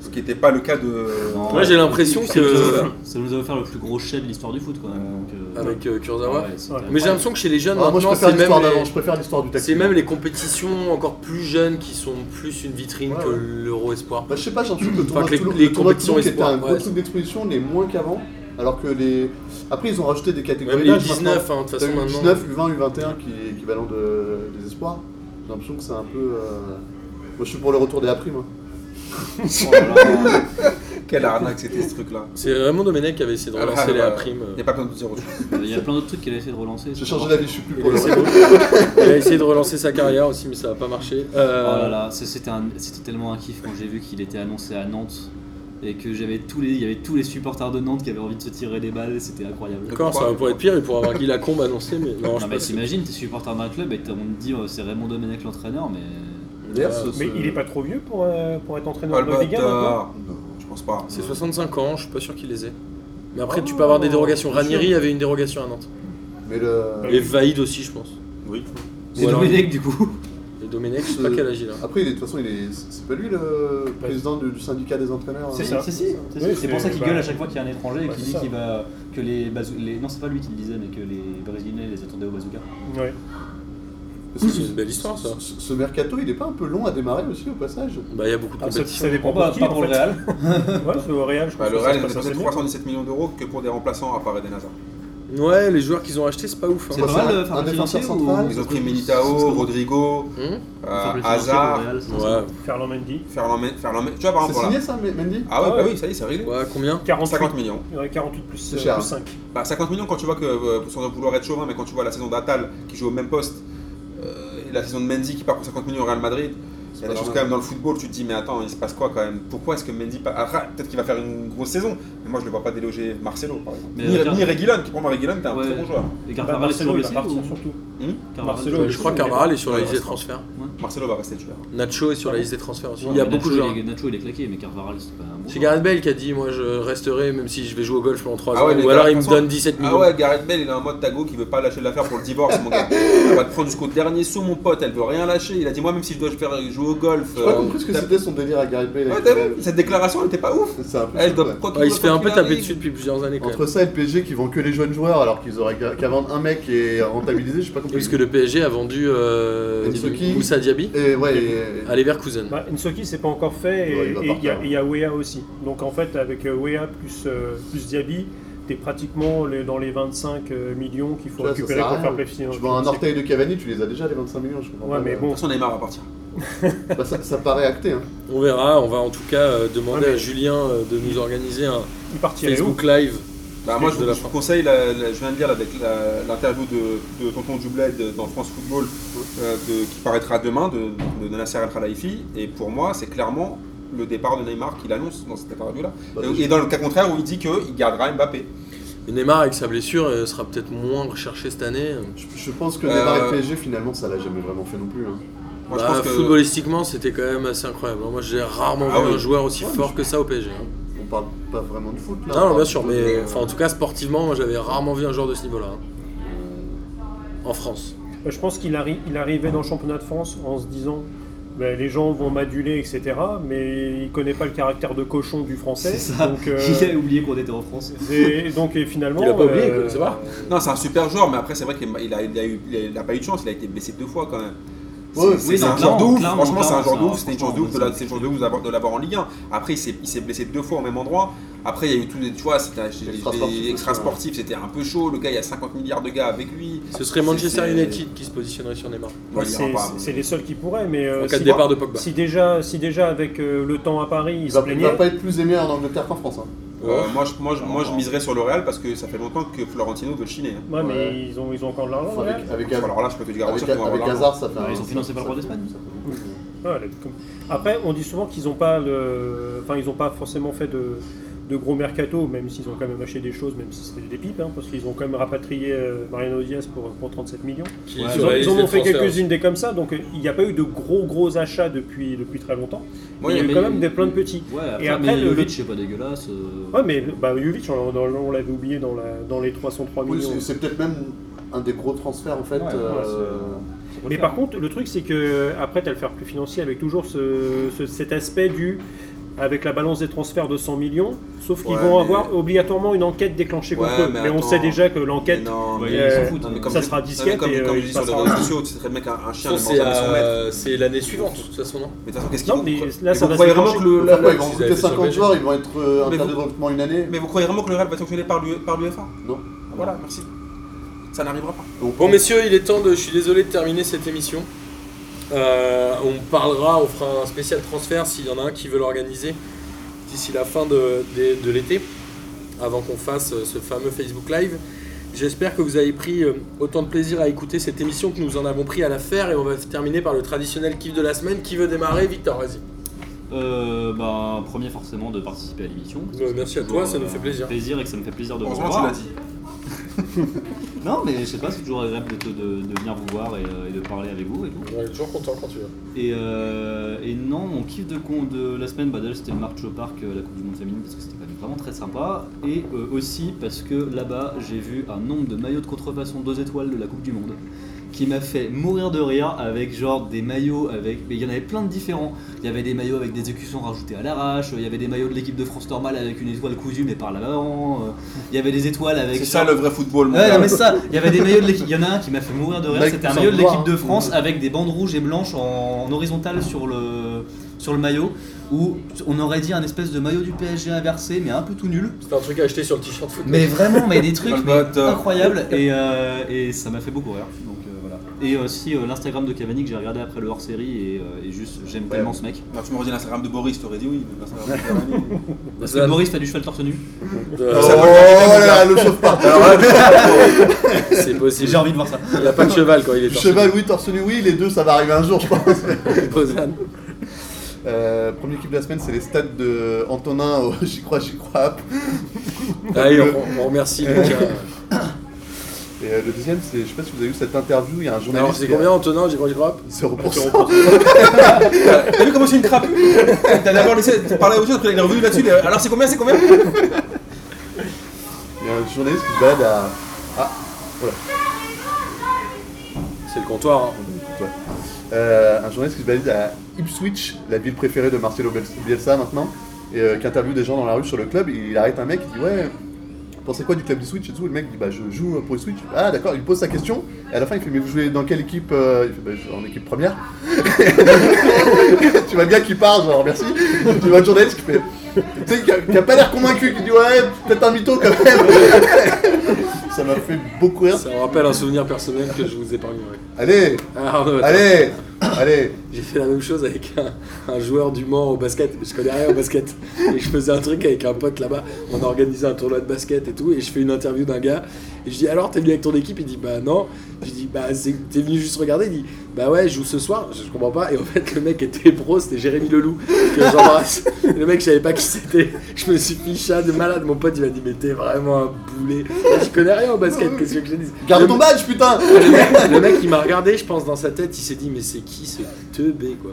ce qui n'était pas le cas de Non. Moi j'ai l'impression Ça nous que. a- Ça nous a offert le plus gros chèque de l'histoire du foot quand même. donc, euh, Avec euh, Kurzawa. ouais, c'était- Ouais. Mais j'ai l'impression que chez les Ah, jeunes, moi je maintenant préfère c'est même. l'histoire les- d'avant, je préfère l'histoire du C'est tactique. même les compétitions encore plus jeunes qui sont plus une vitrine Ouais, que ouais. l'Euro Espoir. Bah, je sais pas, j'ai l'impression que le tournoi que les- de Toulon- les le tournoi de compétitions Toulon qui était espoirs, un gros ouais. truc d'exposition n'est moins qu'avant, alors que les. Après ils ont rajouté des Même catégories les d'âge maintenant. 19, hein, de toute T'as façon eu maintenant. 19, U20, U21 qui est équivalent de, des espoirs. J'ai l'impression que c'est un peu. euh, Moi je suis pour le retour des la prime. hein. Oh là là. quelle arnaque c'était ce truc là C'est Raymond Domenech qui avait essayé de Ah bah, relancer les bah, A prime. euh, il n'y a pas besoin de dire autre chose Il y a plein d'autres trucs qu'elle a essayé de relancer. J'ai changé d'avis, je suis plus Il pour a, le essayé retour. de... il a essayé de relancer sa carrière aussi, mais ça n'a pas marché. Oh Euh, là là, ça, c'était un- c'était tellement un kiff quand j'ai vu qu'il était annoncé à Nantes et que j'avais tous les, il y avait tous les supporters de Nantes qui avaient envie de se tirer des balles, c'était incroyable. Encore, ça va pour être pire, il pourrait avoir Guy Lacombe annoncé, mais non, je Non mais pense que- t'imagines, t'es supporter d'un club et t'as- on te dit euh, c'est Raymond Domenech l'entraîneur, mais D'ailleurs, ce- Mais ce- il est pas trop vieux pour, euh, pour être entraîneur Ah, de Ligue 1 maintenant bâtard. je pense pas C'est 65 ans, je suis pas sûr qu'il les ait. Mais après, tu Oh, peux avoir des dérogations. bien sûr. Ranieri avait une dérogation à Nantes. Mais le. Et Vaïd aussi, je pense. oui Ou C'est alors- Domenech *laughs* du coup. Et Domenech, je sais pas quel âge il a. Après, il est- de toute façon, il est- c'est pas lui le président du, du syndicat des entraîneurs C'est hein ça. Si, si, c'est Oui, c'est pour c'est- ça qu'il bah, gueule à chaque fois qu'il y a un étranger et bah, qu'il c'est dit ça. qu'il va. que les, bazou- les. Non, c'est pas lui qui le disait, mais que les Brésiliens les attendaient au bazooka. Ouais. ah, Parce que C'est une belle histoire, ça. Ce, ce mercato, il est pas un peu long à démarrer aussi, au passage Bah, il y a beaucoup de Ah, ça, compétitions. ça dépend Pourquoi pour pas, qui, pas en pour le fait. Real Ouais, c'est au Real, je pense Bah, le que ça Real se a passe assez dépensé bien. 317 millions d'euros que pour des remplaçants à part Eden Hazard. Ouais, les joueurs qu'ils ont achetés, c'est pas ouf. C'est hein. pas mal, un euh, Fabrice défenseur Insigne, central. ou- Ils ont pris Fabrice- Militao, Rodrigo, Hum euh, Fabrice Insigne au Hazard, Real, c'est Ouais. Ferland Mendy. Ferland Men- Ferland Men- Tu vois, par C'est exemple, Ah, voilà. signé ça, M- Mendy Ah ouais, Ah bah ouais. oui, ça y est, c'est réglé. Ouais, combien 48, 50 millions. ouais, 48 plus, C'est euh, cher, plus hein. 5. Bah, 50 millions quand tu vois que, euh, sans vouloir être chauvin, mais quand tu vois la saison d'Atal qui joue au même poste, euh, et la saison de Mendy qui part pour 50 millions au Real Madrid, il y a des pas choses normal. quand même dans le football, tu te dis, mais attends, il se passe quoi quand même Pourquoi est-ce que Mendy. pa- Après, peut-être qu'il va faire une grosse saison, mais moi je le vois pas déloger Marcelo par exemple. Mais ni regarde- ni Reguilon, qui pour moi Reguilon, t'es un Ouais. très bon joueur. Et Bah, Carvajal est toujours Marcelo, il va blessé partir ou- euh, surtout. Hum Carvajal, Marcelo, tu- Euh, Je crois qu'Arbaral est sur la liste des transferts. Marcelo va rester tueur. Nacho est sur la liste des transferts aussi. Il y a Nacho, beaucoup de joueurs. est- Nacho il est claqué, mais Carvajal c'est pas un hein. bon. C'est joueur. Gareth Bale qui a dit Moi je resterai même si je vais jouer au golf pendant 3 Ah ouais, ans. les Ou gars, alors il de me toute façon- donne 17 Ah millions. ouais, Gareth Bell, il est en mode tago qui veut pas lâcher l'affaire pour le divorce, mon gars. On va te prendre jusqu'au dernier sou, mon pote, elle veut rien lâcher. Il a dit, moi, même si je dois faire jouer au golf. J'ai pas euh, compris ce que t'as- c'était son délire à Gareth Bale. Ouais, avec t'as Real. vu Cette déclaration, elle était pas ouf. C'est un peu Elle ça, doit quoi. quoi qu'il- Ouais, il se fait un peu quoi qu'il taper arrive. dessus depuis plusieurs années quand Entre même. ça et le PSG qui vend que les jeunes joueurs alors qu'ils auraient qu'à qu'à vendre un mec et à rentabiliser, j'ai pas compris. Parce que le PSG a vendu euh, Nsoki. Moussa Diaby Et ouais, et- à Leverkusen. Bah, Nsoki, c'est pas encore fait, Ouais, et il va et il y, a- partir. il y a Wea aussi. Donc en fait, avec euh, Wea plus, euh, plus Diaby, t'es pratiquement le- dans les 25 euh, millions qu'il faut Tu vois, ça récupérer sert à pour rien. faire plaisir. tu vends un orteil de Cavani, tu les as déjà les 25 millions, je comprends Ouais, pas. mais là. De bon, toute façon, Neymar va partir. Bah, ça, ça paraît acté. Hein. On verra, on va en tout cas euh, demander Ouais, mais- à Julien euh, de nous organiser un il partirait où Facebook Live. Bah, moi, je De la vous je vous France. conseille, la- la- je viens de lire avec la- l'interview de, de Tonton Dublet de- dans France Football euh, de- qui paraîtra demain de, de, de Nasser El Khelaifi. Et pour moi, c'est clairement le départ de Neymar qu'il annonce dans cette interview-là. Bah, Et- déjà. et dans le cas contraire, où il dit qu'il gardera Mbappé. Et Neymar avec sa blessure euh, sera peut-être moins recherché cette année. Euh, Je, je pense que Neymar et Euh, le PSG, finalement, ça l'a jamais vraiment fait non plus. hein. Moi, Bah, je pense que. Footballistiquement c'était quand même assez incroyable. Moi j'ai rarement Ah vu oui. un joueur aussi Ouais, mais fort que ça au PSG. hein. On parle pas vraiment de foot là. Non, on non, bien parle sûr, plutôt de- mais euh, enfin, en tout cas, sportivement, moi, j'avais rarement vu un joueur de ce niveau-là. hein. En France. Euh, Je pense qu'il arri- il arrivait dans le championnat de France en se disant ben, les gens vont m'aduler, etc. Mais il connaît pas le caractère de cochon du français. C'est ça. Donc, euh, *laughs* Il a oublié qu'on était en France. et donc et finalement. Il a pas oublié, euh, quoi, ça va Non, c'est un super joueur, mais après, c'est vrai qu'il a, il a, il a eu- il a- il a pas eu de chance, il a été blessé deux fois quand même. C'est Ouais, c'est oui, un joueur non, de clairement, ouf, clairement, franchement, c'est un joueur de clairement, ouf, c'était une chance de ouf de la- c'est une chance de ouf d'avoir- de l'avoir en Ligue 1. Après, il s'est il s'est blessé deux fois au même endroit. Après, il y a eu tous les. Tu vois, c'était Extra-sportif aussi, extra sportif, c'était un peu chaud. Le gars, il y a 50 milliards de gars avec lui. Ce serait Manchester United qui se positionnerait sur Neymar. Bon, il ira c'est- pas, c'est- mais- C'est les seuls qui pourraient, mais euh, En cas si, de départ bah. de Pogba. si déjà, si déjà avec euh, le temps à Paris, ils Il se va, il va plaignaient. pas être plus aimé en Angleterre qu'en France. Hein. Euh, moi, je, moi, je, moi, je miserais sur le Real parce que ça fait longtemps que Florentino veut chiner. hein. Ouais, mais Ouais. ils ont, ils ont encore de l'argent. Enfin, là. avec, avec, Alors là, je peux te avec- garantir qu'ils vont avoir avec l'argent. Hazard, ça fait Ouais, un- ils ont financé par le roi ça- d'Espagne. ça fait beaucoup. Ouais, les- comme- Après, on dit souvent qu'ils n'ont pas le, enfin, ils n'ont pas forcément fait de, de gros mercato, même s'ils ont quand même acheté des choses, même si c'était des pipes, hein, parce qu'ils ont quand même rapatrié euh, Mariano Diaz pour, pour 37 millions. Qui Ouais, sur Ils, ont, la ils liste en des ont fait transferts. quelques-unes des comme ça, donc euh, il n'y a pas eu de gros gros achats depuis, depuis très longtemps. Moi, il y a mais- eu quand même des plein de petits. Ouais, après, Et après, mais le- Jovic, c'est pas dégueulasse. euh, Ouais, mais bah, Jovic, on, l'a- on l'avait oublié dans, la, dans les 303 Oui, millions. c'est- c'est peut-être même un des gros transferts en fait. Ouais, euh, Mais par contre, le truc, c'est que après, tu as le fair plus financier avec toujours ce, ce- cet aspect du. Avec la balance des transferts de 100 millions, sauf qu'ils Ouais, vont mais- avoir obligatoirement une enquête déclenchée Ouais, contre eux. mais Mais, on attends. sait déjà que Mais l'enquête. non, Ouais, mais- ils s'en euh, foutent. non, hein. mais comme ça je- sera non, mais disquette Comme, et, comme euh, je dis il sur les passera. réseaux sociaux, tu serais mec un, un chien, Ça, il C'est mange jamais son maître. euh, c'est l'année suivante, de toute façon, non Mais de toute façon, qu'est-ce qu'ils Non, vont- mais vous- là, ça vous va croyez se vraiment que le- Là, la- quoi, ils vont Ils recruter avaient fait sur 50 PSG. joueurs, ils vont être euh, Mais interdits de vous- recrutement une année. Mais vous croyez vraiment que le Real va être sanctionné par l'UEFA par l'UEFA Non. Voilà, merci. Ça n'arrivera pas. Donc, Bon, messieurs, il est temps de. Je suis désolé de terminer cette émission. Euh, on parlera, on fera un spécial transfert s'il y en a un qui veut l'organiser d'ici la fin de, de- de l'été, avant qu'on fasse euh, ce fameux Facebook Live. J'espère que vous avez pris euh, autant de plaisir à écouter cette émission que nous en avons pris à la faire et on va terminer par le traditionnel kiff de la semaine. Qui veut démarrer Victor, vas-y. Euh, bah, premier forcément de participer à l'émission. parce que Euh, c'est merci à toujours, toi, ça nous euh, fait plaisir. Plaisir et que ça me fait plaisir de vous Heureusement, tu l'as voir. dit. Non, mais je sais pas, c'est toujours agréable de, te- de- de venir vous voir et, euh, et de parler avec vous et tout. On est toujours content quand tu veux. Et, euh, et non, mon kiff de con de la semaine, bah, déjà c'était le March au Parc, euh, la Coupe du Monde féminine, parce que c'était quand même vraiment très sympa. Et euh, aussi parce que là-bas, j'ai vu un nombre de maillots de contrefaçon 2 étoiles de la Coupe du Monde. qui m'a fait mourir de rire avec genre des maillots avec. Mais il y en avait plein de différents. Il y avait des maillots avec des écussons rajoutés à l'arrache, il y avait des maillots de l'équipe de France normale avec une étoile cousue mais par la maman, euh, il y avait des étoiles avec. C'est ça le vrai football, mon Ouais, gars. *laughs* non, mais ça, il y avait des maillots de l'équipe. Il y en a un qui m'a fait mourir de rire. Mec, C'était un sans maillot de vouloir, l'équipe de hein. France avec des bandes rouges et blanches en, en horizontale sur le sur le maillot. Où on aurait dit un espèce de maillot du PSG inversé, mais un peu tout nul. C'est un truc à acheter sur le t-shirt foot. Mais vraiment, mais *laughs* des Dans trucs le mais bot, euh. incroyables. Et, euh, et ça m'a fait beaucoup rire. Donc euh, voilà. Et aussi euh, l'Instagram de Cavani que j'ai regardé après le hors série et, euh, et juste j'aime tellement ce mec. Non, Bah, tu m'aurais dit l'Instagram de Boris, t'aurais dit oui. mais l'Instagram de Cavani. Parce que Boris fait du cheval torse nu. Euh, Ça oh peut être là bizarre. là, le chauffe pas. C'est J'ai possible. envie de voir ça. Il a pas de cheval quand il est torse nu. Cheval, oui, torse nu, oui, les deux, ça va arriver un jour, je pense. Bozan. Euh, premier clip de la semaine, c'est les stats de Antonin au *laughs* J'y crois, j'y crois. Allez, on, on remercie euh, Lucas. *laughs* Et euh, le deuxième, c'est, je sais pas si vous avez vu cette interview, il y a un Alors, journaliste. c'est qui a- combien Antonin J'ai crois que je grappe 0%. *laughs* T'as vu comment c'est une crapule *laughs* T'as d'abord laissé parler aux gens, après il est revenu là-dessus. il a- Alors c'est combien C'est combien Il y a un journaliste qui se balade à. Ah, C'est le comptoir. hein. ouais. Euh, un journaliste qui se balade à Ipswich, la ville préférée de Marcelo Biel- Bielsa maintenant, et euh, qui interviewe des gens dans la rue sur le club. Il arrête un mec, il dit Ouais, vous pensez quoi du club du Switch et tout Le mec dit Bah, je joue pour le Switch. Ah, d'accord, il pose sa question, et à la fin, il fait Mais vous jouez dans quelle équipe euh, Il fait Bah, je- en équipe première. *laughs* tu vois le gars qui part, genre merci. Tu vois le journaliste qui fait. Tu sais, qui a- qui a pas l'air convaincu, qui dit Ouais, peut-être un mytho quand même. *laughs* Ça m'a fait beaucoup rire. Ça me rappelle un souvenir personnel que je vous épargnerai. Allez, Ah, Arnaud, attends. allez, allez. J'ai fait la même chose avec un, un joueur du Mans au basket, je connais rien au basket. Et je faisais un truc avec un pote là-bas, on a organisé un tournoi de basket et tout, et je fais une interview d'un gars, et je dis alors t'es venu avec ton équipe Il dit bah non. Je dis bah c'est- t'es venu juste regarder Il dit bah ouais je joue ce soir, je, je comprends pas. Et en fait le mec était pro, c'était Jérémy Leloup, que j'embrasse. Et le mec je savais pas qui c'était, je me suis ficha de malade. Mon pote il m'a dit mais t'es vraiment un boulet, je connais rien au basket, qu'est-ce que je te dise Garde Le- ton badge, putain le mec, le mec, il m'a regardé, je pense, dans sa tête, il s'est dit, mais c'est qui ce teubé, quoi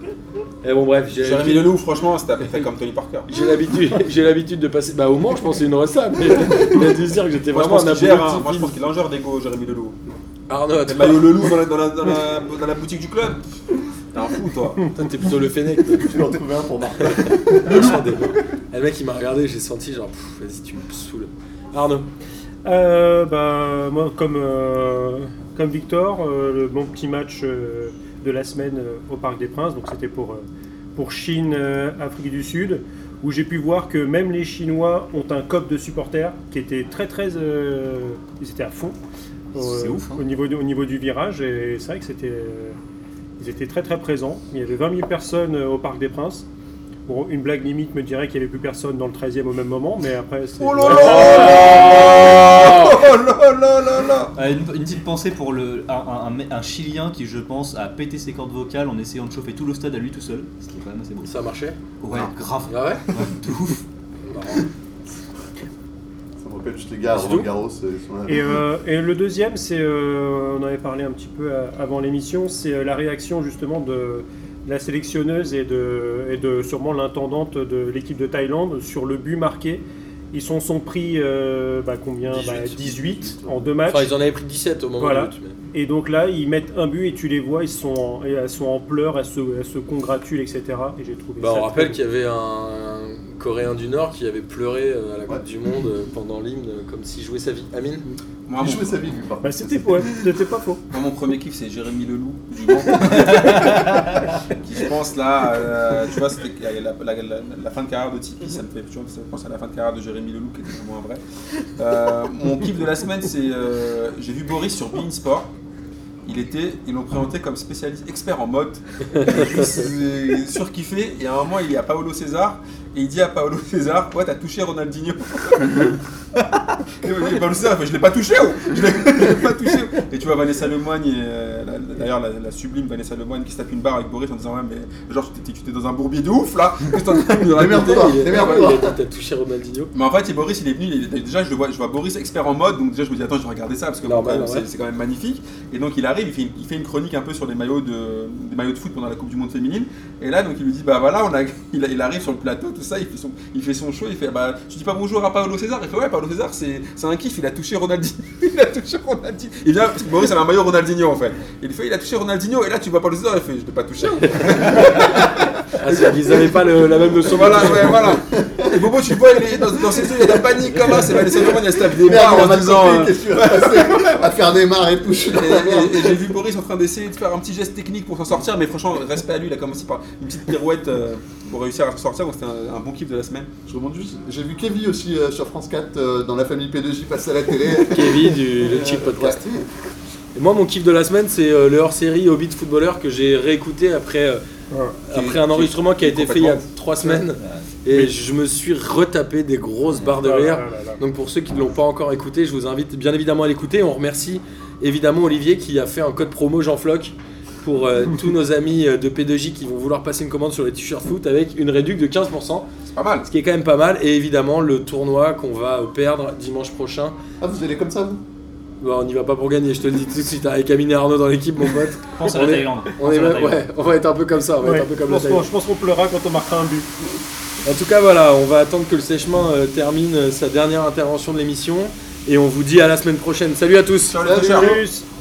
Et bon, bref, j'ai Jérémy j'ai- Leloup, franchement, c'était à peu près comme Tony Parker. j'ai l'habitude, j'ai l'habitude de passer. Bah, au Mans, je pensais une resta, mais il a dû se dire que j'étais Moi je vraiment pense un qu'il gère, hein. abruti. Moi, je pense qu'il est un genre d'ego, Jérémy Leloup. Arnaud, Le toi, maillot Leloup dans la, dans, la, dans, la, dans la boutique du club. T'es un fou, toi. toi, t'es plutôt le fennec. *laughs* toi. *laughs* Je vais en trouver un pour *laughs* Marc. Et Eh, le mec, il m'a regardé, j'ai senti, genre, Pff, vas-y, tu me saoules. Arnaud, Euh, bah, moi, comme, euh, comme Victor, euh, le bon petit match euh, de la semaine euh, au Parc des Princes, donc c'était pour, euh, pour Chine, euh, Afrique du Sud, où j'ai pu voir que même les Chinois ont un cop de supporters qui était très très. euh, ils étaient à fond euh, C'est ouf, hein. au, niveau, du- au niveau du virage, et c'est vrai que c'était. euh, ils étaient très très présents. Il y avait 20 000 personnes euh, au Parc des Princes. Bon, une blague limite me dirait qu'il n'y avait plus personne dans le 13e au même moment, mais après. c'est- Oh là là Oh là là là là Ah, une, une petite pensée pour le, un, un- un mec- un Chilien qui, je pense, a pété ses cordes vocales en essayant de chauffer tout le stade à lui tout seul. Ce qui est quand même assez beau. ça marchait Ouais, grave. Ah ouais Ouais, de ouf. Ça me rappelle juste les gars, C'est Roland tout Garros. euh, ils sont là. Et, euh, et le deuxième, c'est, euh, on en avait parlé un petit peu euh, avant l'émission, c'est euh, la réaction justement de la sélectionneuse et de, et de sûrement l'intendante de l'équipe de Thaïlande sur le but marqué. Ils sont, sont pris euh, bah, combien Bah, 18. 18. en deux matchs. Enfin, ils en avaient pris 17 au moment Voilà. du but, mais- Et donc là, ils mettent un but et tu les vois, ils sont en, et elles sont en pleurs, elles se, elles se congratulent, etc. Et j'ai trouvé Bah, ça on très rappelle beau. qu'il y avait un Coréen du Nord qui avait pleuré euh, à la Coupe Ouais. du Monde euh, pendant l'hymne euh, comme s'il jouait sa vie. Amine Moi, Il jouait mon, sa vie, lui, par Bah, contre. c'était, ouais, c'était pas faux. moi, mon premier kiff, c'est Jérémy Leloup, du Mans. qui, je pense, là, euh, tu vois, c'était la, la- la- la- la fin de carrière de Tipeee, ça me fait, tu vois, ça me pense à la fin de carrière de Jérémy Leloup, qui était vraiment un vrai. Euh, mon kiff de la semaine, c'est. euh, J'ai vu Boris sur Bein Sport. Il était, ils l'ont présenté comme spécialiste expert en mode. Il s'est euh, surkiffé et à un moment il est à Paolo César et il dit à Paolo César ouais t'as touché Ronaldinho. et Paolo César il fait, je l'ai pas touché oh. je l'ai je l'ai *laughs* pas touché. oh. Et tu vois Vanessa Lemoigne et, euh, la- la- d'ailleurs la, la sublime Vanessa Lemoigne qui se tape une barre avec Boris en disant ouais mais genre tu t'es- tu t'es dans un bourbier de ouf là. Qu'est-ce que t'en- dans la *laughs* Démerde-toi. tête, Il est- Démerde-toi. il est- T'as touché Ronaldinho mais en fait, et Boris, il est venu. il est- déjà, je le vois, je vois Boris expert en mode, donc déjà, je me dis attends, je vais regarder ça parce que bon, Normal, quand même, ouais. c'est c'est quand même magnifique. Et donc, il arrive, il fait, une, il fait une chronique un peu sur les maillots de, des maillots de foot pendant la Coupe du Monde féminine. Et là, donc, il lui dit, bah voilà, on a, *laughs* il, a- il arrive sur le plateau, tout ça, il fait son, il fait son show, il fait, bah, tu dis pas bonjour à Paolo César Il fait, ouais, Paolo César, c'est c'est un kiff, il a touché Ronaldinho. *laughs* il a touché Ronaldinho. Il vient, parce que Maurice avait un maillot Ronaldinho en fait. Il fait, il a touché Ronaldinho, et là, tu vois Paolo César, il fait, je l'ai pas touché. ou quoi Ah, c'est qu'ils n'avaient pas le- la même notion. voilà, ouais, voilà. Et Bobo, tu vois, il est dans, dans ses yeux, il y a de la panique, comme ça, c'est Vanessa Roman, elle se tape des barres en disant. euh, Qu'est-ce que tu vas *laughs* passer à faire des mains et tout je suis dans Et, la merde. et- et j'ai vu Boris en train d'essayer de faire un petit geste technique pour s'en sortir, mais franchement, respect à lui, il a commencé par une petite pirouette euh, pour réussir à s'en sortir, donc c'était un, un bon kiff de la semaine. Je remonte juste. J'ai vu Kevin aussi euh, sur France 4 euh, dans la famille P2J passer à la *laughs* télé. *laughs* Euh, Kevin du le Chill Podcast. Et moi, mon kiff de la semaine, c'est euh, le hors-série Hobbit Footballeur que j'ai réécouté après, euh, après un enregistrement qui a été fait il y a trois semaines. Et je me suis retapé des grosses barres de Ah là rire. là là là. Donc pour ceux qui ne l'ont pas encore écouté, je vous invite bien évidemment à l'écouter. On remercie évidemment Olivier qui a fait un code promo Jean Floc pour euh, tous nos amis euh, de P2J qui vont vouloir passer une commande sur les t-shirts foot avec une réduction de 15%, C'est pas mal. ce qui est quand même pas mal. Et évidemment le tournoi qu'on va perdre dimanche prochain. Ah, vous allez comme ça, vous Bah, on n'y va pas pour gagner, je te le dis tout de suite. hein. Avec Amine et Arnaud dans l'équipe, mon pote, Pense à On la est- Thaïlande. on, Pense est à la même- Thaïlande. ouais, on va être un peu comme ça. On va Ouais, être un peu comme je la pense Thaïlande. qu'on- je pense qu'on pleura quand on marquera un but. En tout cas, voilà, on va attendre que le sèchement euh, termine euh, sa dernière intervention de l'émission. Et on vous dit à la semaine prochaine. Salut à tous Sur les t-shirts. Plus.